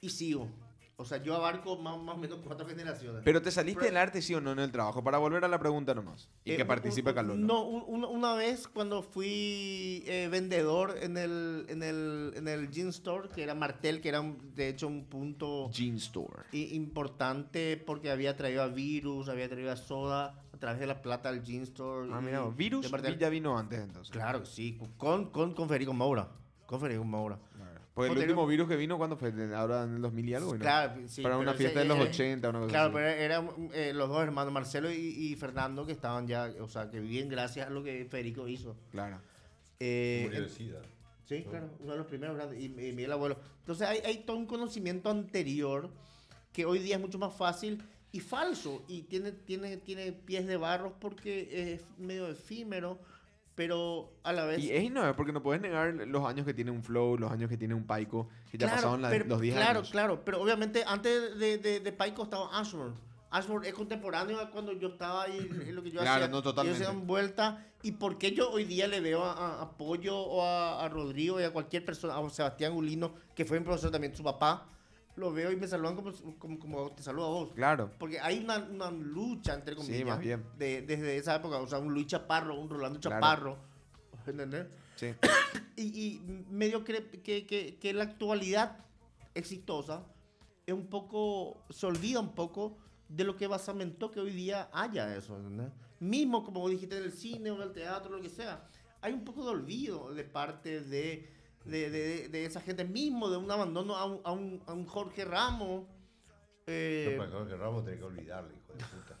S4: y sigo. O sea, yo abarco más, más o menos cuatro generaciones.
S2: Pero te saliste
S4: Pero-
S2: del arte, sí o no, en el trabajo. Para volver a la pregunta nomás. Y
S4: Eh,
S2: que
S4: un-
S2: participe
S4: un-
S2: Calolo.
S4: No, un- un- una vez cuando fui eh, vendedor en el, en, el, en el Jean Store, que era Martel, que era un- de hecho un punto
S2: Jean Store.
S4: i- importante porque había traído a Virus, había traído a Soda a través de la plata al Jean Store.
S2: Ah,
S4: y
S2: mira, vos.
S4: de
S2: Virus
S4: Martel.
S2: ya vino antes entonces.
S4: Claro que sí, con, con, con Federico Moura. Con Federico Moura.
S2: Claro. Porque el
S4: Ponte-
S2: último virus que vino, cuando fue? Ahora en el 2000 y algo, ¿no?
S4: Claro, sí,
S2: Para
S4: pero
S2: una
S4: ese-
S2: fiesta de los
S4: ese-
S2: 80, una cosa
S4: Claro,
S2: así.
S4: pero eran eh, los dos hermanos, Marcelo y, y Fernando, que estaban ya, o sea, que bien gracias a lo que Federico hizo.
S2: Claro.
S4: Eh,
S3: Murió de sida.
S4: Sí, claro, uno de los primeros grandes. Y, y Miguel Abuelo. Entonces hay, hay todo un conocimiento anterior que hoy día es mucho más fácil y falso. Y tiene, tiene, tiene pies de barro porque es medio efímero, pero a la vez.
S2: Y es innovador porque no puedes negar los años que tiene un flow, los años que tiene un Paico, que ya
S4: Claro,
S2: pasaron la-
S4: pero-
S2: los 10
S4: Claro,
S2: años.
S4: claro. Pero obviamente antes de, de, de Paico estaba Ashmore. Ashmore es contemporáneo a cuando yo estaba y es lo que yo
S2: Claro,
S4: hacía.
S2: no, totalmente.
S4: Ellos se dan vuelta. ¿Y por qué yo hoy día le veo a, a- a Pollo o a, a Rodrigo y a cualquier persona, a Sebastián Ulino, que fue mi profesor también, su papá, lo veo y me saludan como, como, como te saludo a vos?
S2: Claro.
S4: Porque hay una, una lucha, entre comillas,
S2: más bien.
S4: de- desde esa época. O sea, un Luis Chaparro, un Rolando
S2: Claro.
S4: Chaparro. ¿Entendés?
S2: Sí.
S4: y, y medio que, que, que, que la actualidad exitosa es un poco, se olvida un poco de lo que basamentó que hoy día haya eso, ¿entendés? Mismo como vos dijiste en el cine o en el teatro, lo que sea, hay un poco de olvido de parte de, de, de- de esa gente mismo, de un abandono a un, a un, a un Jorge Ramos. eh,
S3: No, para Jorge Ramos tenés que olvidarle, hijo de puta.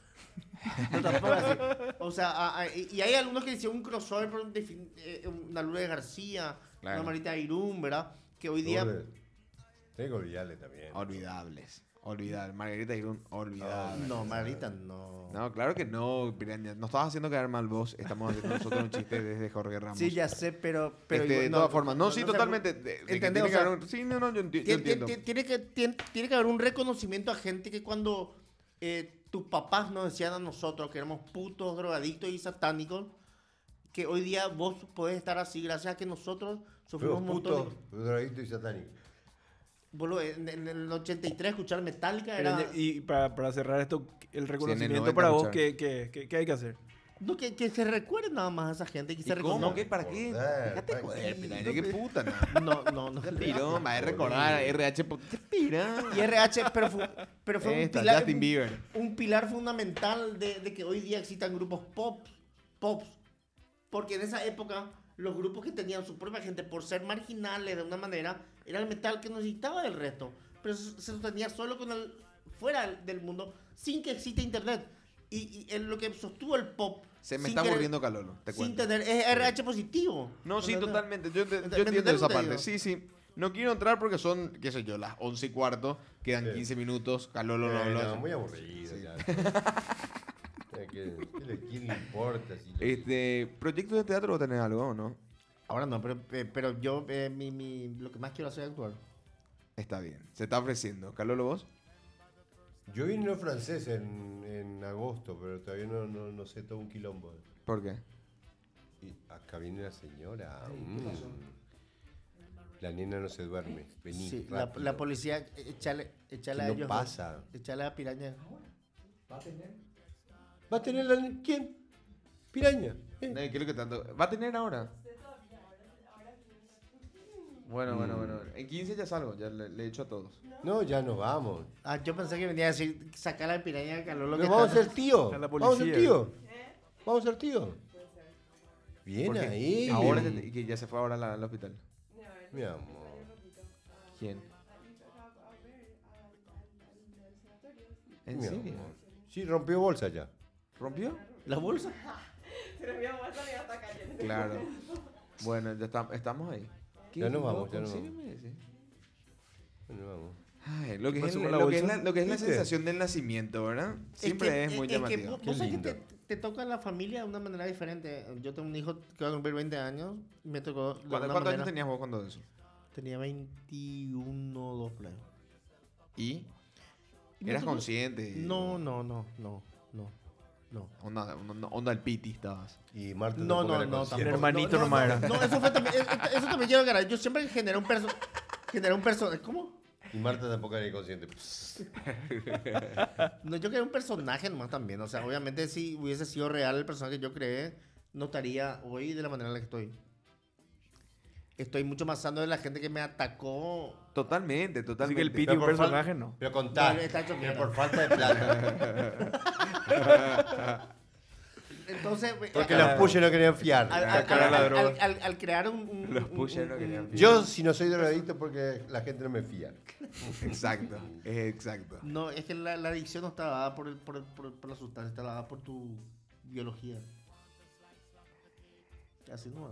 S4: no, tampoco así. O sea, a- a- y y hay algunos que hicieron un crossover, por un defin- eh, una Lourdes García,
S2: Claro.
S4: una Marita Irún, ¿verdad? Que hoy día...
S3: Lourdes, Tenés que olvidarle también.
S2: Olvidables. Olvidar. Margarita Irún, olvidable.
S4: No, Marita no.
S2: No, claro que no, Piraña. No estabas haciendo quedar mal vos. Estamos haciendo nosotros un chiste desde Jorge Ramos.
S4: Sí, ya sé, pero... pero
S2: Este, de
S4: igual- no,
S2: todas formas. No, sí,
S4: sé,
S2: totalmente. de- de que
S4: ¿entendés?
S2: tiene
S4: O
S2: que
S4: sea,
S2: haber un- sí, no, no, yo, enti- yo
S4: Tiene,
S2: entiendo.
S4: tiene- tiene que, tiene, tiene que haber un reconocimiento a gente que cuando eh, tus papás nos decían a nosotros que éramos putos, drogadictos y satánicos, que hoy día vos podés estar así gracias a que nosotros
S3: Fuimos
S4: sufrimos un montón de-
S3: putos, drogadictos y satánicos.
S4: Boludo, en, en el 83 escuchar Metallica
S5: Pero,
S4: era...
S5: Y para, para cerrar esto, el reconocimiento
S2: 90
S5: para vos,
S2: escucharon.
S5: ¿qué, qué, qué, qué hay que hacer?
S4: No, que, que se recuerde nada más a esa gente, que se
S2: ¿Y cómo?
S4: reconozca.
S2: ¿Qué? ¿Para qué?
S3: Joder,
S2: Déjate
S3: pa-
S2: joder,
S3: sí,
S2: Piraña. Qué puta, no.
S4: No, no, no.
S2: Pirón, va a recordar RH. po- ¿Qué pira?
S4: Y RH, pero fue, pero fue
S2: Esta,
S4: un, pilar,
S2: Justin
S4: un-
S2: Bieber.
S4: un pilar fundamental de, de que hoy día existan grupos pop, pops. Porque en esa época, los grupos que tenían su propia gente, por ser marginales de una manera, era el metal que necesitaba del resto. Pero se se sostenía solo con el fuera del mundo, sin que exista internet. Y, y en lo que sostuvo el pop.
S2: Se me
S4: sin
S2: está
S4: querer-
S2: aburriendo Calolo, te
S4: Sin
S2: cuento.
S4: tener. Es RH positivo.
S2: No, sí,
S4: ¿Entendés?
S2: totalmente. Yo, te- yo
S4: Ent- ¿me
S2: entiendo
S4: entendés
S2: esa
S4: lo que te
S2: parte.
S4: digo?
S2: Sí, sí. No quiero entrar porque son, qué sé yo, las 11 y cuarto. Quedan
S3: Sí.
S2: 15 minutos. Calolo no
S3: Eh,
S2: habló.
S3: no, muy aburrido. ya. Eh, ¿Qué, qué le, quién le importa? Si
S2: Este, ¿Proyectos de teatro va a tener algo o no?
S4: Ahora no, pero, pe- pero yo eh, mi, mi- lo que más quiero hacer es actuar.
S2: Está bien. Se está ofreciendo. ¿Calolo vos?
S3: Yo vine los franceses en, en agosto, pero todavía no, no, no sé todo un quilombo.
S2: ¿Por qué?
S3: Y acá viene la señora. mm. La nena no se duerme. Vení,
S4: Sí, la,
S3: rápido.
S4: la policía, eh, echale, echale
S3: ¿Qué
S4: a
S3: no
S4: ellos.
S3: pasa?
S4: Echale a piraña.
S3: ¿Va a tener la ne- quién? Piraña. eh.
S2: Eh, ¿Qué es lo que tanto? ¿Va a tener ahora? Bueno, bueno, bueno. bueno. En 15 ya salgo. Ya le, le echo a todos.
S3: No, ya nos vamos.
S4: Ah, yo pensé que venía a decir sacar a piraña de calor. Lo
S3: Nos
S4: que
S3: vamos a
S4: está- ¿Eh?
S3: ser tío.
S5: Está la
S3: Vamos a ser
S5: policía.
S3: tío. Vamos a ser tío. Bien
S2: Porque
S3: ahí.
S2: Ahora ya- y que ya se fue ahora la- al hospital.
S3: Mi amor.
S2: ¿Quién? ¿En
S3: mi
S2: serio?
S3: amor. Sí, rompió bolsa ya.
S2: ¿Rompió?
S4: ¿La bolsa?
S2: Claro. Bueno, ya estam- estamos ahí. ¿Qué
S3: Ya nos
S2: loco?
S3: vamos, ya nos
S2: ¿En serio
S3: vamos.
S2: me decís?
S3: Bueno, vamos.
S2: Ay, lo que, es,
S5: ¿Qué pasó
S2: el-
S5: con la
S2: lo que es
S5: bolsa?
S2: la, lo que es la
S3: ¿Viste?
S2: sensación del nacimiento, ¿verdad? Siempre es, muy llamativa.
S4: vos-
S3: Qué
S4: vos sabés que
S3: lindo.
S4: te, te toca la familia de una manera diferente. Yo tengo un hijo que va a cumplir 20 años. Me tocó. de
S2: ¿Cuánto-
S4: una
S2: ¿Cuántos años
S4: manera-
S2: tenías vos cuando eso?
S4: Tenía 21 dos play.
S2: ¿Y? Eras consciente.
S4: No, no, no, no, no. No.
S2: Onda, onda, onda el piti estabas.
S3: Y Marte
S4: No,
S3: tampoco
S4: no,
S3: era
S4: no,
S3: consciente.
S5: El hermanito
S4: no,
S5: nomás
S4: no,
S5: era.
S4: No, eso fue también. es- es- Eso también lleva a ganar. Yo siempre generé un personaje. Generé un personaje. ¿Cómo?
S3: Y Marta tampoco era inconsciente. Pss,
S4: No, yo creé un personaje nomás también. O sea, obviamente si hubiese sido real el personaje que yo creé, no estaría hoy de la manera en la que estoy. Estoy mucho más sano de la gente que me atacó.
S2: Totalmente, totalmente.
S5: Así que el piti
S3: Pero
S5: un
S3: por fal-
S5: personaje no.
S3: Pero contá.
S4: No, está hecho
S3: pero
S4: mierda.
S3: por falta de plata.
S4: Entonces,
S3: Porque
S4: eh,
S3: los push no querían fiar.
S4: al, al-
S5: cara
S4: al-
S5: la
S4: al-
S5: droga.
S4: al- al- al crear un, un-
S2: Los
S4: un-
S2: pushers
S4: un-
S2: no querían fiar.
S3: Mm. Yo, si no soy drogadicto, porque la gente no me fía.
S2: Exacto, es exacto.
S4: No, es que la, la adicción no está dada por, el- por, el- por, el- por la sustancia, está dada por tu biología. Así no.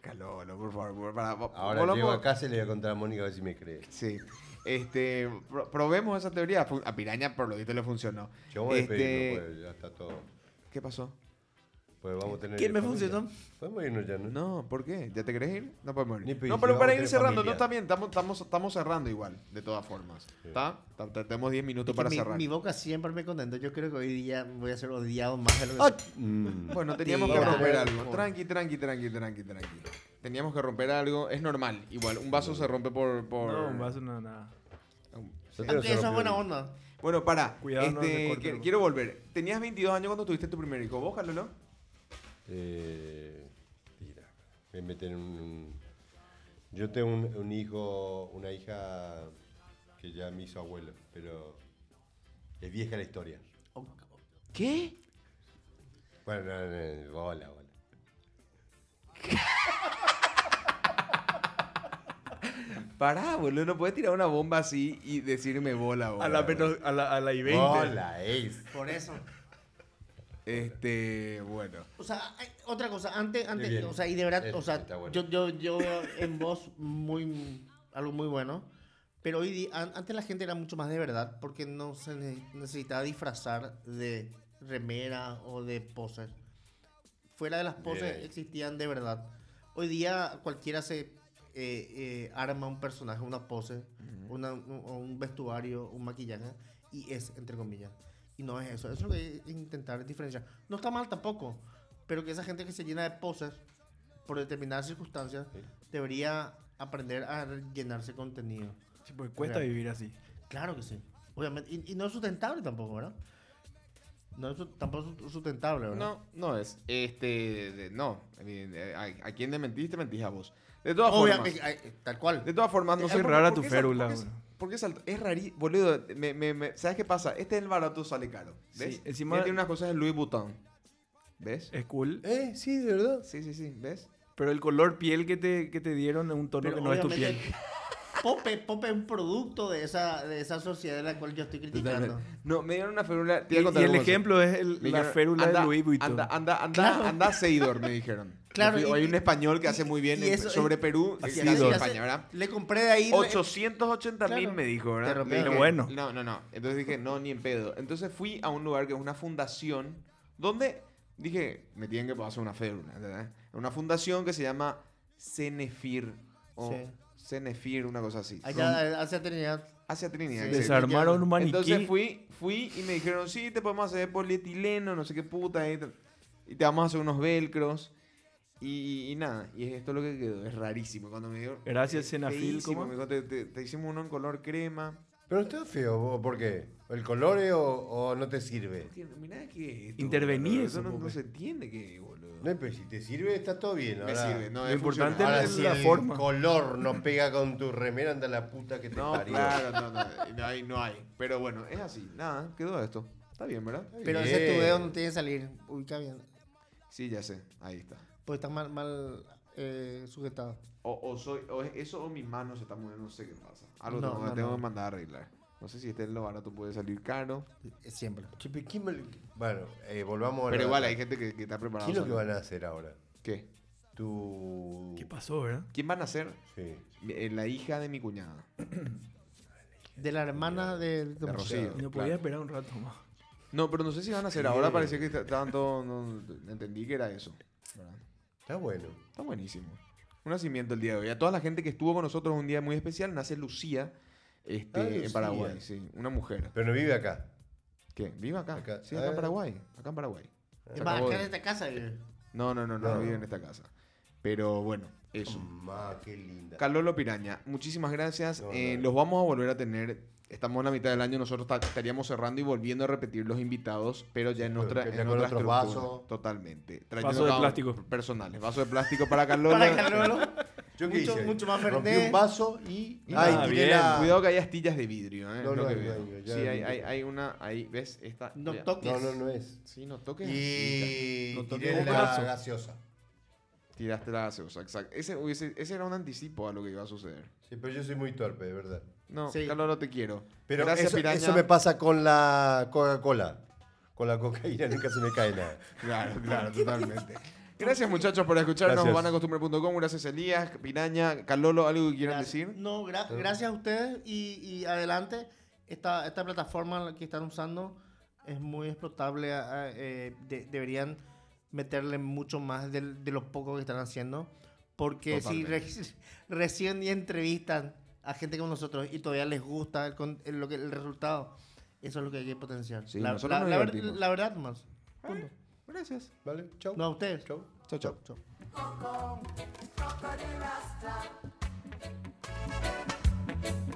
S2: Calolo, por favor. Para,
S3: Ahora
S2: volvamos-
S3: llego a casa y le voy a contar a Mónica a ver si me cree.
S2: Sí. Este, pro- probemos esa teoría. Fu- A Piraña por lo visto le funcionó.
S3: Yo voy a
S2: Este,
S3: despedirme, pues, ya está todo.
S2: ¿Qué pasó?
S3: Pues vamos a tener.
S4: ¿Quién me
S3: familia.
S4: funcionó?
S3: Podemos irnos ya, ¿no?
S2: No, ¿por qué? ¿Ya te querés ir? No podemos ir.
S3: Ni pedí,
S2: no,
S3: si
S2: pero para
S3: vamos a
S2: ir
S3: tener
S2: cerrando,
S3: familia.
S2: no, está bien, estamos, estamos, estamos cerrando igual, de todas formas. ¿Está? Ta- ta- Tenemos 10 minutos para
S4: mi,
S2: cerrar.
S4: mi boca siempre me contento. Yo creo que hoy día voy a ser odiado más de lo que soy.
S3: Mm.
S2: Bueno, teníamos que
S4: Tira.
S2: romper algo. Tranqui, tranqui, tranqui, tranqui, tranqui. Teníamos que romper algo, es normal. Igual, un vaso se rompe por. por...
S5: No, me hace nada, nada.
S3: Nosotros
S4: Aunque
S3: se
S4: eso es buena
S3: rompimos.
S4: onda.
S2: Bueno, para.
S5: Cuidado, no
S2: este,
S5: se corte
S2: que-
S5: algo.
S2: quiero volver. Tenías 22 años cuando tuviste tu primer hijo. ¿Vos, Jalolo?
S3: Eh, tira. Me meten un, un- Yo tengo un, un hijo, una hija que ya me hizo abuelo, pero es vieja la historia.
S2: ¿Qué?
S3: Bueno, no, no, no, hola, hola.
S2: Pará, boludo, no puedes tirar una bomba así y decirme bola, bola.
S5: A la,
S2: boludo.
S5: menos- a la, a la I-20.
S3: Hola, es.
S4: Por eso.
S2: Este, bueno.
S4: O sea, hay- otra cosa, antes, antes,
S3: bien.
S4: o sea, y de verdad,
S3: Eso
S4: o sea,
S3: está bueno.
S4: yo, yo, yo en voz muy, algo muy bueno, pero hoy di- an- antes la gente era mucho más de verdad porque no se ne- necesitaba disfrazar de remera o de poses. Fuera de las poses
S3: Bien.
S4: existían de verdad. Hoy día cualquiera se eh, eh, arma un personaje, una pose, una- un, o un vestuario, un maquillaje, y es, entre comillas. Y no es eso, eso es lo que hay que intentar diferenciar. No está mal tampoco, pero que esa gente que se llena de poses por determinadas circunstancias debería aprender a llenarse de contenido.
S5: Sí, porque cuesta
S4: Real.
S5: vivir así.
S4: Claro que sí, obviamente. Y, y no es sustentable tampoco, ¿verdad? No es su- tampoco es sustentable, ¿verdad?
S2: No, no es. Este, de- no. Eh, A, a quién le mentiste, mentís a vos. De todas
S4: Obviamente,
S2: formas.
S4: ay, tal cual.
S2: De todas formas, no
S5: eh, Es
S2: sé.
S5: rara tu
S2: qué sal-
S5: férula,
S2: por qué-
S5: boludo.
S2: ¿Por qué salta? Es rarí, boludo. me- me- me- ¿Sabes qué pasa? Este es el barato, sale caro. ¿Ves?
S5: Sí, encima-
S2: Ya tiene unas cosas de Louis Vuitton. ¿Ves?
S5: Es cool.
S3: Eh, sí, de verdad.
S2: Sí, sí, sí. ¿Ves?
S5: Pero el color piel que te, que te dieron es un tono
S4: Pero
S5: que no es tu piel.
S4: obviamente, Pope, Pope es un producto de esa, de esa sociedad de la cual yo estoy criticando.
S2: No, me dieron una férula. Te voy
S5: Y,
S2: a contar
S5: y el
S2: cómo se-
S5: ejemplo es el-
S2: Me
S5: la
S2: dijeron,
S5: férula
S2: anda,
S5: de Louis Vuitton.
S2: Anda, anda, anda, anda a Seidor, me dijeron.
S4: Claro,
S2: Yo fui-
S4: y-
S2: hay un español que
S4: y-
S2: hace muy bien
S4: y
S2: en-
S4: eso-
S2: sobre Perú,
S4: Y
S2: que
S4: así
S2: hace
S4: hace-
S2: España, ¿verdad?
S4: Le compré de ahí. eh,
S2: 880 mil
S4: Claro.
S2: me dijo,
S4: Te
S2: ¿verdad?
S4: rompí.
S2: Le
S5: Pero
S2: dije,
S5: bueno.
S2: No, no, no. Entonces dije, no, ni en pedo. Entonces fui a un lugar que es una fundación donde dije, me tienen que pasar una férula, ¿verdad? Una fundación que se llama Cenefir o
S4: Sí.
S2: Cenefir, una cosa así.
S4: Allá, hacia Trinidad.
S2: Hacia Trinidad.
S4: Sí.
S2: que se-
S5: Desarmaron un maniquí.
S2: entonces fui, fui y me dijeron, sí, te podemos hacer polietileno, no sé qué puta, y te, y te vamos a hacer unos velcros. Y, y nada, y es esto lo que quedó, es rarísimo. Cuando me dio,
S5: Gracias,
S2: eh,
S5: Senafil,
S2: feísimo,
S5: ¿cómo?
S2: Me dijo, te, te- te hicimos uno en color crema.
S3: Pero está feo, ¿o ¿por qué? ¿El color es o, o no te sirve?
S2: Que- Mirá que esto,
S5: Intervení
S2: boludo,
S5: eso,
S2: no, no
S5: Pope.
S2: se entiende que es, boludo.
S3: No, pero si te sirve, está todo bien.
S2: me
S3: ahora-
S2: sirve, no
S5: Lo
S2: es
S5: importante
S2: funcional.
S3: Ahora,
S5: es
S3: si
S5: la
S3: el
S5: forma.
S3: color no pega con tu remera, anda la puta que te
S2: No,
S3: parió.
S2: claro, no, no, no hay, no hay. Pero bueno, es así, nada, quedó esto. Está bien, ¿verdad?
S4: Pero
S3: Bien.
S4: ese es tu dedo, no tiene que salir. Ubica bien.
S2: Sí, ya sé, ahí está.
S4: Pues está mal, mal eh, sujetado.
S2: O, o soy, o es eso o mis manos se están moviendo, no sé qué pasa. Algo
S4: No,
S2: tengo,
S4: no,
S2: tengo
S4: no.
S2: que mandar a arreglar. No sé si este es lo barato, puede salir caro.
S4: Eh, Siempre.
S3: Che, pero ¿quién me lo- Bueno, eh, volvamos a
S2: pero
S3: la-
S2: igual hay gente que, que está preparada.
S3: ¿Qué es lo que
S2: solo.
S3: van a hacer ahora?
S2: ¿Qué?
S3: Tu...
S5: ¿Qué pasó, verdad?
S2: ¿Quién van a ser?
S3: Sí.
S2: Mi- eh, La hija de mi cuñada.
S4: De la hermana de, de tu
S2: De
S4: mujer.
S2: Rocío.
S5: No
S2: claro.
S5: podía esperar un rato más.
S2: No, pero no sé si van a ser. Ahora parecía que est- estaban todos. No, entendí que era eso. ¿verdad?
S3: Está bueno.
S2: Está buenísimo. Un nacimiento el día de hoy. A toda la gente que estuvo con nosotros un día muy especial, nace Lucía. este,
S3: Ah,
S2: en
S3: Lucía.
S2: Paraguay, sí. Una mujer.
S3: Pero no vive acá.
S2: ¿Qué? ¿Vive acá?
S3: Acá. Eh,
S2: Sí, acá en
S3: Ah.
S2: Paraguay. Acá en Paraguay. Se
S4: Es más,
S2: acabó
S4: acá
S2: de-
S4: en esta casa. eh.
S2: No, no, no, no,
S3: No.
S2: vive en esta casa. Pero bueno, eso.
S3: Mm. Ma, qué linda.
S2: Calolo Piraña, muchísimas gracias.
S3: No,
S2: Eh,
S3: no.
S2: Los vamos a volver a tener. Estamos en la mitad del año, nosotros ta- estaríamos cerrando y volviendo a repetir los invitados, pero ya en,
S3: Pero
S2: otra,
S3: que ya
S2: en
S3: con
S2: otra
S3: otros
S2: estructura.
S3: vasos.
S2: Totalmente.
S5: Vaso de
S2: cada-
S5: plástico.
S2: Personales. Vaso de plástico para Calolo.
S4: Para Carlolo.
S3: Yo qué
S4: Mucho-
S3: hice ahí?
S4: mucho más
S3: Rompí
S4: Fernet.
S3: un vaso y.
S2: Ah, Y
S5: Ay,
S2: nada,
S5: tiré
S2: bien.
S5: la-
S2: Cuidado que hay astillas de vidrio, ¿eh?
S3: No,
S2: Es
S3: no
S2: lo que
S3: hay, no
S2: veo.
S3: hay, ya
S2: Sí,
S3: no
S2: hay,
S3: hay.
S2: hay- hay una. Ahí, ¿ves? Esta.
S4: No
S2: ya.
S4: toques.
S3: No, no, no es.
S2: Sí, no toques.
S3: Y.
S2: No toques.
S3: tiré la
S5: Bocazo.
S3: gaseosa.
S2: Tiraste la gaseosa, exacto. Ese, hubiese- ese era un anticipo a lo que iba a suceder.
S3: Sí, pero yo soy muy torpe, de verdad.
S2: No,
S4: Sí.
S2: Calolo, te quiero.
S3: Pero
S2: Gracias,
S3: eso,
S2: Piraña.
S3: eso me pasa con la Coca-Cola. Con la cocaína nunca se me cae nada.
S2: Claro, claro, totalmente. Gracias muchachos por escucharnos,
S3: Gracias.
S2: vanacostumbre.com, gracias Elías, Piraña, Calolo, algo que quieran
S4: Gracias.
S2: decir.
S4: No, gra- gracias a ustedes y, y adelante. Esta, esta plataforma que están usando es muy explotable. a- a- eh, de- deberían meterle mucho más del- de, lo poco que están haciendo. Porque si re- recién y entrevistan a gente como nosotros y todavía les gusta el, con- el- lo que, el resultado, eso es lo que hay que potenciar.
S2: Sí,
S4: la,
S2: nosotros
S4: la-
S2: nos
S4: la ver-
S2: divertimos.
S4: la verdad, más. Punto.
S2: Gracias.
S3: ¿Vale? Chau.
S4: No, a ustedes.
S3: Chau.
S2: Chao, chao.
S4: Chau.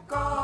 S6: Go.